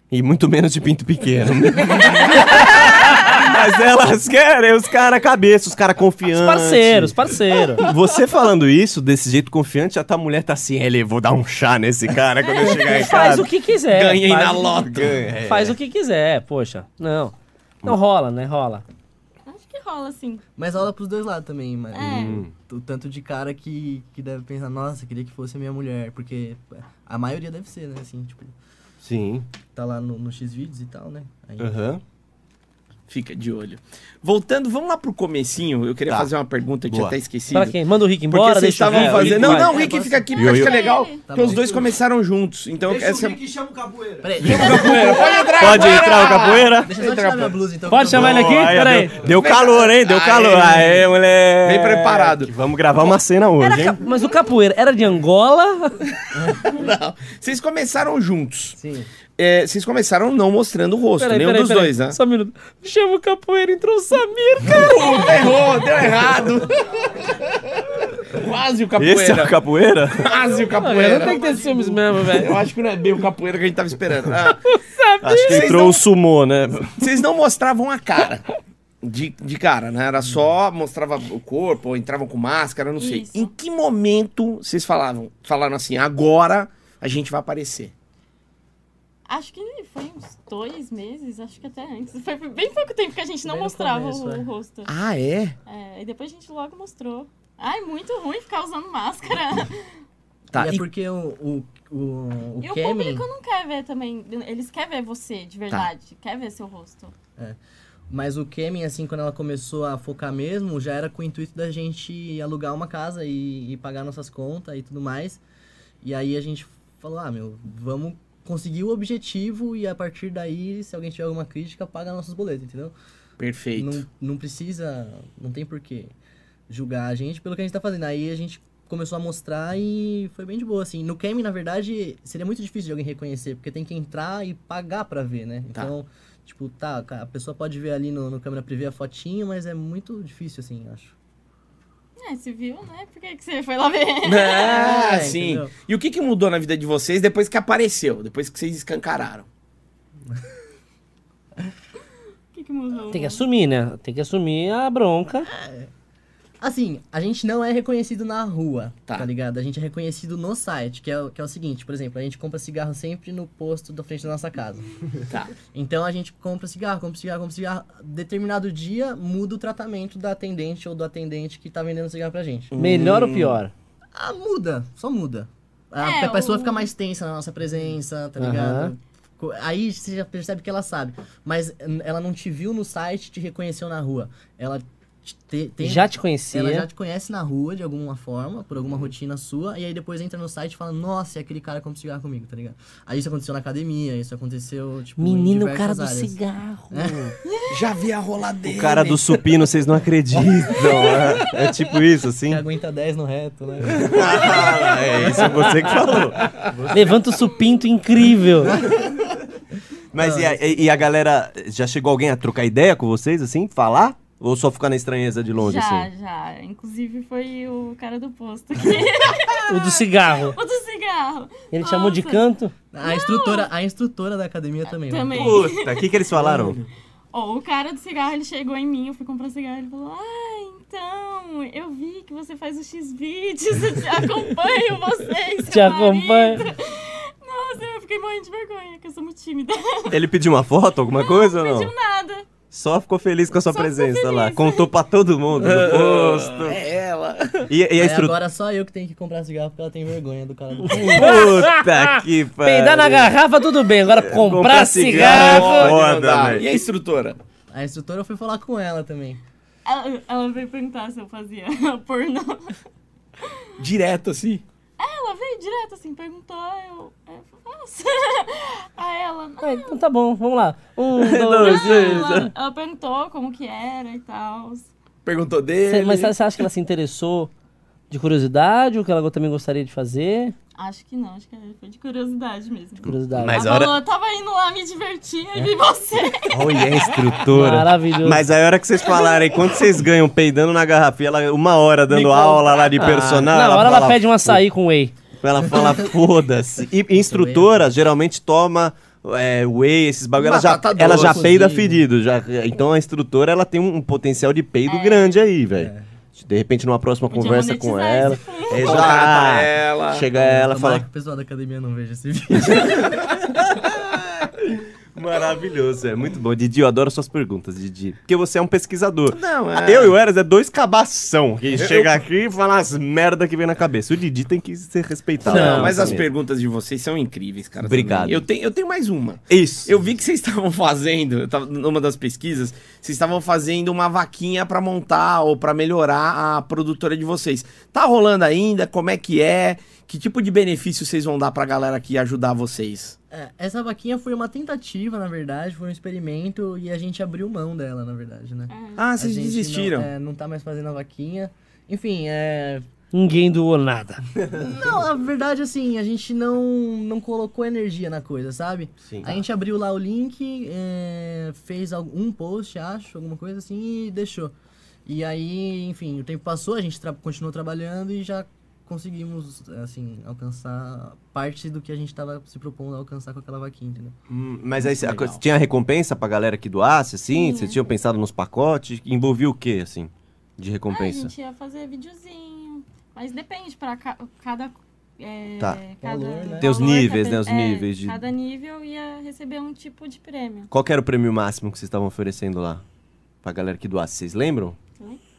B: E muito menos de pinto pequeno. mas elas querem os cara cabeça, os cara confiantes.
A: Parceiros, parceiro.
B: Você falando isso, desse jeito confiante, a tua mulher tá assim, ele, eu vou dar um chá nesse cara quando eu chegar em
A: Faz
B: casa.
A: o que quiser.
C: Ganhei
A: faz
C: na
A: o que-
C: lota.
B: É.
A: Faz o que quiser, poxa. Não.
C: Hum.
A: Não rola, né? Rola.
D: Acho que rola, assim.
E: Mas rola pros dois lados também, mano.
D: É.
B: Hum.
E: O tanto de cara que, que deve pensar, nossa, queria que fosse a minha mulher. Porque a maioria deve ser, né? Assim, tipo,
B: Sim.
E: tá lá no, no X-Vídeos e tal, né? Aí-
B: Aham.
C: Fica de olho. Voltando, vamos lá pro comecinho. Eu queria
B: Tá.
C: fazer uma pergunta, eu tinha
B: Boa.
C: até esquecido.
A: Pra quem? Manda o Rick
C: Porque
A: embora,
C: vocês
A: deixa o
C: estavam
A: Rick, o Rick
C: fazendo. Não,
A: vai.
C: não, o Rick fica aqui porque eu acho que é legal. Porque os dois começaram juntos. Então, essa é.
F: chama o capoeira.
E: Peraí,
B: Pode entrar o capoeira?
E: deixa eu só tirar minha blusa então.
A: Pode
E: que eu
D: Tá
A: chamar
E: vou-
A: ele aqui?
B: Ó, aí, ó,
A: Peraí.
B: Deu, deu calor, hein? Deu
C: Aê.
B: calor. Aê, moleque.
C: Vem preparado.
B: Vamos gravar uma cena hoje, hein?
A: Mas o capoeira era de Angola?
C: Vocês começaram juntos.
E: Sim.
C: é, vocês começaram não mostrando o rosto,
A: Peraí,
C: nenhum
A: peraí,
C: dos
A: peraí.
C: dois, né?
A: Só um minuto. Chama o capoeira, entrou o Samir, cara.
C: Puta, errou, deu errado. Quase o capoeira.
B: Esse é o capoeira?
C: Quase o
A: Não,
C: capoeira.
A: não tem que ter ciúmes mesmo, velho.
C: Eu acho que não é bem o capoeira que a gente tava esperando. Ah,
B: Acho que
C: Vocês
B: entrou
C: não-
B: o sumô, né?
C: Vocês não mostravam a cara. De, de cara, né? Era só mostrava o corpo, ou entravam com máscara, não sei.
D: Isso.
C: Em que momento vocês falavam? Falaram assim, agora a gente vai aparecer.
D: Acho que foi uns dois meses, acho que até antes. Foi bem pouco tempo que a gente não
E: Bem no
D: mostrava
E: começo,
D: o,
E: é.
D: rosto.
C: Ah, é?
D: É, e depois a gente logo mostrou. Ai, muito ruim ficar usando máscara.
C: Tá.
E: E é
C: e-
E: porque o, o, o, o
D: e o
E: Kemen,
D: público não quer ver também. Eles querem ver você,
E: Tá.
D: de verdade. Quer ver seu rosto.
E: mas o Kemen, assim, quando ela começou a focar mesmo, já era com o intuito da gente alugar uma casa e, e pagar nossas contas e tudo mais. E aí a gente falou, ah, meu, vamos conseguir o objetivo e a partir daí, se alguém tiver alguma crítica, paga nossos boletos, entendeu?
C: Perfeito.
E: Não, não precisa, não tem porquê julgar a gente pelo que a gente tá fazendo. Aí a gente começou a mostrar e foi bem de boa, assim. No Kemi, na verdade, seria muito difícil de alguém reconhecer, porque tem que entrar e pagar pra ver, né?
C: Tá.
E: Então, tipo, tá, a pessoa pode ver ali no, no câmera privê a fotinho, mas é muito difícil, assim, eu acho.
D: É, se viu, né? Por que, que você foi lá ver?
C: Ah,
E: É,
C: sim.
E: entendeu?
C: E o que, que mudou na vida de vocês depois que apareceu? Depois que vocês escancararam?
D: O que, que mudou?
A: Tem que assumir, né? Tem que assumir a bronca.
E: Assim, a gente não é reconhecido na rua,
C: Tá.
E: tá, ligado? A gente é reconhecido no site, que é, o- que é o seguinte, por exemplo, a gente compra cigarro sempre no posto da frente da nossa casa.
C: Tá.
E: Então a gente compra cigarro, compra cigarro, compra cigarro. Determinado dia muda o tratamento da atendente ou do atendente que tá vendendo cigarro pra
C: Hum,
E: gente.
A: Melhor ou pior?
E: Ah, muda, só muda. A,
D: É,
E: a pessoa
D: o-
E: fica mais tensa na nossa presença, tá
A: Aham.
E: ligado? Co- Aí você já percebe que ela sabe. Mas n- ela não te viu no site, te reconheceu na rua. Ela te- te- tem.
A: Já te
E: Ela já
A: conhecia.
E: te conhece na rua de alguma forma, por alguma rotina sua, e aí depois entra no site e fala, nossa, é aquele cara que compra cigarro comigo, tá ligado? Aí isso aconteceu na academia, isso aconteceu, tipo,
A: Menino,
E: em
A: o cara
E: diversas
A: do
E: áreas. É.
A: cigarro.
C: Já vi a roladeira.
B: O cara do supino, vocês não acreditam. né? É tipo isso, assim.
E: Que aguenta 10 no reto, né?
B: Ah, é isso, é você que falou.
A: Levanta o supinto incrível.
B: Mas
D: Ah.
B: e a, e a galera, já chegou alguém a trocar ideia com vocês, assim? Falar? Ou só ficar na estranheza de longe,
D: já,
B: assim?
D: já. Inclusive foi o cara do posto que.
A: O do cigarro.
D: o do cigarro.
A: Ele te chamou de
D: Nossa.
A: canto?
E: A instrutora, a instrutora da academia também. né?
D: Também.
B: Puta, o que, que eles falaram?
D: Ó, o cara do cigarro, ele chegou em mim, eu fui comprar cigarro, ele falou, ah, então, eu vi que você faz o X-Vídeos, eu te acompanho vocês,
A: Te acompanho.
D: Nossa, eu fiquei morrendo de vergonha, que eu sou muito tímida.
B: Ele pediu uma foto, alguma
A: é,
B: coisa ou
D: Não
B: não?
D: pediu nada.
B: Só ficou feliz com a sua
D: Só ficou
B: presença lá.
D: feliz.
B: Contou pra todo mundo no posto.
C: É ela.
B: E, e a
E: Aí
B: estrutura.
E: agora só eu que tenho que comprar cigarro porque ela tem vergonha do cara do
B: Puta que pariu.
A: Peidar na garrafa, tudo bem. Agora comprar,
B: comprar cigarro,
A: cigarro.
B: é Foda,
C: Não dá.
B: velho.
C: E a instrutora?
E: A instrutora eu fui falar com ela também.
D: Ela, ela veio perguntar se eu fazia pornô.
C: Direto assim?
D: Ela veio direto, assim, perguntou, eu, eu faço. Aí ela, "Ah,
A: Ah, então tá bom, vamos lá. Um,
B: Não,
A: dois,
B: isso-
A: três.
D: ela, ela perguntou como que era e tal.
C: Perguntou dele.
A: Cê- Mas você acha que ela se interessou de curiosidade ou que ela também gostaria de fazer?
D: Acho que não, acho que foi de curiosidade mesmo.
A: Curiosidade.
B: Mas
D: ela
B: a hora-
D: falou, eu tava indo lá me divertir, aí vi você.
B: Olha a instrutora.
A: Maravilhoso.
B: Mas a hora que vocês falarem, quanto vocês ganham peidando na garrafa, e ela uma hora dando aula lá de personal.
A: Na hora ela
B: fala,
A: pede um açaí com whey.
B: Ela fala, foda-se. E instrutora geralmente toma é, whey, esses bagulho. Ela já,
C: Batata
B: ela já
C: doce.
B: peida fedido. Já, então a instrutora ela tem um, um potencial de peido grande aí,
A: É.
B: velho. De repente, numa próxima
D: Podia
B: conversa com
D: monetizar
B: ela.
D: esse
C: Colocar pra
B: Exato.
C: ela.
B: Chega ela e
E: Tomara
B: fala.
E: que o pessoal da academia não veja esse vídeo.
B: Maravilhoso, é muito bom. Didi, eu adoro suas perguntas, Didi. Porque você é um pesquisador.
C: Não, é.
B: Eu e o Eras é dois cabação que chega aqui e fala as merda que vem na cabeça. O Didi tem que ser respeitado.
C: Não,
B: É
C: mas
B: isso
C: as
B: mesmo.
C: perguntas de vocês são incríveis, cara.
B: Obrigado.
C: também. Eu tenho, eu tenho mais uma.
B: Isso.
C: Eu vi que vocês estavam fazendo, eu tava numa das pesquisas, vocês estavam fazendo uma vaquinha pra montar ou pra melhorar a produtora de vocês. Tá rolando ainda? Como é que é? Que tipo de benefício vocês vão dar pra galera que ajudar vocês?
E: É, essa vaquinha foi uma tentativa, na verdade, foi um experimento e a gente abriu mão dela, na verdade, né?
C: Ah,
E: A
C: vocês
E: gente
C: desistiram.
E: Não, é, não tá mais fazendo a vaquinha. Enfim, é,
A: ninguém doou nada.
E: Não, a verdade, assim, a gente não, não colocou energia na coisa, sabe?
B: Sim.
E: A gente abriu lá o link, é, fez algum post, acho, alguma coisa assim, e deixou. E aí, enfim, o tempo passou, a gente tra- continuou trabalhando e já conseguimos, assim, alcançar parte do que a gente tava se propondo a alcançar com aquela vaquinha, entendeu?
B: Hum, Mas aí cê- a
C: Legal.
B: co- tinha recompensa pra galera que doasse, assim? Vocês tinham pensado nos pacotes? Envolvia o quê, assim? De
D: Ah, a
B: recompensa?
D: gente ia fazer videozinho. Mas depende pra ca- cada. É,
B: Tá.
D: cada
E: Valor, né?
B: Tem os
D: valor,
B: níveis,
D: cada-
B: né? Os
D: é,
B: níveis de-
D: Cada nível ia receber um tipo de prêmio.
B: Qual que era o prêmio máximo que vocês estavam oferecendo lá? Pra galera que doasse, vocês lembram?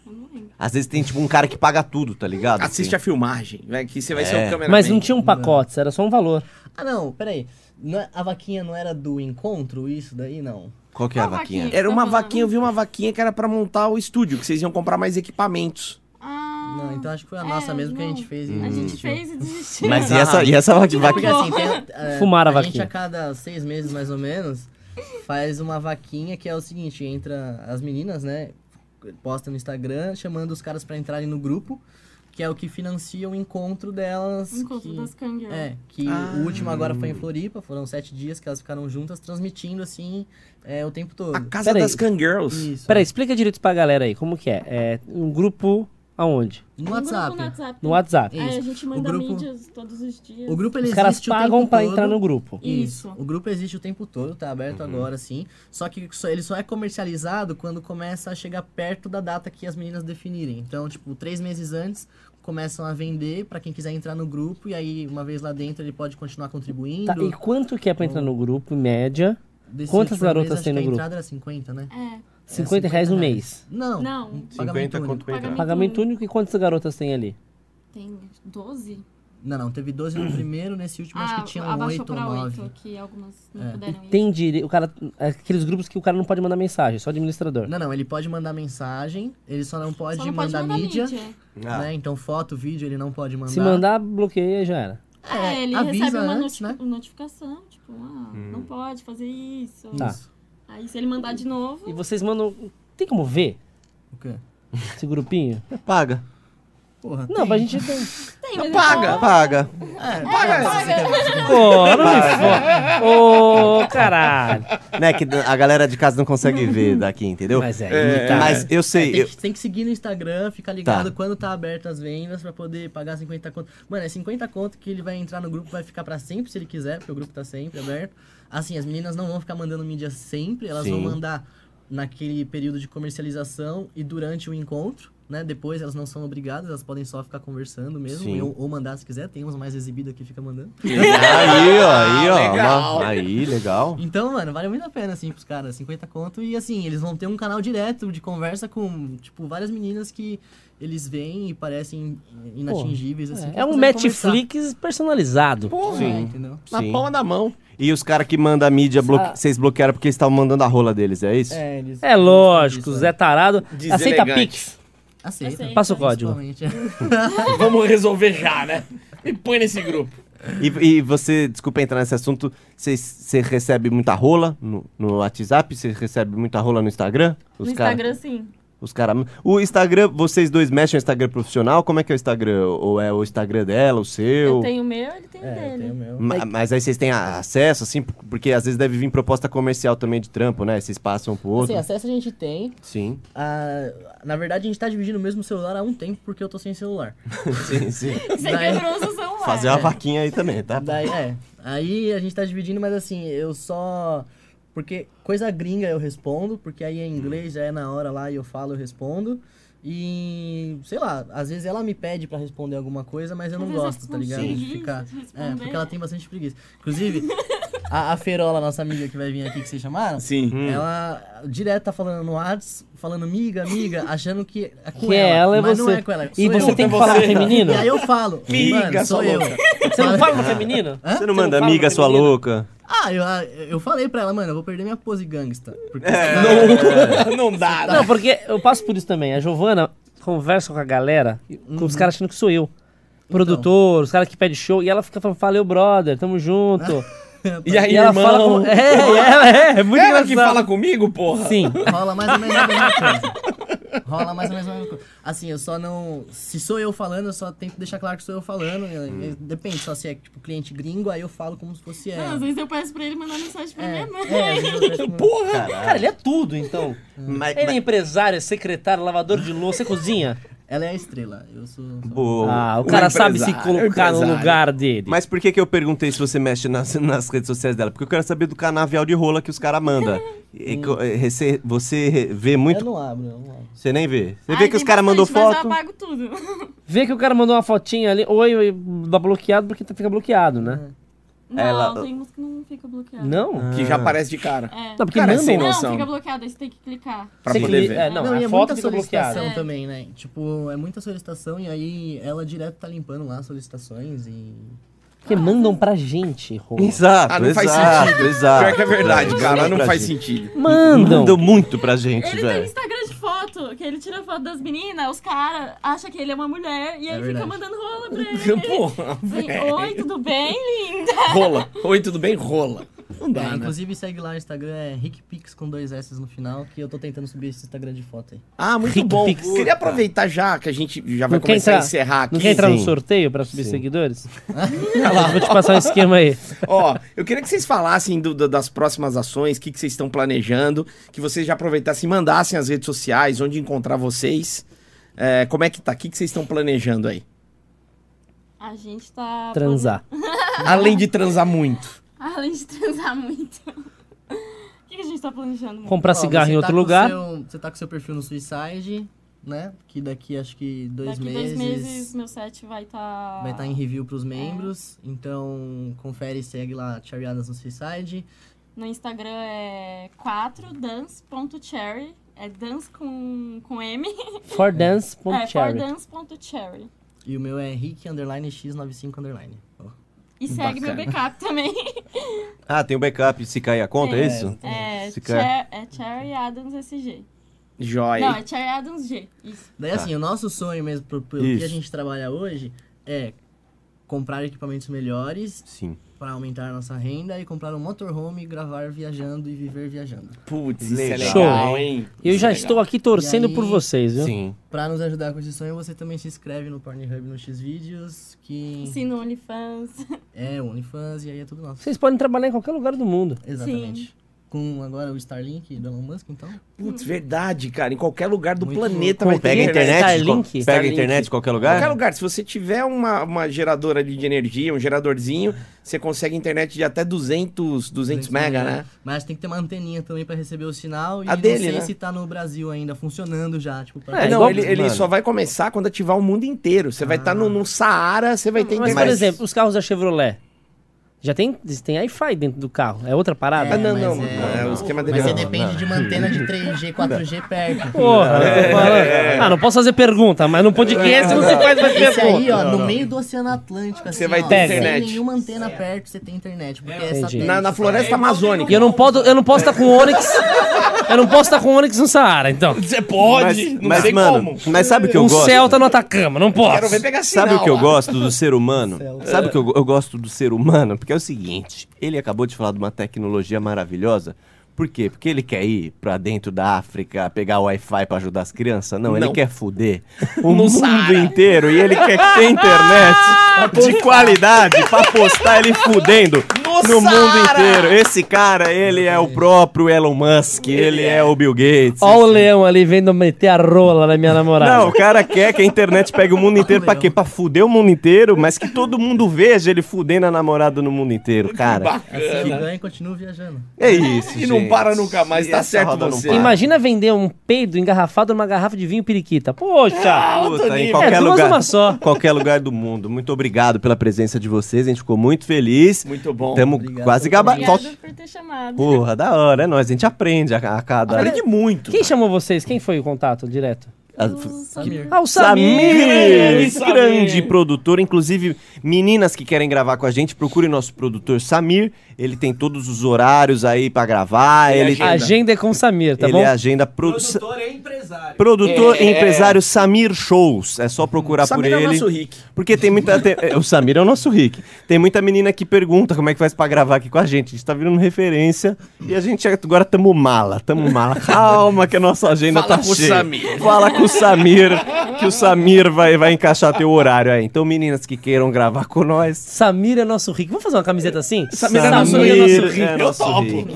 D: Eu não lembro.
B: Às vezes tem, tipo, um cara que paga tudo, tá ligado?
C: Assiste a filmagem, né? Que você vai ser
B: É.
C: o cameraman.
A: Mas não
E: né?
A: tinha um pacote, era só um valor.
E: Ah, não, peraí. Não é- a vaquinha não era do encontro, isso daí, não?
B: Qual que é a
D: Qual
B: vaquinha?
D: vaquinha?
C: Era uma
D: Tá falando.
C: vaquinha, eu vi uma vaquinha que era pra montar o estúdio, que vocês iam comprar mais equipamentos.
D: Ah,
E: Não, então acho que foi a
D: é,
E: nossa mesmo que a gente
D: não.
E: fez. e
D: A gente
E: desistiu.
D: fez e desistiu.
B: Mas e
C: Ah.
B: essa, e essa vaqui-
E: Porque
B: vaquinha?
E: assim, tem, é,
A: Fumaram a
E: a gente
A: vaquinha.
E: a cada seis meses, mais ou menos, faz uma vaquinha que é o seguinte, entra as meninas, né? Posta no Instagram, chamando os caras pra entrarem no grupo, que é o que financia o encontro delas.
D: Encontro
E: que...
D: das Kangirls.
E: É, que
D: Ah.
E: o último agora foi em Floripa, foram sete dias que elas ficaram juntas, transmitindo assim é, o tempo todo.
C: A Casa
A: Peraí.
C: das Kangirls.
E: Isso.
A: Peraí, explica direito pra galera aí, como que é? É um grupo aonde?
E: No
D: Um
E: WhatsApp.
D: grupo No WhatsApp.
A: No WhatsApp.
D: Aí a gente manda
E: grupo-
D: mídias todos os dias.
E: O grupo ele
A: Os caras
E: existe o
A: pagam
E: tempo
A: pra
E: todo.
A: entrar no grupo.
D: Isso.
E: O grupo existe o tempo todo, tá aberto
B: Uhum.
E: agora, sim. Só que só- ele só é comercializado quando começa a chegar perto da data que as meninas definirem. Então, tipo, três meses antes começam a vender pra quem quiser entrar no grupo e aí uma vez lá dentro ele pode continuar contribuindo.
A: Tá, e quanto que é pra entrar no grupo, em média?
E: Desse
A: quantas
E: último mês,
A: garotas
E: acho
A: tem
E: que
A: no
E: a
A: grupo?
E: entrada era 50, né?
D: É.
A: 50 reais no
E: 50
A: mês.
E: Não.
D: Não.
E: um pagamento
B: 50
E: único.
B: quanto pra entrar?
D: Pagamento.
A: Pagamento único e quantas garotas tem ali?
D: Tem 12?
E: Não, não, teve 12 no primeiro, nesse último acho que tinha um
D: Ah, abaixou
E: 8 ou
D: pra
E: 9.
D: 8, que algumas não
E: É.
A: E
D: puderam ir.
A: tem direito. O cara. é Aqueles grupos que o cara não pode mandar mensagem, só administrador.
E: Não, não, ele pode mandar mensagem, ele só não pode,
D: Só não
E: mandar, mídia,
B: Ah,
E: né? Então foto, vídeo ele não pode mandar.
A: Se mandar, bloqueia e já era.
D: É, ele
E: avisa
D: recebe uma
E: antes,
D: noti-
E: né?
D: notificação, tipo, ah,
B: Hum.
D: não pode fazer isso.
A: Tá.
E: Isso.
D: Aí se ele mandar de novo,
A: E vocês mandam. Tem como ver
E: O quê?
A: esse grupinho?
B: Paga.
E: Porra,
A: Não,
E: tem.
A: pra gente. um
D: tem, né? mas
C: Paga!
B: Paga.
E: É,
A: Pô, não me foda. Ô, caralho.
B: né, que a galera de casa não consegue ver daqui, entendeu?
A: Mas é,
B: Tá, Mas eu
E: É,
B: sei,
E: tem,
B: eu-
E: que, tem que seguir no Instagram, ficar ligado quando tá aberto as vendas pra poder pagar 50 conto. Mano, é 50 conto que ele vai entrar no grupo, vai ficar pra sempre se ele quiser, porque o grupo tá sempre aberto. Assim, as meninas não vão ficar mandando mídia sempre, elas vão
B: Sim.
E: mandar naquele período de comercialização e durante o encontro, né? Depois elas não são obrigadas, elas podem só ficar conversando
B: Sim.
E: mesmo, ou, ou mandar se quiser, tem umas mais exibidas que fica mandando.
B: Aí, ó, aí, ó.
C: Legal.
B: uma- Aí, legal.
E: Então, mano, vale muito a pena, assim, pros caras, 50 conto. E assim, eles vão ter um canal direto de conversa com, tipo, várias meninas que eles veem e parecem inatingíveis, assim.
A: É um Netflix personalizado.
E: Porra,
B: Sim.
E: entendeu?
C: Na
B: Sim.
C: palma da mão.
B: E os caras que mandam a mídia, bloque- vocês bloquearam porque eles estavam mandando a rola deles, é isso?
E: É, eles.
A: É lógico,
E: Isso,
A: Zé Tarado. Aceita
C: Deselegante.
A: Pix.
E: Aceita.
D: Aceita.
A: Passa o código.
E: Principalmente.
C: Vamos resolver já, né? Me põe nesse grupo.
B: E, e você, desculpa entrar nesse assunto, vocês- você recebe muita rola no, no WhatsApp? Você recebe muita rola no Instagram?
D: no
B: cara-
D: Instagram sim.
B: Os cara... O Instagram, vocês dois mexem no Instagram profissional? Como é que é o Instagram? Ou é o Instagram dela, o seu?
D: Eu tenho o meu, ele tem o
E: É, eu
D: dele.
E: tenho o meu.
B: Ma- Mas aí vocês têm a- acesso, assim, por- porque às vezes deve vir proposta comercial também de trampo, né? Vocês passam pro outro.
E: Assim, acesso a gente tem.
B: Sim,
E: Ah, na verdade, a gente tá dividindo o mesmo celular há um tempo, porque eu tô sem celular.
B: sim, sim.
D: Você
E: Daí-
D: quebrou o seu celular.
B: Fazer uma vaquinha aí também, tá?
E: Daí, é. Aí a gente tá dividindo, mas assim, eu só. Porque coisa gringa eu respondo, porque aí
C: Hum.
E: em inglês já é na hora lá e eu falo, eu respondo. E, sei lá, às vezes ela me pede pra responder alguma coisa, mas eu não
D: Às vezes
E: gosto, tá ligado?
D: consigo
E: De ficar. É,
D: responder.
E: porque ela tem bastante preguiça. Inclusive, a, a Ferola, nossa amiga que vai vir aqui, que vocês chamaram,
C: Sim. Hum.
E: ela direto tá falando no WhatsApp, falando miga, amiga, achando que é com
A: Que é ela, é
E: mas não
A: você.
E: é com ela.
A: E
E: sou
A: você
E: eu.
A: tem que falar
C: você.
A: feminino?
E: E aí eu falo,
C: Miga,
E: mano, sou
C: sua
E: eu.
C: louca.
A: Você não fala no feminino?
B: Você não
A: Você
B: manda
A: não fala
B: amiga,
A: pra
B: sua
A: menina?
B: louca?
E: Ah, eu, eu falei pra ela, mano, eu vou perder minha pose gangsta.
A: É.
E: Porque
C: Não dá, né?
A: Não, porque eu passo por isso também. A Giovana conversa com a galera, com os caras achando que sou eu. Produtor, os caras que pedem show, e ela fica falando, valeu, brother, tamo junto.
C: E aí,
A: e ela
C: irmão?
A: fala com... É, é, é, é muito
C: Ela
A: engraçado.
C: que fala comigo, porra?
A: Sim.
E: rola mais ou menos a mesma coisa. Rola mais ou menos a mesma coisa. Assim, eu só não. Se sou eu falando, eu só tento deixar claro que sou eu falando. eu-
A: Hum.
E: eu- Depende, só se é tipo cliente gringo, aí eu falo como se fosse
D: Não,
E: ela.
D: às vezes né? eu peço pra ele mandar mensagem pra minha mãe.
E: é, às vezes eu peço-
A: Porra! Cara, ele é tudo, então.
B: Mas,
A: Ele é empresário, é secretário, lavador de louça, você cozinha.
E: Ela é a estrela. Eu sou. sou-
A: Ah, o
C: Um
A: cara sabe se
C: empresário,
A: colocar no
C: empresário.
A: lugar dele.
B: mas por que, que eu perguntei se você mexe nas, nas redes sociais dela? Porque eu quero saber do canavial de rola que os caras mandam. E co- eh, rece- você re- vê
E: Eu
B: muito.
E: não abro, eu não abro.
B: Você nem vê. Você
D: Ai,
B: vê que
D: tem
B: os caras mandam
D: bastante, mas é
B: foto.
D: Eu apago tudo.
A: Vê que o cara mandou uma fotinha ali, oi, oi, dá bloqueado porque fica bloqueado, né?
D: Não,
B: Ela-
D: tem uns que não fica
E: Ah.
D: bloqueado.
A: Não?
C: Que já aparece de cara.
D: É.
A: Não, porque
C: Ah. Cara, é
A: mandam
C: sem
D: Não,
C: noção.
D: fica bloqueado, aí você tem que clicar.
C: Pra
A: Você
C: poder
A: que-
C: ver.
A: é, não,
E: não, e
A: a
E: é
A: foto
E: muita
A: fica bloqueada.
E: solicitação
D: É.
E: também, né? Tipo, é muita solicitação e aí ela direto tá limpando lá as solicitações e.
A: Porque mandam pra gente, Rô.
B: Exato,
C: Ah, não faz
B: exato,
C: sentido.
A: Ah,
B: exato.
C: Pior que é verdade, cara. Não
B: Pra
C: faz
B: gente.
C: sentido.
A: Mandam.
B: Mandam muito pra gente,
D: Ele tem
B: velho.
D: Instagram de foto, que ele tira foto das meninas, os caras acham que ele é uma mulher e aí fica
E: verdade.
D: mandando rola pra ele.
C: Porra,
D: Assim, Oi, tudo bem, linda?
C: rola. Oi, tudo bem? Rola. Não
E: É,
C: dá, né?
E: Inclusive segue lá o Instagram, é RickPix com dois S no final, que eu tô tentando subir esse Instagram de foto aí.
C: Ah, muito
A: Rick
C: bom.
A: Pix.
C: Queria aproveitar já que a gente já vai
A: Não quer
C: começar a
A: entrar-
C: encerrar
A: Não
C: aqui.
A: quer entrar no
B: Sim.
A: sorteio pra subir seguidores? Eu vou te passar um esquema aí.
C: Ó, eu queria que vocês falassem do- do- das próximas ações, o que, que vocês estão planejando, que vocês já aproveitassem e mandassem as redes sociais, onde encontrar vocês. É, como é que tá? O que, que vocês estão planejando aí?
D: A gente tá.
A: Transar.
C: Além de transar muito.
D: plane- Além de transar muito. O que que a gente tá planejando?
A: Comprar
E: Ó,
A: cigarro
E: você
A: em
E: tá
A: outro
E: com
A: lugar.
E: seu- você tá com seu perfil no Suicide, né? Que daqui acho que dois,
D: Daqui
E: meses,
D: dois meses meu set vai tá.
E: vai estar em review pros membros. Então confere e segue lá Cherry Adams no Suicide.
D: No Instagram é 4dance.cherry. É dance com, com M. É
A: Fordance.cherry.
D: 4dance.cherry.
E: E o meu é Rick underline X95 underline. Ó.
D: E segue meu backup também.
B: Ah, tem o backup, se cair a conta, é, isso?
D: É,
B: Se cair.
D: Cher- é Cherry Adams SG.
C: Joia.
D: Não, é Cherry Adams G. Isso.
A: Tá.
E: Daí assim, o nosso sonho mesmo, pro, pelo que
B: Isso.
E: a gente trabalha hoje, é comprar equipamentos melhores
B: Sim.
E: para aumentar a nossa renda e comprar um motorhome, gravar viajando e viver viajando.
C: Putz, isso é
B: Legal.
C: legal, hein?
A: Eu
C: Isso é
A: já
C: legal.
A: estou aqui torcendo
E: E aí-
A: por vocês, viu?
B: Sim.
E: Pra nos ajudar com esse sonho, você também se inscreve no Pornhub, no Xvideos, que
D: Sim, no OnlyFans.
E: é o OnlyFans e aí é tudo nosso.
A: Vocês podem trabalhar em qualquer lugar do mundo.
E: Exatamente. Com agora o Starlink do Elon Musk, então.
C: Putz, verdade, cara. Em qualquer lugar do
E: Muito
C: planeta
B: Como
C: vai ter
B: pega a internet, de
A: Starlink?
B: qual- pega a
C: Starlink.
B: internet de qualquer lugar?
C: Qualquer lugar, se você tiver uma, uma geradora ali de energia, um geradorzinho, você consegue internet de até 200, 200 mega, né?
E: Mas tem que ter uma anteninha também pra receber o sinal. E
C: A
E: não
C: dele,
E: sei
C: né?
E: se tá no Brasil ainda funcionando já, tipo, pra
A: É,
C: É, não,
A: igual-
C: ele, ele
B: mano.
C: só vai começar quando ativar o mundo inteiro. Você vai estar no, no Saara, você vai ter
A: Mas, por
C: internet.
A: exemplo, os carros da Chevrolet. Já tem, tem Wi-Fi dentro do carro. É outra parada?
C: Ah, não,
E: mas
C: não,
E: é-
C: não, é o esquema dele.
E: Mas você
C: não.
E: depende de uma antena de 3G, 4G perto.
A: Porra, eu tô falando. Ah, não posso fazer pergunta, mas no podcast você faz mais
E: Esse aí,
A: pergunta.
E: ó, no meio do Oceano Atlântico, assim,
C: Você vai
E: ó,
A: ter
C: internet.
E: sem nenhuma antena perto, você tem internet. Porque é,
A: Entendi.
E: satélite,
C: Na, na
E: tá?
C: floresta amazônica.
A: E eu não posso, eu não posso estar com Onix. Eu não posso estar com Onix no Saara, então.
C: Você pode,
B: Mas, mas, mano, mas sabe o que eu
A: um
B: gosto?
A: Celta no Atacama, não posso.
C: Quero ver pegar sinal.
B: Sabe o que eu
C: lá.
B: gosto do ser humano? Sabe o que eu, go- eu gosto do ser humano? Porque é o seguinte, ele acabou de falar de uma tecnologia maravilhosa. Por quê? Porque ele quer ir pra dentro da África pegar o Wi-Fi pra ajudar as crianças? Não, ele
C: Não.
B: quer foder o mundo inteiro e ele quer ter internet de qualidade pra postar ele fudendo
C: No
B: no mundo
C: Saara!
B: inteiro. Esse cara, ele é o próprio Elon Musk, ele é o Bill Gates.
A: Ó o leão ali vendo meter a rola na minha namorada.
B: Não, o cara quer que a internet pegue o
E: Ah,
B: mundo inteiro pra quê? Pra fuder o mundo inteiro, mas que todo mundo veja ele fudendo a namorada no mundo inteiro, cara.
E: Assim, ganha e continua viajando.
B: É isso,
C: E não
B: gente.
C: para nunca mais,
B: E
C: tá
B: essa
C: certo
B: roda não
C: você.
B: para.
A: Imagina vender um peido engarrafado numa garrafa de vinho periquita. Poxa!
B: Puta, em
C: nível.
B: qualquer
A: É, duas
B: lugar,
A: uma só.
B: qualquer lugar do mundo. Muito obrigado pela presença de vocês, a gente ficou muito feliz.
C: Muito bom.
B: Tamo
E: Obrigado.
B: quase gabar.
D: Obrigada por ter chamado.
B: Porra, da hora, é nóis. A gente aprende a, a cada.
C: Aprende muito.
A: Quem chamou vocês? Quem foi o contato direto?
B: a-
E: Samir.
A: Ah, o
B: Samir,
A: Samir!
B: esse grande produtor. Inclusive, meninas que querem gravar com a gente, procurem nosso produtor Samir. Ele tem todos os horários aí pra gravar. Ele,
C: Ele é
B: ele,
A: Agenda é com o Samir, tá
B: ele
A: bom?
B: agenda produção.
F: Produtor, hein?
G: empresário.
B: Produtor
A: É.
B: e empresário Samir Shows. É só procurar
C: Samir
B: por
C: é o
B: ele.
C: nosso Rick.
B: Porque tem muita. tem- é, o Samir é o nosso Rick. Tem muita menina que pergunta como é que faz pra gravar aqui com a gente. A gente tá virando referência e a gente agora tamo mala, tamo mala. Calma que a nossa agenda
C: Fala
B: tá
C: com o
B: cheia.
C: Samir.
B: Fala com o Samir, que o Samir vai, vai encaixar teu horário aí. Então, meninas que queiram gravar com nós.
A: Samir é nosso rico. Vamos fazer uma camiseta assim?
C: Samir é nosso Rick.
B: é
C: Eu
B: nosso
C: topo.
B: Rick.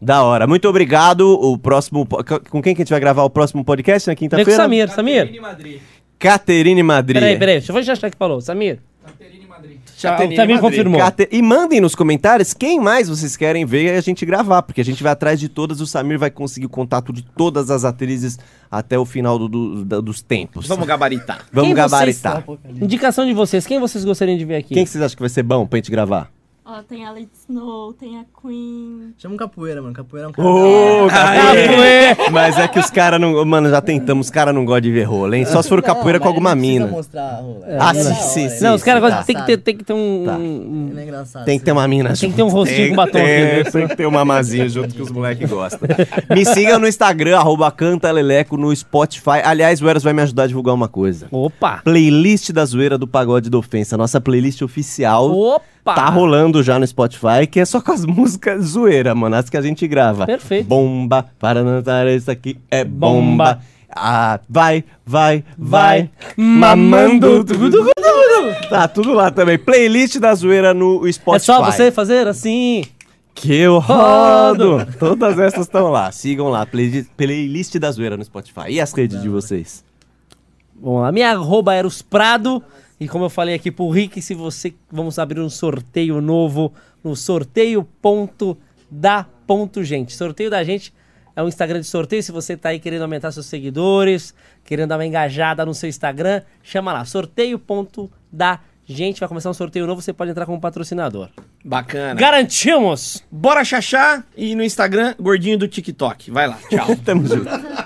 B: Da hora. Muito obrigado. O próximo. po- Com quem que a gente vai gravar o próximo podcast na
A: Vem com o
B: quinta-feira?
A: Samir, Samir.
G: Caterine Madrid.
B: Caterine Madrid.
A: Peraí, peraí, deixa eu já achar que falou. Samir.
G: Caterine Madrid.
A: Ah, o Samir confirmou.
B: Cate- E mandem nos comentários quem mais vocês querem ver e a gente gravar, porque a gente vai atrás de todas. O Samir vai conseguir o contato de todas as atrizes até o final do- do- da- dos tempos.
C: Vamos gabaritar.
A: Quem
B: Vamos
A: vocês-
B: gabaritar.
A: Indicação de vocês, quem vocês gostariam de ver aqui?
B: Quem que vocês acham que vai ser bom pra gente gravar?
D: Ó, tem a Lady Snow, tem a Queen.
E: Chama um capoeira, mano. Capoeira é um cara.
A: Ah,
B: Ô, capoeira! Mas é que os caras não. Mano, já tentamos, os caras não gostam de ver rola, hein? Só se for capoeira com alguma mina.
E: Mostrar, a rola.
B: Ah,
E: Ele é
B: sim,
E: da hora,
B: sim,
E: ele
B: sim.
A: não, os caras
E: tá.
A: gostam. Tem que ter, tem que ter um.
B: Tá.
A: um-
E: Ele é engraçado.
B: Tem que ter uma mina
A: Tem que ter um rostinho com batom aqui,
B: tem,
A: né?
B: Tem que ter uma mazinha junto que os moleques gostam. Me sigam no Instagram, arroba cantaleleco, no Spotify. Aliás, o Eras vai me ajudar a divulgar uma coisa.
A: Opa!
B: Tá Playlist da zoeira do Pagode da Ofensa, nossa playlist oficial.
A: Opa!
B: Tá rolando já no Spotify, que é só com as músicas zoeira, mano, as que a gente grava.
A: Perfeito.
B: Bomba, para notar isso aqui é bomba.
A: Bomba.
B: Ah, vai, vai, vai,
A: Vai,
B: mamando.
A: mamando.
B: Tá tudo lá também. Playlist da zoeira no Spotify.
A: É só você fazer assim.
B: Que eu rodo! Todas essas estão lá. Sigam lá, play- playlist da zoeira no Spotify. E as redes de vocês?
A: Bom, a minha arroba era os Prado. E como eu falei aqui pro Rick, se você. Vamos abrir um sorteio novo no sorteio.da.gente. Sorteio da gente é um Instagram de sorteio. Se você tá aí querendo aumentar seus seguidores, querendo dar uma engajada no seu Instagram, chama lá, sorteio.da.gente. Vai começar um sorteio novo, você pode entrar como patrocinador.
C: Bacana.
A: Garantimos!
C: Bora chachar e no Instagram, gordinho do TikTok. Vai lá, tchau.
B: Tamo junto.